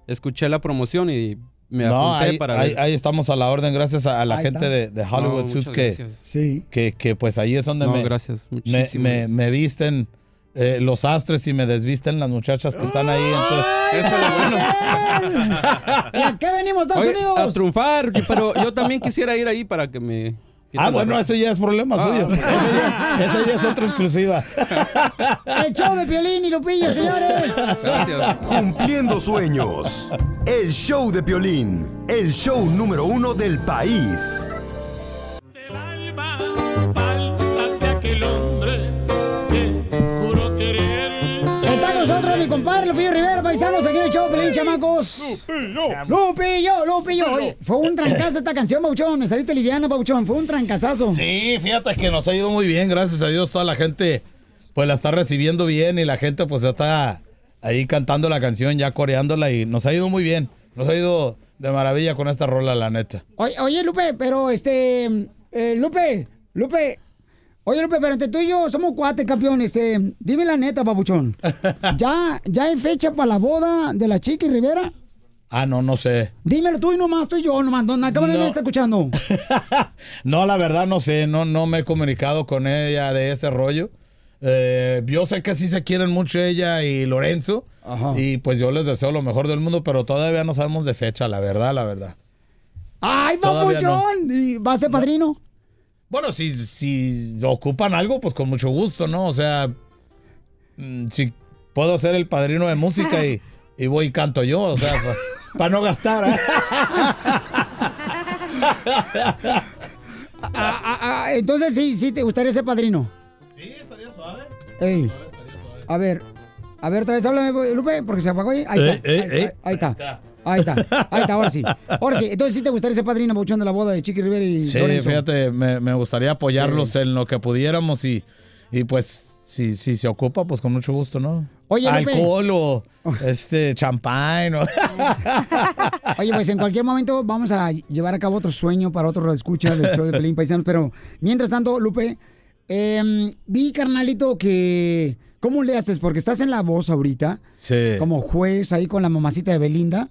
Speaker 25: escuché la promoción y me
Speaker 32: No,
Speaker 25: apunté
Speaker 32: ahí,
Speaker 25: para
Speaker 32: ahí-
Speaker 25: ver.
Speaker 32: ahí estamos a la orden, gracias a, a la
Speaker 25: Ahí
Speaker 32: gente
Speaker 25: está.
Speaker 32: de, de Hollywood
Speaker 25: No,
Speaker 32: Suits
Speaker 25: muchas
Speaker 32: que,
Speaker 25: gracias.
Speaker 32: que, que, pues ahí es donde
Speaker 25: No,
Speaker 32: me,
Speaker 25: gracias,
Speaker 32: me,
Speaker 25: muchísimas
Speaker 32: me-
Speaker 25: gracias.
Speaker 32: me visten eh, los astres y me desvisten las muchachas que están ahí. Entonces,
Speaker 2: ¿Y a qué venimos, Estados
Speaker 25: Oye,
Speaker 2: Unidos?
Speaker 25: a triunfar, que- pero yo también quisiera ir ahí para que me quiten
Speaker 32: ah,
Speaker 25: la
Speaker 32: bueno,
Speaker 25: ropa.
Speaker 32: eso ya es problema
Speaker 25: Ah,
Speaker 32: suyo.
Speaker 25: ok.
Speaker 32: Esa ya, esa ya es otra exclusiva.
Speaker 2: El show de Piolín y Lupillo, señores.
Speaker 8: Cumpliendo sueños. El show de Piolín, el show número uno del país.
Speaker 13: Faltas de aquel hombre que juró querer.
Speaker 2: Está con nosotros mi compadre Lupillo Rivera, paisanos, aquí en el show de Pelín, chamacos. Lupillo, Lupillo. Oye, fue un trancazo esta canción, Pauchón. Me saliste liviana, Pauchón. Fue un trancazazo.
Speaker 32: Sí, fíjate que nos ha ido muy bien, gracias a Dios. Toda la gente, pues la está recibiendo bien y la gente, pues está ahí cantando la canción, ya coreándola y nos ha ido muy bien. Nos ha ido de maravilla con esta rola, la neta.
Speaker 2: Oye, oye, Lupe, pero este. eh, Lupe, Lupe. Oye, Lupe, pero entre tú y yo somos cuates, campeón. Este, dime la neta, papuchón. ¿Ya, ya hay fecha para la boda de la chica y Rivera?
Speaker 32: Ah, no, no sé.
Speaker 2: Dímelo tú y nomás, tú y yo nomás. No, nada, cámara
Speaker 32: No.
Speaker 2: nadie está escuchando.
Speaker 32: No, la verdad no sé, no, no me he comunicado con ella de ese rollo. Eh, yo sé que sí se quieren mucho ella y Lorenzo. Y pues yo les deseo lo mejor del mundo, pero todavía no sabemos de fecha, la verdad, la verdad.
Speaker 2: ¡Ay,
Speaker 32: Todavía no.
Speaker 2: papuchón! ¿Y ¿Va a ser padrino?
Speaker 32: Bueno, si, si ocupan algo, pues con mucho gusto, ¿no? O sea, mm, si puedo ser el padrino de música y, y voy y canto yo, o sea, para no gastar. ¿eh?
Speaker 2: Ah, ah, ah, entonces sí, sí, te gustaría ser padrino. Sí, estaría suave. A ver, a ver, otra vez háblame, Lupe, porque se apagó ahí. Ahí
Speaker 13: Ey,
Speaker 2: está.
Speaker 13: ey,
Speaker 2: ahí,
Speaker 13: ey.
Speaker 2: está, ahí está. Ahí está, ahí está, ahora sí. Ahora sí, entonces sí te gustaría ser padrino, Pauchón, de la boda de Chiqui Rivera y
Speaker 32: Sí,
Speaker 2: Lorenzo.
Speaker 32: fíjate, me, me gustaría apoyarlos en lo que pudiéramos y, y pues si, si se ocupa, pues con mucho gusto, ¿no?
Speaker 2: Oye, Lupe.
Speaker 32: Alcohol o este, champán o...
Speaker 2: Oye, pues en cualquier momento vamos a llevar a cabo otro sueño para otro escucha del show de Pelín Paisanos. Pero mientras tanto, Lupe, em, vi, carnalito, que. ¿Cómo le haces? Porque estás en la voz ahorita.
Speaker 32: Sí.
Speaker 2: Como juez ahí con la mamacita de Belinda.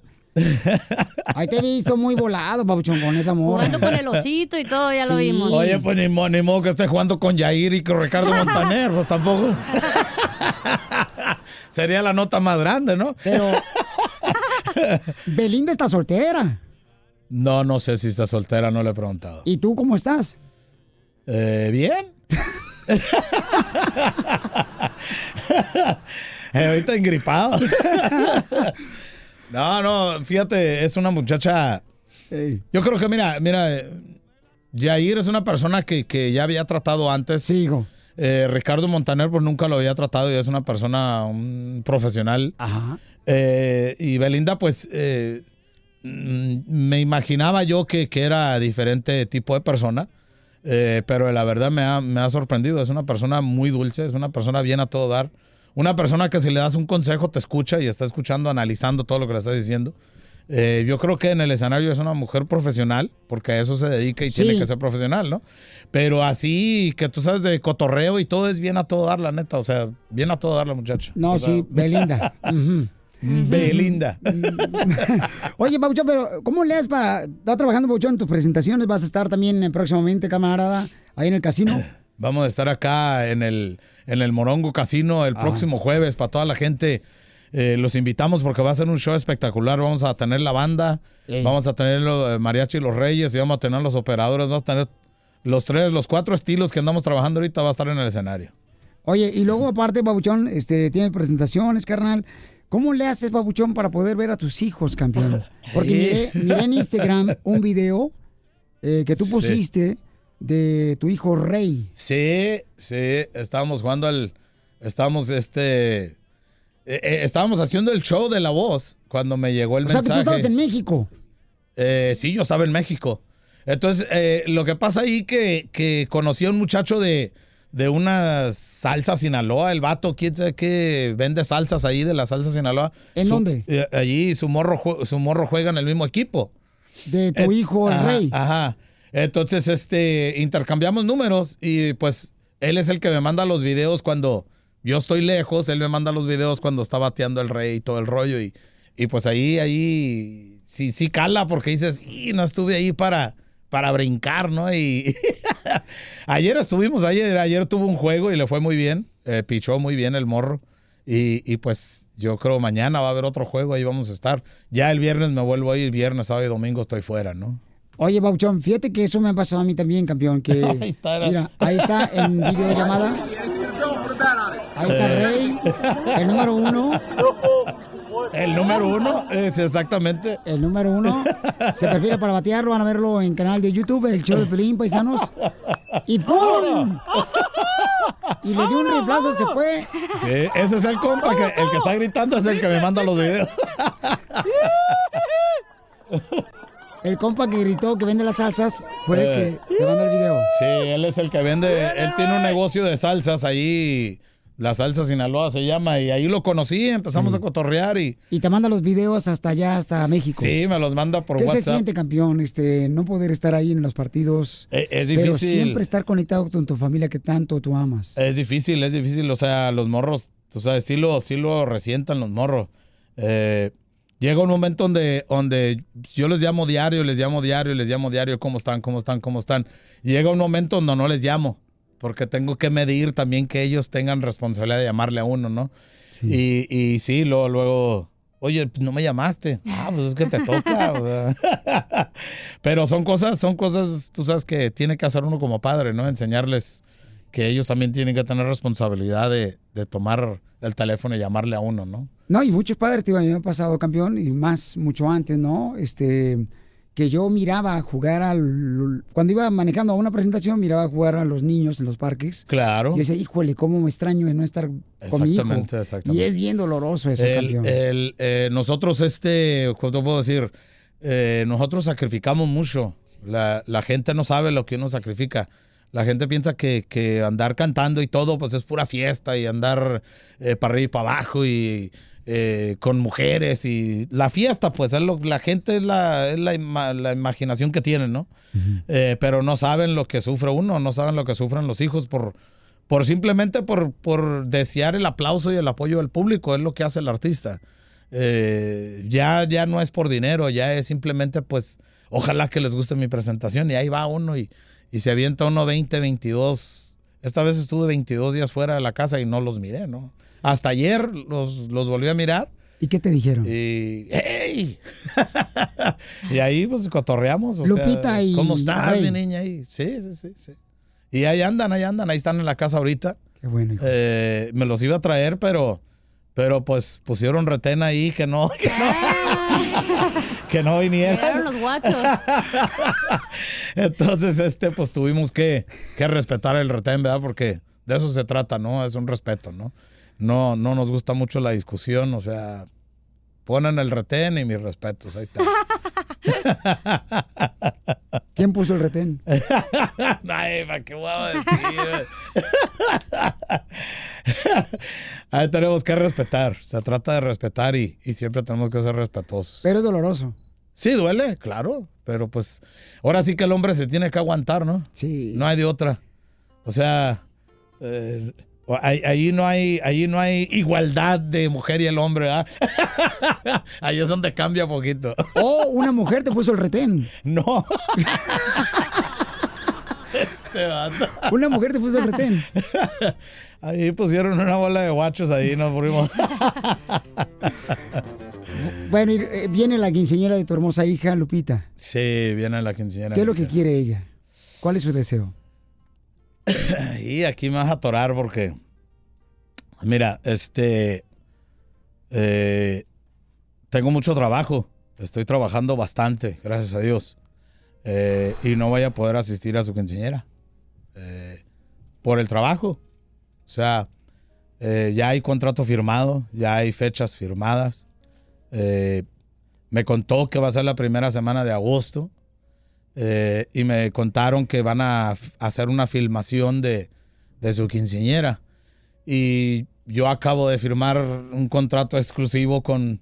Speaker 2: Ahí te he visto muy volado, Pabuchón, con esa morra.
Speaker 3: Jugando con el osito y todo, ya lo
Speaker 2: Sí.
Speaker 3: vimos.
Speaker 32: Oye, pues ni modo, ni modo que esté jugando con Yair y con Ricardo Montaner, pues tampoco. Sería la nota más grande, ¿no?
Speaker 2: Pero. Belinda está soltera.
Speaker 32: No, no sé si está soltera, no le he preguntado.
Speaker 2: ¿Y tú cómo estás?
Speaker 32: Eh, ¿Bien? Eh, ahorita engripado. no, no, fíjate, es una muchacha. Yo creo que, mira, mira, eh, Jair es una persona que, que ya había tratado antes.
Speaker 2: Sí,
Speaker 32: Eh, Ricardo Montaner, pues nunca lo había tratado y es una persona, un profesional. Eh,
Speaker 2: Ajá.
Speaker 32: y Belinda, pues. eh, mm, me imaginaba yo que, que era diferente tipo de persona, eh, pero la verdad me ha, me ha sorprendido. Es una persona muy dulce, es una persona bien a todo dar. Una persona que si le das un consejo te escucha y está escuchando, analizando todo lo que le estás diciendo. Eh, yo creo que en el escenario es una mujer profesional, porque a eso se dedica y tiene que ser profesional, ¿no? Pero así que tú sabes de cotorreo y todo es bien a todo dar, la neta. O sea, bien a todo dar la muchacha.
Speaker 2: No,
Speaker 32: O sea,
Speaker 2: sí, Belinda. Ujú.
Speaker 32: Belinda.
Speaker 2: Oye, Pauchón, pero ¿cómo le haces para estar trabajando, Pauchón, en tus presentaciones? ¿Vas a estar también eh, próximamente, camarada, ahí en el casino?
Speaker 32: Vamos a estar acá en el, en el Morongo Casino
Speaker 2: Ah.
Speaker 32: el próximo jueves para toda la gente. Eh, los invitamos porque va a ser un show espectacular. Vamos a tener la banda,
Speaker 11: Ey.
Speaker 32: vamos a tener lo- eh, Mariachi y los Reyes y vamos a tener los operadores. Vamos a tener los tres, los cuatro estilos que andamos trabajando ahorita. Va a estar en el escenario.
Speaker 2: Oye, y luego aparte, Babuchón, este, tienes presentaciones, carnal. ¿Cómo le haces, Babuchón, para poder ver a tus hijos, campeón? Porque miré,
Speaker 32: Eh.
Speaker 2: miré en Instagram un video eh, que tú
Speaker 32: Sí.
Speaker 2: pusiste de tu hijo Rey.
Speaker 32: Sí, sí, estábamos jugando al, Estábamos, este. eh, eh, estábamos haciendo el show de la voz cuando me llegó el
Speaker 2: O sea
Speaker 32: mensaje.
Speaker 2: que tú estabas en México.
Speaker 32: Eh, sí, yo estaba en México. Entonces, eh, lo que pasa ahí que, que conocí a un muchacho de, de una salsa Sinaloa, el vato, quién sabe qué, vende salsas ahí de la salsa Sinaloa.
Speaker 2: ¿En
Speaker 32: Su-
Speaker 2: dónde?
Speaker 32: eh, allí su morro, jue- su morro juega en el mismo equipo.
Speaker 2: De tu hijo, el
Speaker 32: Eh, ajá,
Speaker 2: rey.
Speaker 32: Ajá. Entonces, este, intercambiamos números y pues él es el que me manda los videos cuando yo estoy lejos, él me manda los videos cuando está bateando el rey y todo el rollo y, y pues ahí, ahí, sí, sí cala porque dices, y no estuve ahí para, para brincar, ¿no? Y ayer estuvimos, ayer, ayer tuvo un juego y le fue muy bien, eh, pichó muy bien el morro. Y, y pues yo creo mañana va a haber otro juego, ahí vamos a estar. Ya el viernes me vuelvo ahí, el viernes, sábado y domingo estoy fuera, ¿no?
Speaker 2: Oye, Bauchón, fíjate que eso me ha pasado a mí también, campeón. Que,
Speaker 32: Ahí está, era.
Speaker 2: Mira, ahí está en videollamada. Ahí está el
Speaker 32: Eh.
Speaker 2: rey, el número uno.
Speaker 32: El número uno, es exactamente.
Speaker 2: El número uno se perfila para batearlo. Van a verlo en canal de YouTube, el show de Pelín, paisanos. Y ¡pum! Y le dio un riflazo, se fue.
Speaker 32: Sí, ese es el compa, que el que está gritando es el que me manda los videos.
Speaker 2: El compa que gritó que vende las salsas fue el
Speaker 32: Eh.
Speaker 2: que le mandó el video.
Speaker 32: Sí, él es el que vende, él tiene un negocio de salsas ahí, la salsa Sinaloa se llama, y ahí lo conocí, empezamos a cotorrear y...
Speaker 2: Y te manda los videos hasta allá, hasta México.
Speaker 32: Sí, me los manda por
Speaker 2: ¿Qué
Speaker 32: WhatsApp.
Speaker 2: se siente, campeón, este, no poder estar ahí en los partidos?
Speaker 32: E- es
Speaker 2: Pero
Speaker 32: difícil.
Speaker 2: siempre estar conectado con tu familia que tanto tú amas.
Speaker 32: Es difícil, es difícil. O sea, los morros, tú sabes, sí lo, sí lo resientan los morros. Eh, llega un momento donde, donde yo les llamo diario, les llamo diario, les llamo diario, cómo están, cómo están, cómo están. Y llega un momento donde no les llamo, porque tengo que medir también que ellos tengan responsabilidad de llamarle a uno, ¿no? Y, y sí, luego, luego, oye, pues, no me llamaste. Ah, pues es que te toca. o sea. Pero son cosas, son cosas, tú sabes que tiene que hacer uno como padre, ¿no? Enseñarles que ellos también tienen que tener responsabilidad de, de tomar el teléfono y llamarle a uno, ¿no?
Speaker 2: No, y muchos padres, te digo, a mí me ha pasado campeón, y más mucho antes, ¿no? Este, que yo miraba jugar al... Cuando iba manejando a una presentación, miraba jugar a los niños en los parques.
Speaker 32: Claro.
Speaker 2: Y decía, híjole, cómo me extraño de no estar con mi hijo.
Speaker 32: Exactamente, exactamente.
Speaker 2: Y es bien doloroso eso,
Speaker 32: El,
Speaker 2: campeón.
Speaker 32: el, eh, nosotros, este, ¿cómo te puedo decir? Eh, nosotros sacrificamos mucho. La, la gente no sabe lo que uno sacrifica. La gente piensa que, que andar cantando y todo, pues es pura fiesta y andar eh, para arriba y para abajo y eh, con mujeres y la fiesta, pues es lo, la gente es, la, es la, ima- la imaginación que tiene, ¿no? Eh, pero no saben lo que sufre uno, no saben lo que sufren los hijos por, por simplemente por, por desear el aplauso y el apoyo del público, es lo que hace el artista. Eh, ya, ya no es por dinero, ya es simplemente pues ojalá que les guste mi presentación y ahí va uno y, y se avienta uno 20, 22. Esta vez estuve 22 días fuera de la casa y no los miré, ¿no? Hasta ayer los, los volví a mirar.
Speaker 2: ¿Y qué te dijeron?
Speaker 32: Y, ¡Ey! y ahí pues cotorreamos. o sea,
Speaker 2: Lupita y
Speaker 32: ¿Cómo estás,
Speaker 2: Rey?
Speaker 32: mi niña? Y, sí, sí, sí, sí. Y ahí andan, ahí andan, ahí están en la casa ahorita.
Speaker 2: Qué bueno.
Speaker 32: Eh, me los iba a traer, pero, pero pues pusieron retén ahí que no, que no, que no vinieron.
Speaker 3: Llegaron los guachos.
Speaker 32: Entonces, este, pues tuvimos que, que respetar el retén, ¿verdad? Porque de eso se trata, ¿no? Es un respeto, ¿no? No, no nos gusta mucho la discusión, o sea, ponen el retén y mis respetos, ahí está.
Speaker 2: ¿Quién puso el retén?
Speaker 32: Ay, ¿para qué voy a decir? eh. Ahí tenemos que respetar. Se trata de respetar y, y siempre tenemos que ser respetuosos.
Speaker 2: Pero es doloroso.
Speaker 32: Sí, duele, claro. Pero pues ahora sí que el hombre se tiene que aguantar, ¿no?
Speaker 2: Sí.
Speaker 32: No hay de otra. O sea, eh, ahí, ahí no hay, ahí no hay igualdad de mujer y el hombre, ¿verdad? ahí es donde cambia poquito.
Speaker 2: Oh, una mujer te puso el retén.
Speaker 32: No. Este vato.
Speaker 2: Una mujer te puso el retén.
Speaker 32: Ahí pusieron una bola de guachos ahí, nos fuimos.
Speaker 2: Bueno, y, eh, viene la quinceñera de tu hermosa hija, Lupita.
Speaker 32: Sí, viene la quinceañera.
Speaker 2: ¿Qué es lo que quiere ella? ¿Cuál es su deseo?
Speaker 32: Y aquí me vas a atorar porque. Mira, este. eh, tengo mucho trabajo. Estoy trabajando bastante, gracias a Dios. Eh, y no voy a poder asistir a su quinceañera. eh, por el trabajo. O sea, Eh, ya hay contrato firmado, ya hay fechas firmadas. Eh, me contó que va a ser la primera semana de agosto. Eh, y me contaron que van a f- hacer una filmación de, de su quinceañera. Y yo acabo de firmar un contrato exclusivo con,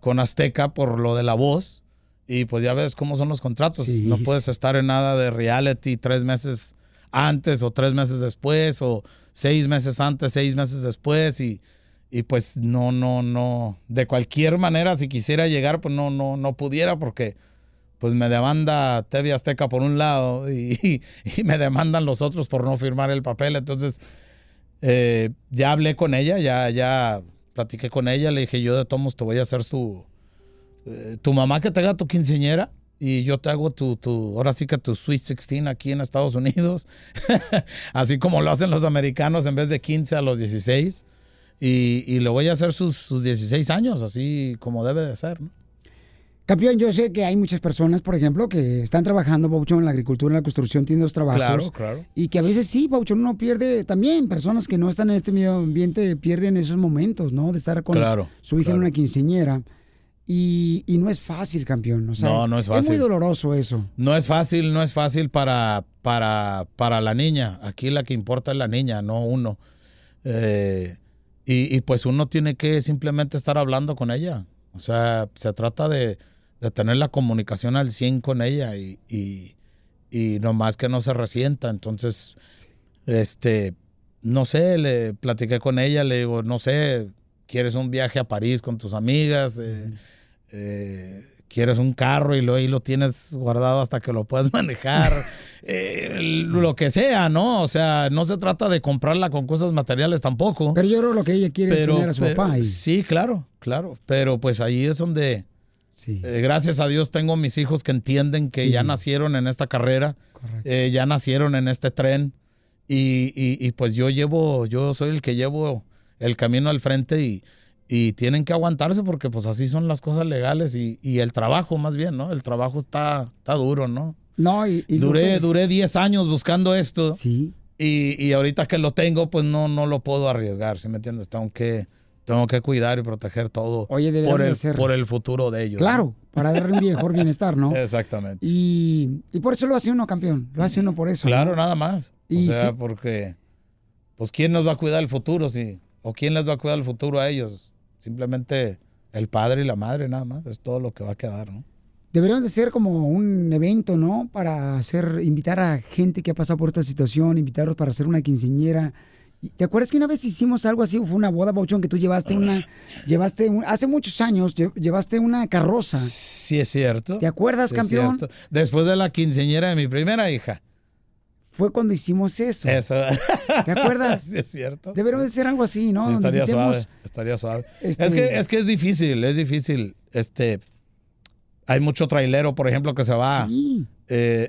Speaker 32: con Azteca por lo de la voz. Y pues ya ves cómo son los contratos. no puedes estar en nada de reality tres meses antes o tres meses después o seis meses antes, seis meses después. Y, y pues no, no, no. De cualquier manera, si quisiera llegar, pues no, no, no pudiera porque pues me demanda TV Azteca por un lado y, y me demandan los otros por no firmar el papel. Entonces, eh, ya hablé con ella, ya, ya platiqué con ella, le dije, yo de tomos te voy a hacer su... eh, tu mamá que te haga tu quinceñera y yo te hago tu, tu, ahora sí que tu Sweet 16 aquí en Estados Unidos, así como lo hacen los americanos en vez de 15 a los 16. Y, y le voy a hacer sus, sus 16 años, así como debe de ser, ¿no?
Speaker 2: Campeón, yo sé que hay muchas personas, por ejemplo, que están trabajando, Pauchón, en la agricultura, en la construcción, tienen dos trabajos.
Speaker 32: Claro, claro.
Speaker 2: Y que a veces sí, Pauchón, uno pierde también. Personas que no están en este medio ambiente pierden esos momentos, ¿no? De estar con
Speaker 32: Claro,
Speaker 2: su hija
Speaker 32: claro.
Speaker 2: en una quinceñera. Y, y no es fácil, campeón. o sea,
Speaker 32: No, no es
Speaker 2: Es muy
Speaker 32: fácil.
Speaker 2: doloroso eso.
Speaker 32: No es fácil, no es fácil para, para, para la niña. Aquí la que importa es la niña, no uno. Eh, y, y pues uno tiene que simplemente estar hablando con ella. O sea, se trata de, de tener la comunicación al 100 con ella y, y, y nomás que no se resienta. Entonces, este, no sé, le platiqué con ella, le digo, no sé, ¿quieres un viaje a París con tus amigas? Eh, eh, quieres un carro y lo, ahí lo tienes guardado hasta que lo puedas manejar, eh, lo que sea, ¿no? O sea, no se trata de comprarla con cosas materiales tampoco.
Speaker 2: Pero yo creo lo que ella quiere es tener a su
Speaker 32: pero-
Speaker 2: papá. y-
Speaker 32: Sí, claro, claro. Pero pues ahí es donde, eh, gracias a Dios, tengo mis hijos que entienden que
Speaker 2: Sí.
Speaker 32: ya nacieron en esta carrera, eh, ya nacieron en este tren. Y, y- y, pues yo llevo, yo soy el que llevo el camino al frente y, y tienen que aguantarse porque pues así son las cosas legales y, y el trabajo más bien, ¿no? El trabajo está, está duro, ¿no?
Speaker 2: No, y, y
Speaker 32: duré,
Speaker 2: Lupe-
Speaker 32: duré 10 años buscando esto.
Speaker 2: Sí.
Speaker 32: Y, y ahorita que lo tengo, pues no, no lo puedo arriesgar, ¿sí me entiendes? Tengo que, tengo que cuidar y proteger todo
Speaker 2: deberíamos
Speaker 32: por,
Speaker 2: de
Speaker 32: el,
Speaker 2: hacer-
Speaker 32: por el futuro de ellos.
Speaker 2: Claro, para darle un mejor bienestar, ¿no?
Speaker 32: Exactamente.
Speaker 2: Y, y por eso lo hace uno, campeón. Lo hace uno por eso.
Speaker 32: Claro,
Speaker 2: ¿no?
Speaker 32: nada más.
Speaker 2: Y
Speaker 32: o sea,
Speaker 2: fi-
Speaker 32: porque, pues, ¿quién nos va a cuidar el futuro? Sí? ¿O quién les va a cuidar el futuro a ellos? Simplemente el padre y la madre, nada más. Es todo lo que va a quedar, ¿no?
Speaker 2: Deberíamos de ser como un evento, ¿no? Para hacer, invitar a gente que ha pasado por esta situación, invitarlos para hacer una quinceñera. Y- ¿Te acuerdas que una vez hicimos algo así? Fue una boda, Bauchón, que tú llevaste una, llevaste un- hace muchos años, lle- llevaste una carroza.
Speaker 32: Sí, es cierto.
Speaker 2: ¿Te acuerdas,
Speaker 32: Sí es
Speaker 2: campeón?
Speaker 32: cierto. Después de la quinceñera de mi primera hija.
Speaker 2: Fue cuando hicimos eso.
Speaker 32: Eso.
Speaker 2: ¿Te acuerdas?
Speaker 32: Sí, es cierto.
Speaker 2: Deberíamos de ser algo así, ¿no?
Speaker 32: Sí,
Speaker 2: Donde
Speaker 32: estaría
Speaker 2: invitemos-
Speaker 32: suave. Estaría suave.
Speaker 2: este-
Speaker 32: Es, que, es que es difícil, es difícil. Este, hay mucho trailero, por ejemplo, que se va. Eh,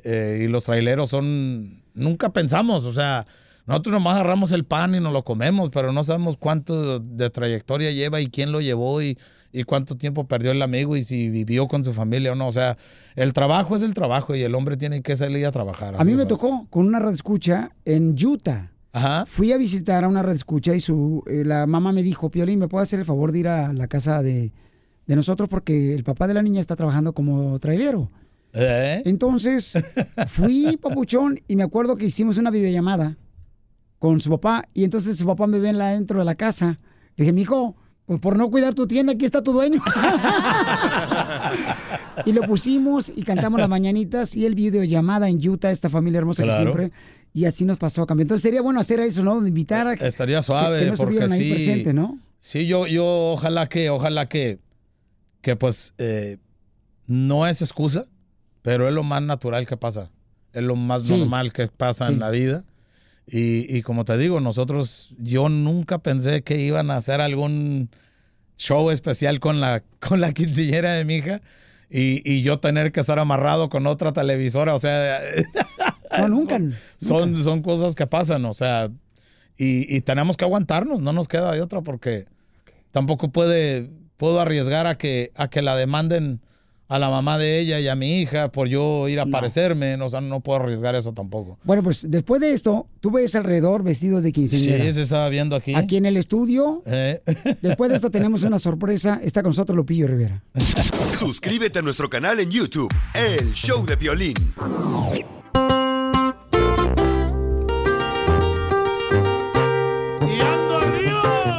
Speaker 32: eh, y los traileros son. Nunca pensamos, o sea, nosotros nomás agarramos el pan y nos lo comemos, pero no sabemos cuánto de trayectoria lleva y quién lo llevó y, y cuánto tiempo perdió el amigo y si vivió con su familia o no. O sea, el trabajo es el trabajo y el hombre tiene que salir a trabajar.
Speaker 2: A
Speaker 32: así
Speaker 2: mí me
Speaker 32: de fácil.
Speaker 2: tocó con una red escucha en Utah. Fui a visitar a una red escucha y su, eh, la mamá me dijo, Piolín, ¿me puede hacer el favor de ir a la casa de, de nosotros? Porque el papá de la niña está trabajando como trailero. Entonces, fui papuchón y me acuerdo que hicimos una videollamada con su papá y entonces su papá me ve en la- dentro de la casa. Le dije, mijo, pues por no cuidar tu tienda, aquí está tu dueño. y lo pusimos y cantamos las mañanitas y el videollamada en Utah, esta familia hermosa
Speaker 32: Claro.
Speaker 2: que siempre. Y así nos pasó, cambio. Entonces sería bueno hacer eso, ¿no? De invitar a...
Speaker 32: Eh, Estaría suave
Speaker 2: que no
Speaker 32: porque
Speaker 2: estuvieron ahí
Speaker 32: sí.
Speaker 2: presente, ¿no?
Speaker 32: Sí, yo, yo ojalá que, ojalá que, que pues eh, no es excusa, pero es lo más natural que pasa, es lo más
Speaker 2: Sí.
Speaker 32: normal que pasa
Speaker 2: Sí.
Speaker 32: en la vida. Y, y como te digo, nosotros, yo nunca pensé que iban a hacer algún show especial con la, con la quinceañera de mi hija y, y yo tener que estar amarrado con otra televisora, o sea,
Speaker 2: No, nunca.
Speaker 32: son, son cosas que pasan, o sea, y, y tenemos que aguantarnos, no nos queda de otra porque tampoco puede, puedo arriesgar a que, a que la demanden a la mamá de ella y a mi hija por yo ir a aparecerme. No, o sea, no puedo arriesgar eso tampoco.
Speaker 2: Bueno, pues después de esto, tú ves alrededor vestidos de quinceañera.
Speaker 32: Sí, se estaba viendo aquí.
Speaker 2: Aquí en el estudio.
Speaker 32: Eh.
Speaker 2: Después de esto tenemos una sorpresa. Está con nosotros Lupillo Rivera.
Speaker 8: Suscríbete a nuestro canal en YouTube, El Show de Violín.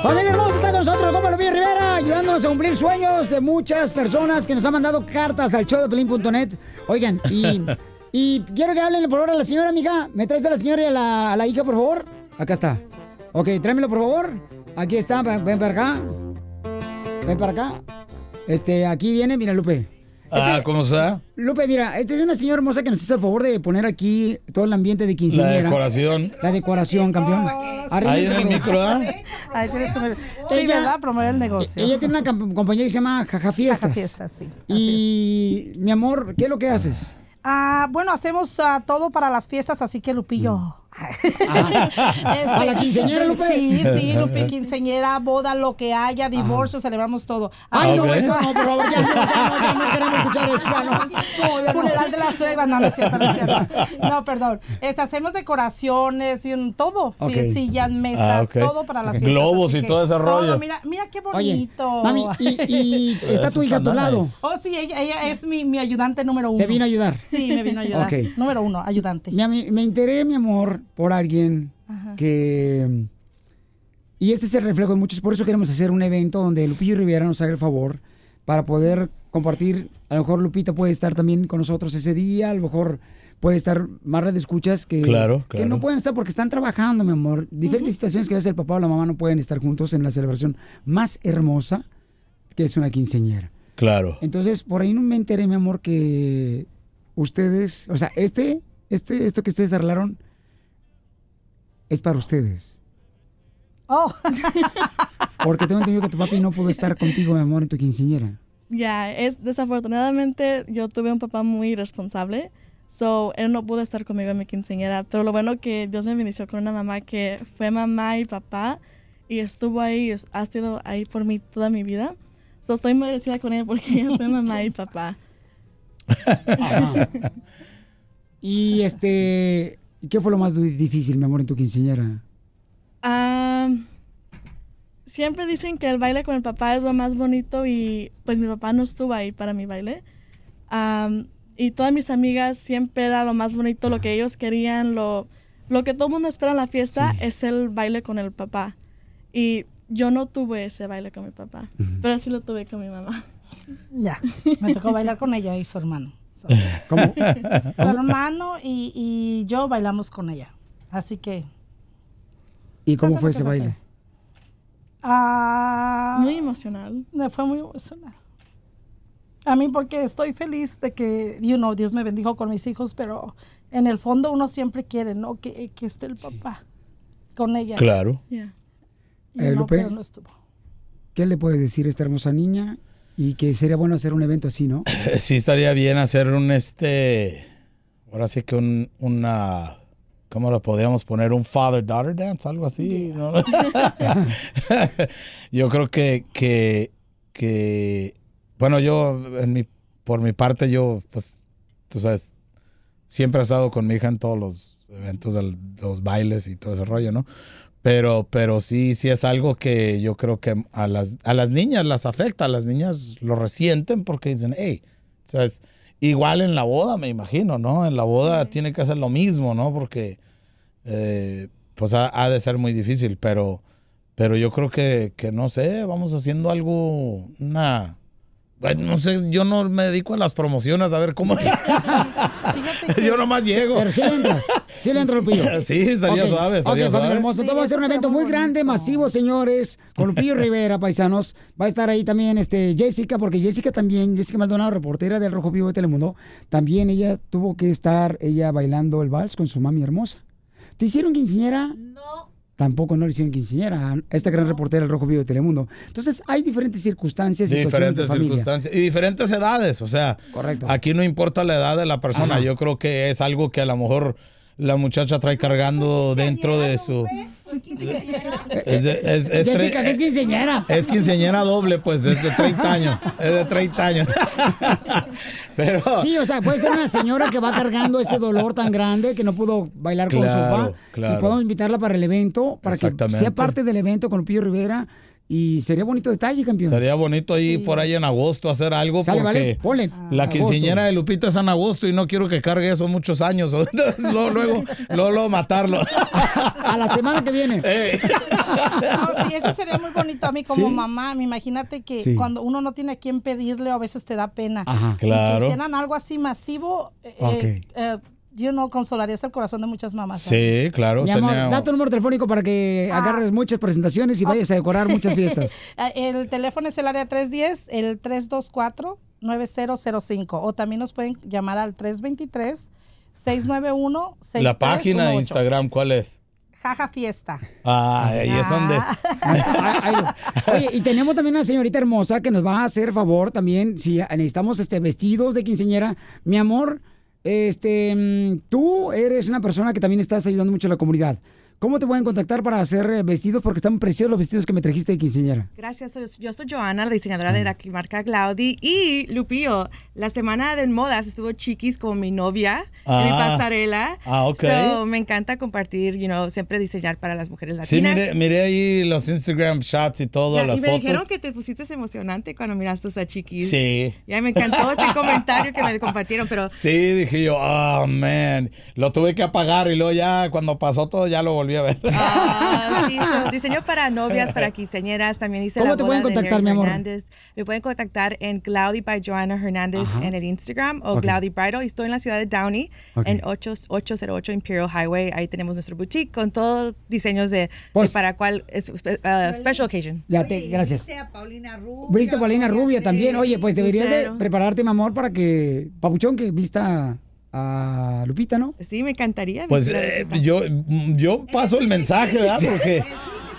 Speaker 2: Familia hermosa, está con nosotros como Lupillo Rivera, ayudándonos a cumplir sueños de muchas personas que nos han mandado cartas al show de Pelín.net. Oigan, y, y quiero que hablen por favor a la señora, amiga. ¿Me traes a la señora y a la, a la hija, por favor? Acá está. Ok, tráemelo, por favor. Aquí está, ven, ven para acá. Ven para acá. Este, aquí viene, mira, Lupe.
Speaker 32: Ah, ¿cómo está?
Speaker 2: Lupe, mira, esta es una señora hermosa que nos hizo el favor de poner aquí todo el ambiente de
Speaker 32: La
Speaker 2: quinceañera.
Speaker 32: decoración.
Speaker 2: La decoración, campeón.
Speaker 33: Oh,
Speaker 32: Ahí en el micro, ¿ah?
Speaker 33: Ahí tienes tu- Sí, ¿verdad? Promover el negocio.
Speaker 2: Ella tiene una cam- compañía que se llama Jaja Fiestas.
Speaker 33: Jaja Fiestas, sí.
Speaker 2: Y, mi amor, ¿qué es lo que haces?
Speaker 33: Ah, bueno, hacemos ah, todo para las fiestas, así que Lupillo. Ah. Este,
Speaker 2: ¿A Mm. la quinceañera, Lupe?
Speaker 33: Sí, sí, Lupe, quinceañera, boda, lo que haya, divorcio, celebramos todo.
Speaker 2: Ay,
Speaker 33: Ah,
Speaker 2: no,
Speaker 33: ok.
Speaker 2: eso no, por favor, ya no, ya no, ya no queremos escuchar eso, ya no. No, ya no.
Speaker 33: Funeral de la suegra, no, no es cierto, no es cierto. No, perdón. Este, hacemos decoraciones y un- todo,
Speaker 32: Ok.
Speaker 33: fie- sillas, mesas,
Speaker 32: Ah, ok.
Speaker 33: todo para las fiestas.
Speaker 32: Globos
Speaker 33: así
Speaker 32: y
Speaker 33: que
Speaker 32: todo ese rollo.
Speaker 33: Mira, mira qué
Speaker 2: Oye,
Speaker 33: bonito.
Speaker 2: mami, y, y está tu hija a tu lado.
Speaker 33: Oh, sí, ella, ella es mi, mi ayudante número uno.
Speaker 2: ¿Te vino a ayudar?
Speaker 33: Sí, me vino a ayudar.
Speaker 2: Ok.
Speaker 33: Número uno, ayudante.
Speaker 2: Mi ami- me enteré, mi amor, por alguien
Speaker 33: Ajá.
Speaker 2: que... Y este es el reflejo de muchos, por eso queremos hacer un evento donde Lupillo Rivera nos haga el favor para poder compartir. A lo mejor Lupita puede estar también con nosotros ese día, a lo mejor puede estar más de escuchas que,
Speaker 32: Claro,
Speaker 2: que
Speaker 32: claro.
Speaker 2: no pueden estar porque están trabajando, mi amor. Diferentes situaciones que a veces el papá o la mamá no pueden estar juntos en la celebración más hermosa que es una quinceañera.
Speaker 32: Claro.
Speaker 2: Entonces, por ahí no me enteré, mi amor, que ustedes, o sea, este, este, esto que ustedes arreglaron es para ustedes.
Speaker 33: Oh.
Speaker 2: Porque tengo entendido que tu papi no pudo estar contigo, mi amor, en tu quinceañera.
Speaker 22: Ya, es desafortunadamente yo tuve un papá muy responsable, so él no pudo estar conmigo en mi quinceañera, pero lo bueno que Dios me bendició con una mamá que fue mamá y papá y estuvo ahí, es- ha estado ahí por mí toda mi vida. So estoy muy agradecida con él porque ella fue mamá y papá.
Speaker 2: Y este, ¿qué fue lo más du- difícil, mi amor, en tu quinceañera?
Speaker 22: Am, Ah, siempre dicen que el baile con el papá es lo más bonito y pues mi papá no estuvo ahí para mi baile. Am, y todas mis amigas siempre era lo más bonito, lo que ellos querían, lo, lo que todo el mundo espera en la fiesta es el baile con el papá. Y yo no tuve ese baile con mi papá, pero sí lo tuve con mi mamá.
Speaker 33: Ya, me tocó bailar con ella y su hermano. So-
Speaker 2: ¿Cómo?
Speaker 33: Su
Speaker 32: Ah.
Speaker 33: hermano y, y yo bailamos con ella. Así que.
Speaker 2: ¿Y cómo
Speaker 33: Pásame,
Speaker 2: fue ese
Speaker 33: pásame.
Speaker 2: baile?
Speaker 33: muy
Speaker 22: emocional.
Speaker 33: Ah, Fue muy emocional. A mí porque estoy feliz de que, you know, Dios me bendijo con mis hijos, pero en el fondo uno siempre quiere, ¿no? Que, que esté el papá con ella.
Speaker 2: Claro.
Speaker 22: Yeah.
Speaker 33: Y
Speaker 2: Eh,
Speaker 33: no,
Speaker 2: Lupe.
Speaker 33: pero no estuvo.
Speaker 2: ¿Qué le puedes decir a esta hermosa niña? Y que sería bueno hacer un evento así, ¿no?
Speaker 32: Eh, Sí estaría bien hacer un este, ahora sí que un, una, ¿cómo lo podríamos poner? Un father-daughter dance, algo así, ¿no? yo creo que, que, que, bueno, yo, en mi, por mi parte, yo, pues, tú sabes, siempre he estado con mi hija en todos los eventos, el- los bailes y todo ese rollo, ¿no? Pero, pero sí, sí es algo que yo creo que a las, a las niñas las afecta, a las niñas lo resienten porque dicen, hey, ¿sabes? Igual en la boda, me imagino, ¿no? En la boda tiene que hacer lo mismo, ¿no? Porque, eh, pues, ha, ha de ser muy difícil, pero, pero yo creo que, que, no sé, vamos haciendo algo, una... ay, No sé, yo no me dedico a las promociones, a ver cómo... yo nomás llego.
Speaker 2: Pero sí le entras, sí le entras, Lupillo.
Speaker 32: Sí, estaría
Speaker 2: Ok,
Speaker 32: suave, estaría
Speaker 2: ok, familia
Speaker 32: suave.
Speaker 2: hermosa, entonces va a ser un evento muy grande, masivo, señores, con Lupillo Rivera, paisanos. Va a estar ahí también este, Jessica, porque Jessica también, Jessica Maldonado, reportera del Rojo Vivo de Telemundo, también ella tuvo que estar ella bailando el vals con su mami hermosa. ¿Te hicieron quinceañera? Tampoco no le hicieron quinceañera a esta gran reportera del Rojo Vivo de Telemundo. Entonces, hay diferentes circunstancias, situaciones de
Speaker 32: diferentes
Speaker 2: familia.
Speaker 32: circunstancias y diferentes edades, o sea,
Speaker 2: Correcto.
Speaker 32: aquí no importa la edad de la persona,
Speaker 2: Ajá.
Speaker 32: yo creo que es algo que a lo mejor la muchacha trae cargando dentro de su... Es, de- es, es tre-
Speaker 2: Jessica, ¿qué es quinceañera?
Speaker 32: es quinceañera doble, pues, es de 30 años. Es de 30 años. Pero...
Speaker 2: Sí, o sea, puede ser una señora que va cargando ese dolor tan grande que no pudo bailar
Speaker 32: Claro,
Speaker 2: con su papá.
Speaker 32: claro.
Speaker 2: Y podemos invitarla para el evento, para que
Speaker 32: Exactamente.
Speaker 2: sea parte del evento con Pío Rivera. Y sería bonito detalle, campeón.
Speaker 32: Sería bonito ahí por ahí en agosto hacer algo
Speaker 2: Sale,
Speaker 32: porque
Speaker 2: vale, ponle.
Speaker 32: la
Speaker 2: Agosto.
Speaker 32: quinceañera de Lupita es en agosto y no quiero que cargue eso muchos años. Entonces, luego, luego, luego, luego matarlo.
Speaker 2: A la semana que viene.
Speaker 33: Ah,
Speaker 11: No, sí, eso sería muy bonito a mí como
Speaker 32: Sí.
Speaker 11: mamá. Me imagínate que
Speaker 32: Sí.
Speaker 11: cuando uno no tiene a quién pedirle, a veces te da pena.
Speaker 32: Ajá.
Speaker 11: Y
Speaker 32: Claro.
Speaker 11: que hicieran algo así masivo, eh,
Speaker 32: Ok.
Speaker 11: eh, yo no consolarías el corazón de muchas mamás.
Speaker 32: Sí, claro.
Speaker 2: Mi amor,
Speaker 32: tenía-
Speaker 2: da tu número telefónico para que agarres muchas presentaciones y vayas a decorar muchas fiestas.
Speaker 11: Ah, el teléfono es el área 310, el 324 9005 o también nos pueden llamar al 323 691 6318
Speaker 32: La página de Instagram, ¿cuál es?
Speaker 11: Jaja Fiesta.
Speaker 32: Ah, ahí es donde.
Speaker 2: Oye, y tenemos también una señorita hermosa que nos va a hacer favor también, si necesitamos este vestidos de quinceñera. Mi amor, este, mm, tú eres una persona que también estás ayudando mucho a la comunidad. ¿Cómo te pueden contactar para hacer eh, vestidos? Porque están preciosos los vestidos que me trajiste de quinceñera.
Speaker 5: Gracias, soy- yo soy Joana, la diseñadora
Speaker 32: Mm.
Speaker 5: de la marca Glaudi. Y Lupillo, la semana de modas estuvo chiquis con mi novia en mi
Speaker 32: Ah.
Speaker 5: pasarela.
Speaker 32: Ah, ok.
Speaker 5: So, me encanta compartir, you know, siempre diseñar para las mujeres latinas.
Speaker 32: Sí, miré, miré ahí los Instagram shots y todo,
Speaker 5: Ya,
Speaker 32: las
Speaker 5: y me dijeron
Speaker 32: fotos.
Speaker 5: que te pusiste emocionante cuando miraste a chiquis.
Speaker 32: Sí.
Speaker 5: Ya me encantó ese comentario que me compartieron, pero
Speaker 32: Sí, dije yo, oh, man. Lo tuve que apagar y luego ya cuando pasó todo ya lo volví a ver.
Speaker 5: Ah, sí, so, diseño para novias, para quinceañeras, también hice
Speaker 2: ¿Cómo
Speaker 5: la
Speaker 2: te
Speaker 5: boda
Speaker 2: pueden
Speaker 5: de
Speaker 2: contactar,
Speaker 5: Larry
Speaker 2: mi amor?
Speaker 5: Hernández. Me pueden contactar en Cloudy by Joanna Hernández
Speaker 2: Ajá.
Speaker 5: en el Instagram o
Speaker 2: Ok.
Speaker 5: Cloudy Bridal. Y estoy en la ciudad de Downey,
Speaker 2: Ok.
Speaker 5: en 8808 Imperial Highway. Ahí tenemos nuestro boutique con todos diseños de, de
Speaker 2: Pues-
Speaker 5: para cual es- uh, special occasion.
Speaker 2: Ya te, gracias.
Speaker 31: Viste a Paulina Rubio.
Speaker 2: Viste a Paulina Rubia también. Oye, pues deberías de
Speaker 5: Lucero.
Speaker 2: prepararte, mi amor, para que Papuchón que vista a Lupita, ¿no?
Speaker 5: Sí, me encantaría.
Speaker 32: Pues
Speaker 5: visitar
Speaker 32: eh, yo, yo paso el mensaje, ¿verdad? Porque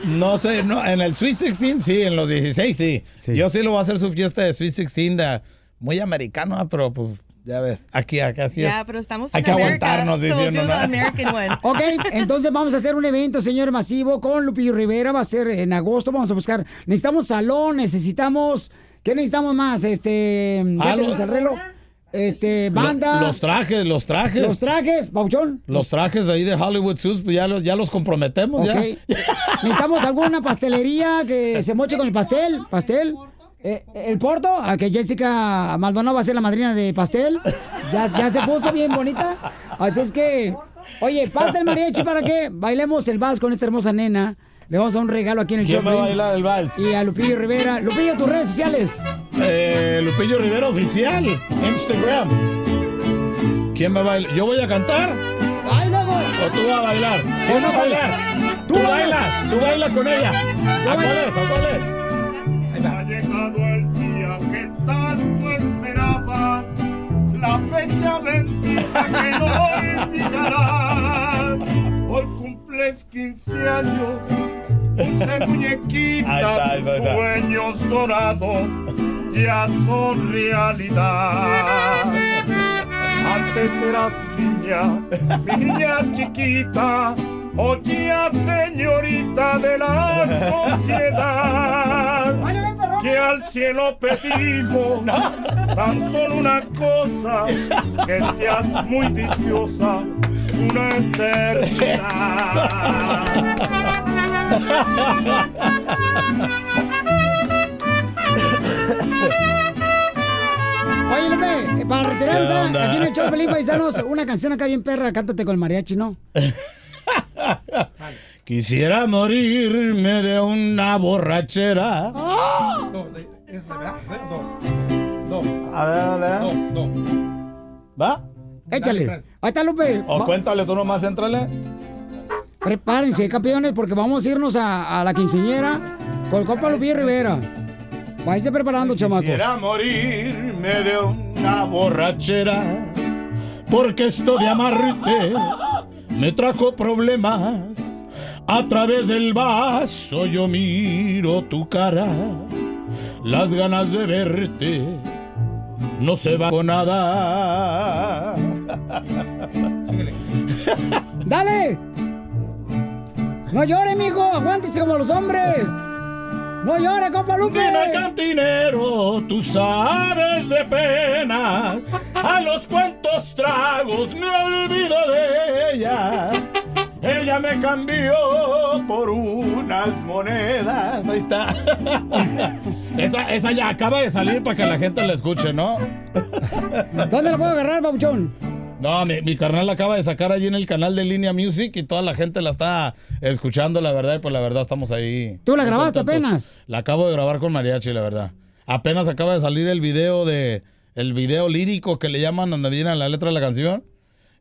Speaker 32: no sé, no, en el Sweet 16 sí, en los 16 sí. Yo sí lo voy a hacer su fiesta de Sweet 16 de- muy americano, ¿verdad? pero pues ya ves, aquí, acá sí
Speaker 5: Ya,
Speaker 32: es.
Speaker 5: pero estamos
Speaker 32: Hay
Speaker 5: en
Speaker 32: que
Speaker 5: América,
Speaker 32: aguantarnos,
Speaker 5: so
Speaker 32: diciendo,
Speaker 5: do the
Speaker 32: ¿no?
Speaker 5: American one.
Speaker 2: Ok, entonces vamos a hacer un evento, señor, masivo con Lupillo Rivera. Va a ser en agosto. Vamos a buscar. Necesitamos salón, necesitamos. ¿Qué necesitamos más? Este. Ya
Speaker 32: Ah,
Speaker 2: tenemos
Speaker 32: lo-
Speaker 2: el reloj. Este,
Speaker 32: Lo-
Speaker 2: banda.
Speaker 32: los trajes, los trajes.
Speaker 2: Los trajes, Pauchón.
Speaker 32: Los trajes ahí de Hollywood Suits, pues ya los, ya los comprometemos,
Speaker 2: Ok. Necesitamos alguna pastelería que se moche con el pastel. ¿Pastel? Eh, el porto, a que Jessica Maldonado va a ser la madrina de pastel. Ya, ya se puso bien bonita. Así es que, oye, pasa el mariachi para que bailemos el vals con esta hermosa nena. Le vamos a dar un regalo aquí en el
Speaker 32: ¿Quién
Speaker 2: show.
Speaker 32: va a
Speaker 2: Piolín.
Speaker 32: bailar el vals?
Speaker 2: Y a Lupillo Rivera. Lupillo, tus redes sociales.
Speaker 32: ya. Eh, Lupillo Rivera Oficial, Instagram. ¿Quién me baila? ¿Yo voy a cantar?
Speaker 2: ¡Ay, luego! pues,
Speaker 32: ¿O tú vas a bailar? ¿Quién va a bailar? ¡Tú bailas! ¡Tú bailas con ella! ¿A cuál es? ¿A cuál es?
Speaker 13: Ha llegado el día que tanto esperabas, la fecha bendita que no olvidarás. Hoy cumples 15 años, dulce muñequita,
Speaker 32: Ahí está, ahí está, ahí
Speaker 13: tus
Speaker 32: está.
Speaker 13: sueños dorados ya son realidad. Antes eras niña, mi niña chiquita, hoy ya señorita de la sociedad que al cielo pedimos tan solo una cosa, que seas muy viciosa una eternidad.
Speaker 2: Oye, Lupe, eh, para retirar
Speaker 13: ¿Qué
Speaker 2: acá,
Speaker 13: onda?
Speaker 2: aquí en el show, Pelín Paisanos, una canción acá bien perra, cántate con el mariachi, ¿no?
Speaker 32: Quisiera morirme de una borrachera. A ver, dale. ¿Va?
Speaker 2: Échale. Ahí está, Lupe.
Speaker 32: O
Speaker 2: Va-
Speaker 32: cuéntale tú nomás, entrale.
Speaker 2: Prepárense, campeones, porque vamos a irnos a, a la quinceñera con el compa Lupillo Rivera. Váyanse preparando, chamacos.
Speaker 32: Quisiera morirme de una borrachera, porque esto de amarte me trajo problemas. A través del vaso yo miro tu cara, las ganas de verte no se va con nada.
Speaker 2: ¡Dale! No llore, mijo, aguántese como los hombres. No llore, compa Lupe.
Speaker 13: Dime cantinero, tú sabes de pena. A los cuantos tragos me olvido de ella. Ella me cambió por unas monedas. Ahí está.
Speaker 32: Ah, Esa, esa ya acaba de salir para que la gente la escuche, ¿no?
Speaker 2: ¿Dónde la puedo agarrar, Babuchón?
Speaker 32: No, mi, mi carnal la acaba de sacar allí en el canal de Línea Music y toda la gente la está escuchando, la verdad, y pues la verdad estamos ahí.
Speaker 2: ¿Tú la grabaste
Speaker 32: contentos.
Speaker 2: apenas?
Speaker 32: La acabo de grabar con Mariachi, la verdad. Apenas acaba de salir el video de el video lírico que le llaman donde viene la letra de la canción.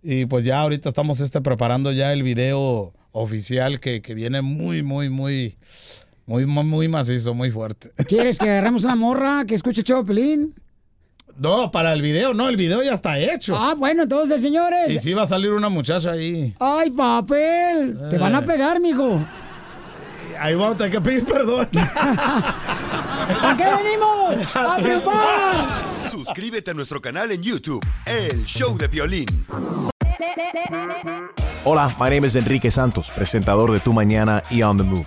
Speaker 32: Y pues ya ahorita estamos este preparando ya el video oficial que, que viene muy, muy, muy, muy, muy, muy macizo, muy fuerte.
Speaker 2: ¿Quieres que agarremos una morra que escuche Choplin?
Speaker 32: No, para el video, no, el video ya está hecho.
Speaker 2: Ah, pues bueno, entonces, señores.
Speaker 32: Y sí va a salir una muchacha ahí.
Speaker 2: ¡Ay, papel! Te
Speaker 32: Eh.
Speaker 2: van a pegar, mijo.
Speaker 32: Ahí vamos a tener que pedir perdón.
Speaker 2: ¿A qué venimos? ¡A triunfar!
Speaker 8: Suscríbete a nuestro canal en YouTube, El Show de Violín.
Speaker 12: Hola, my name is Enrique Santos, presentador de Tu Mañana y On the Move.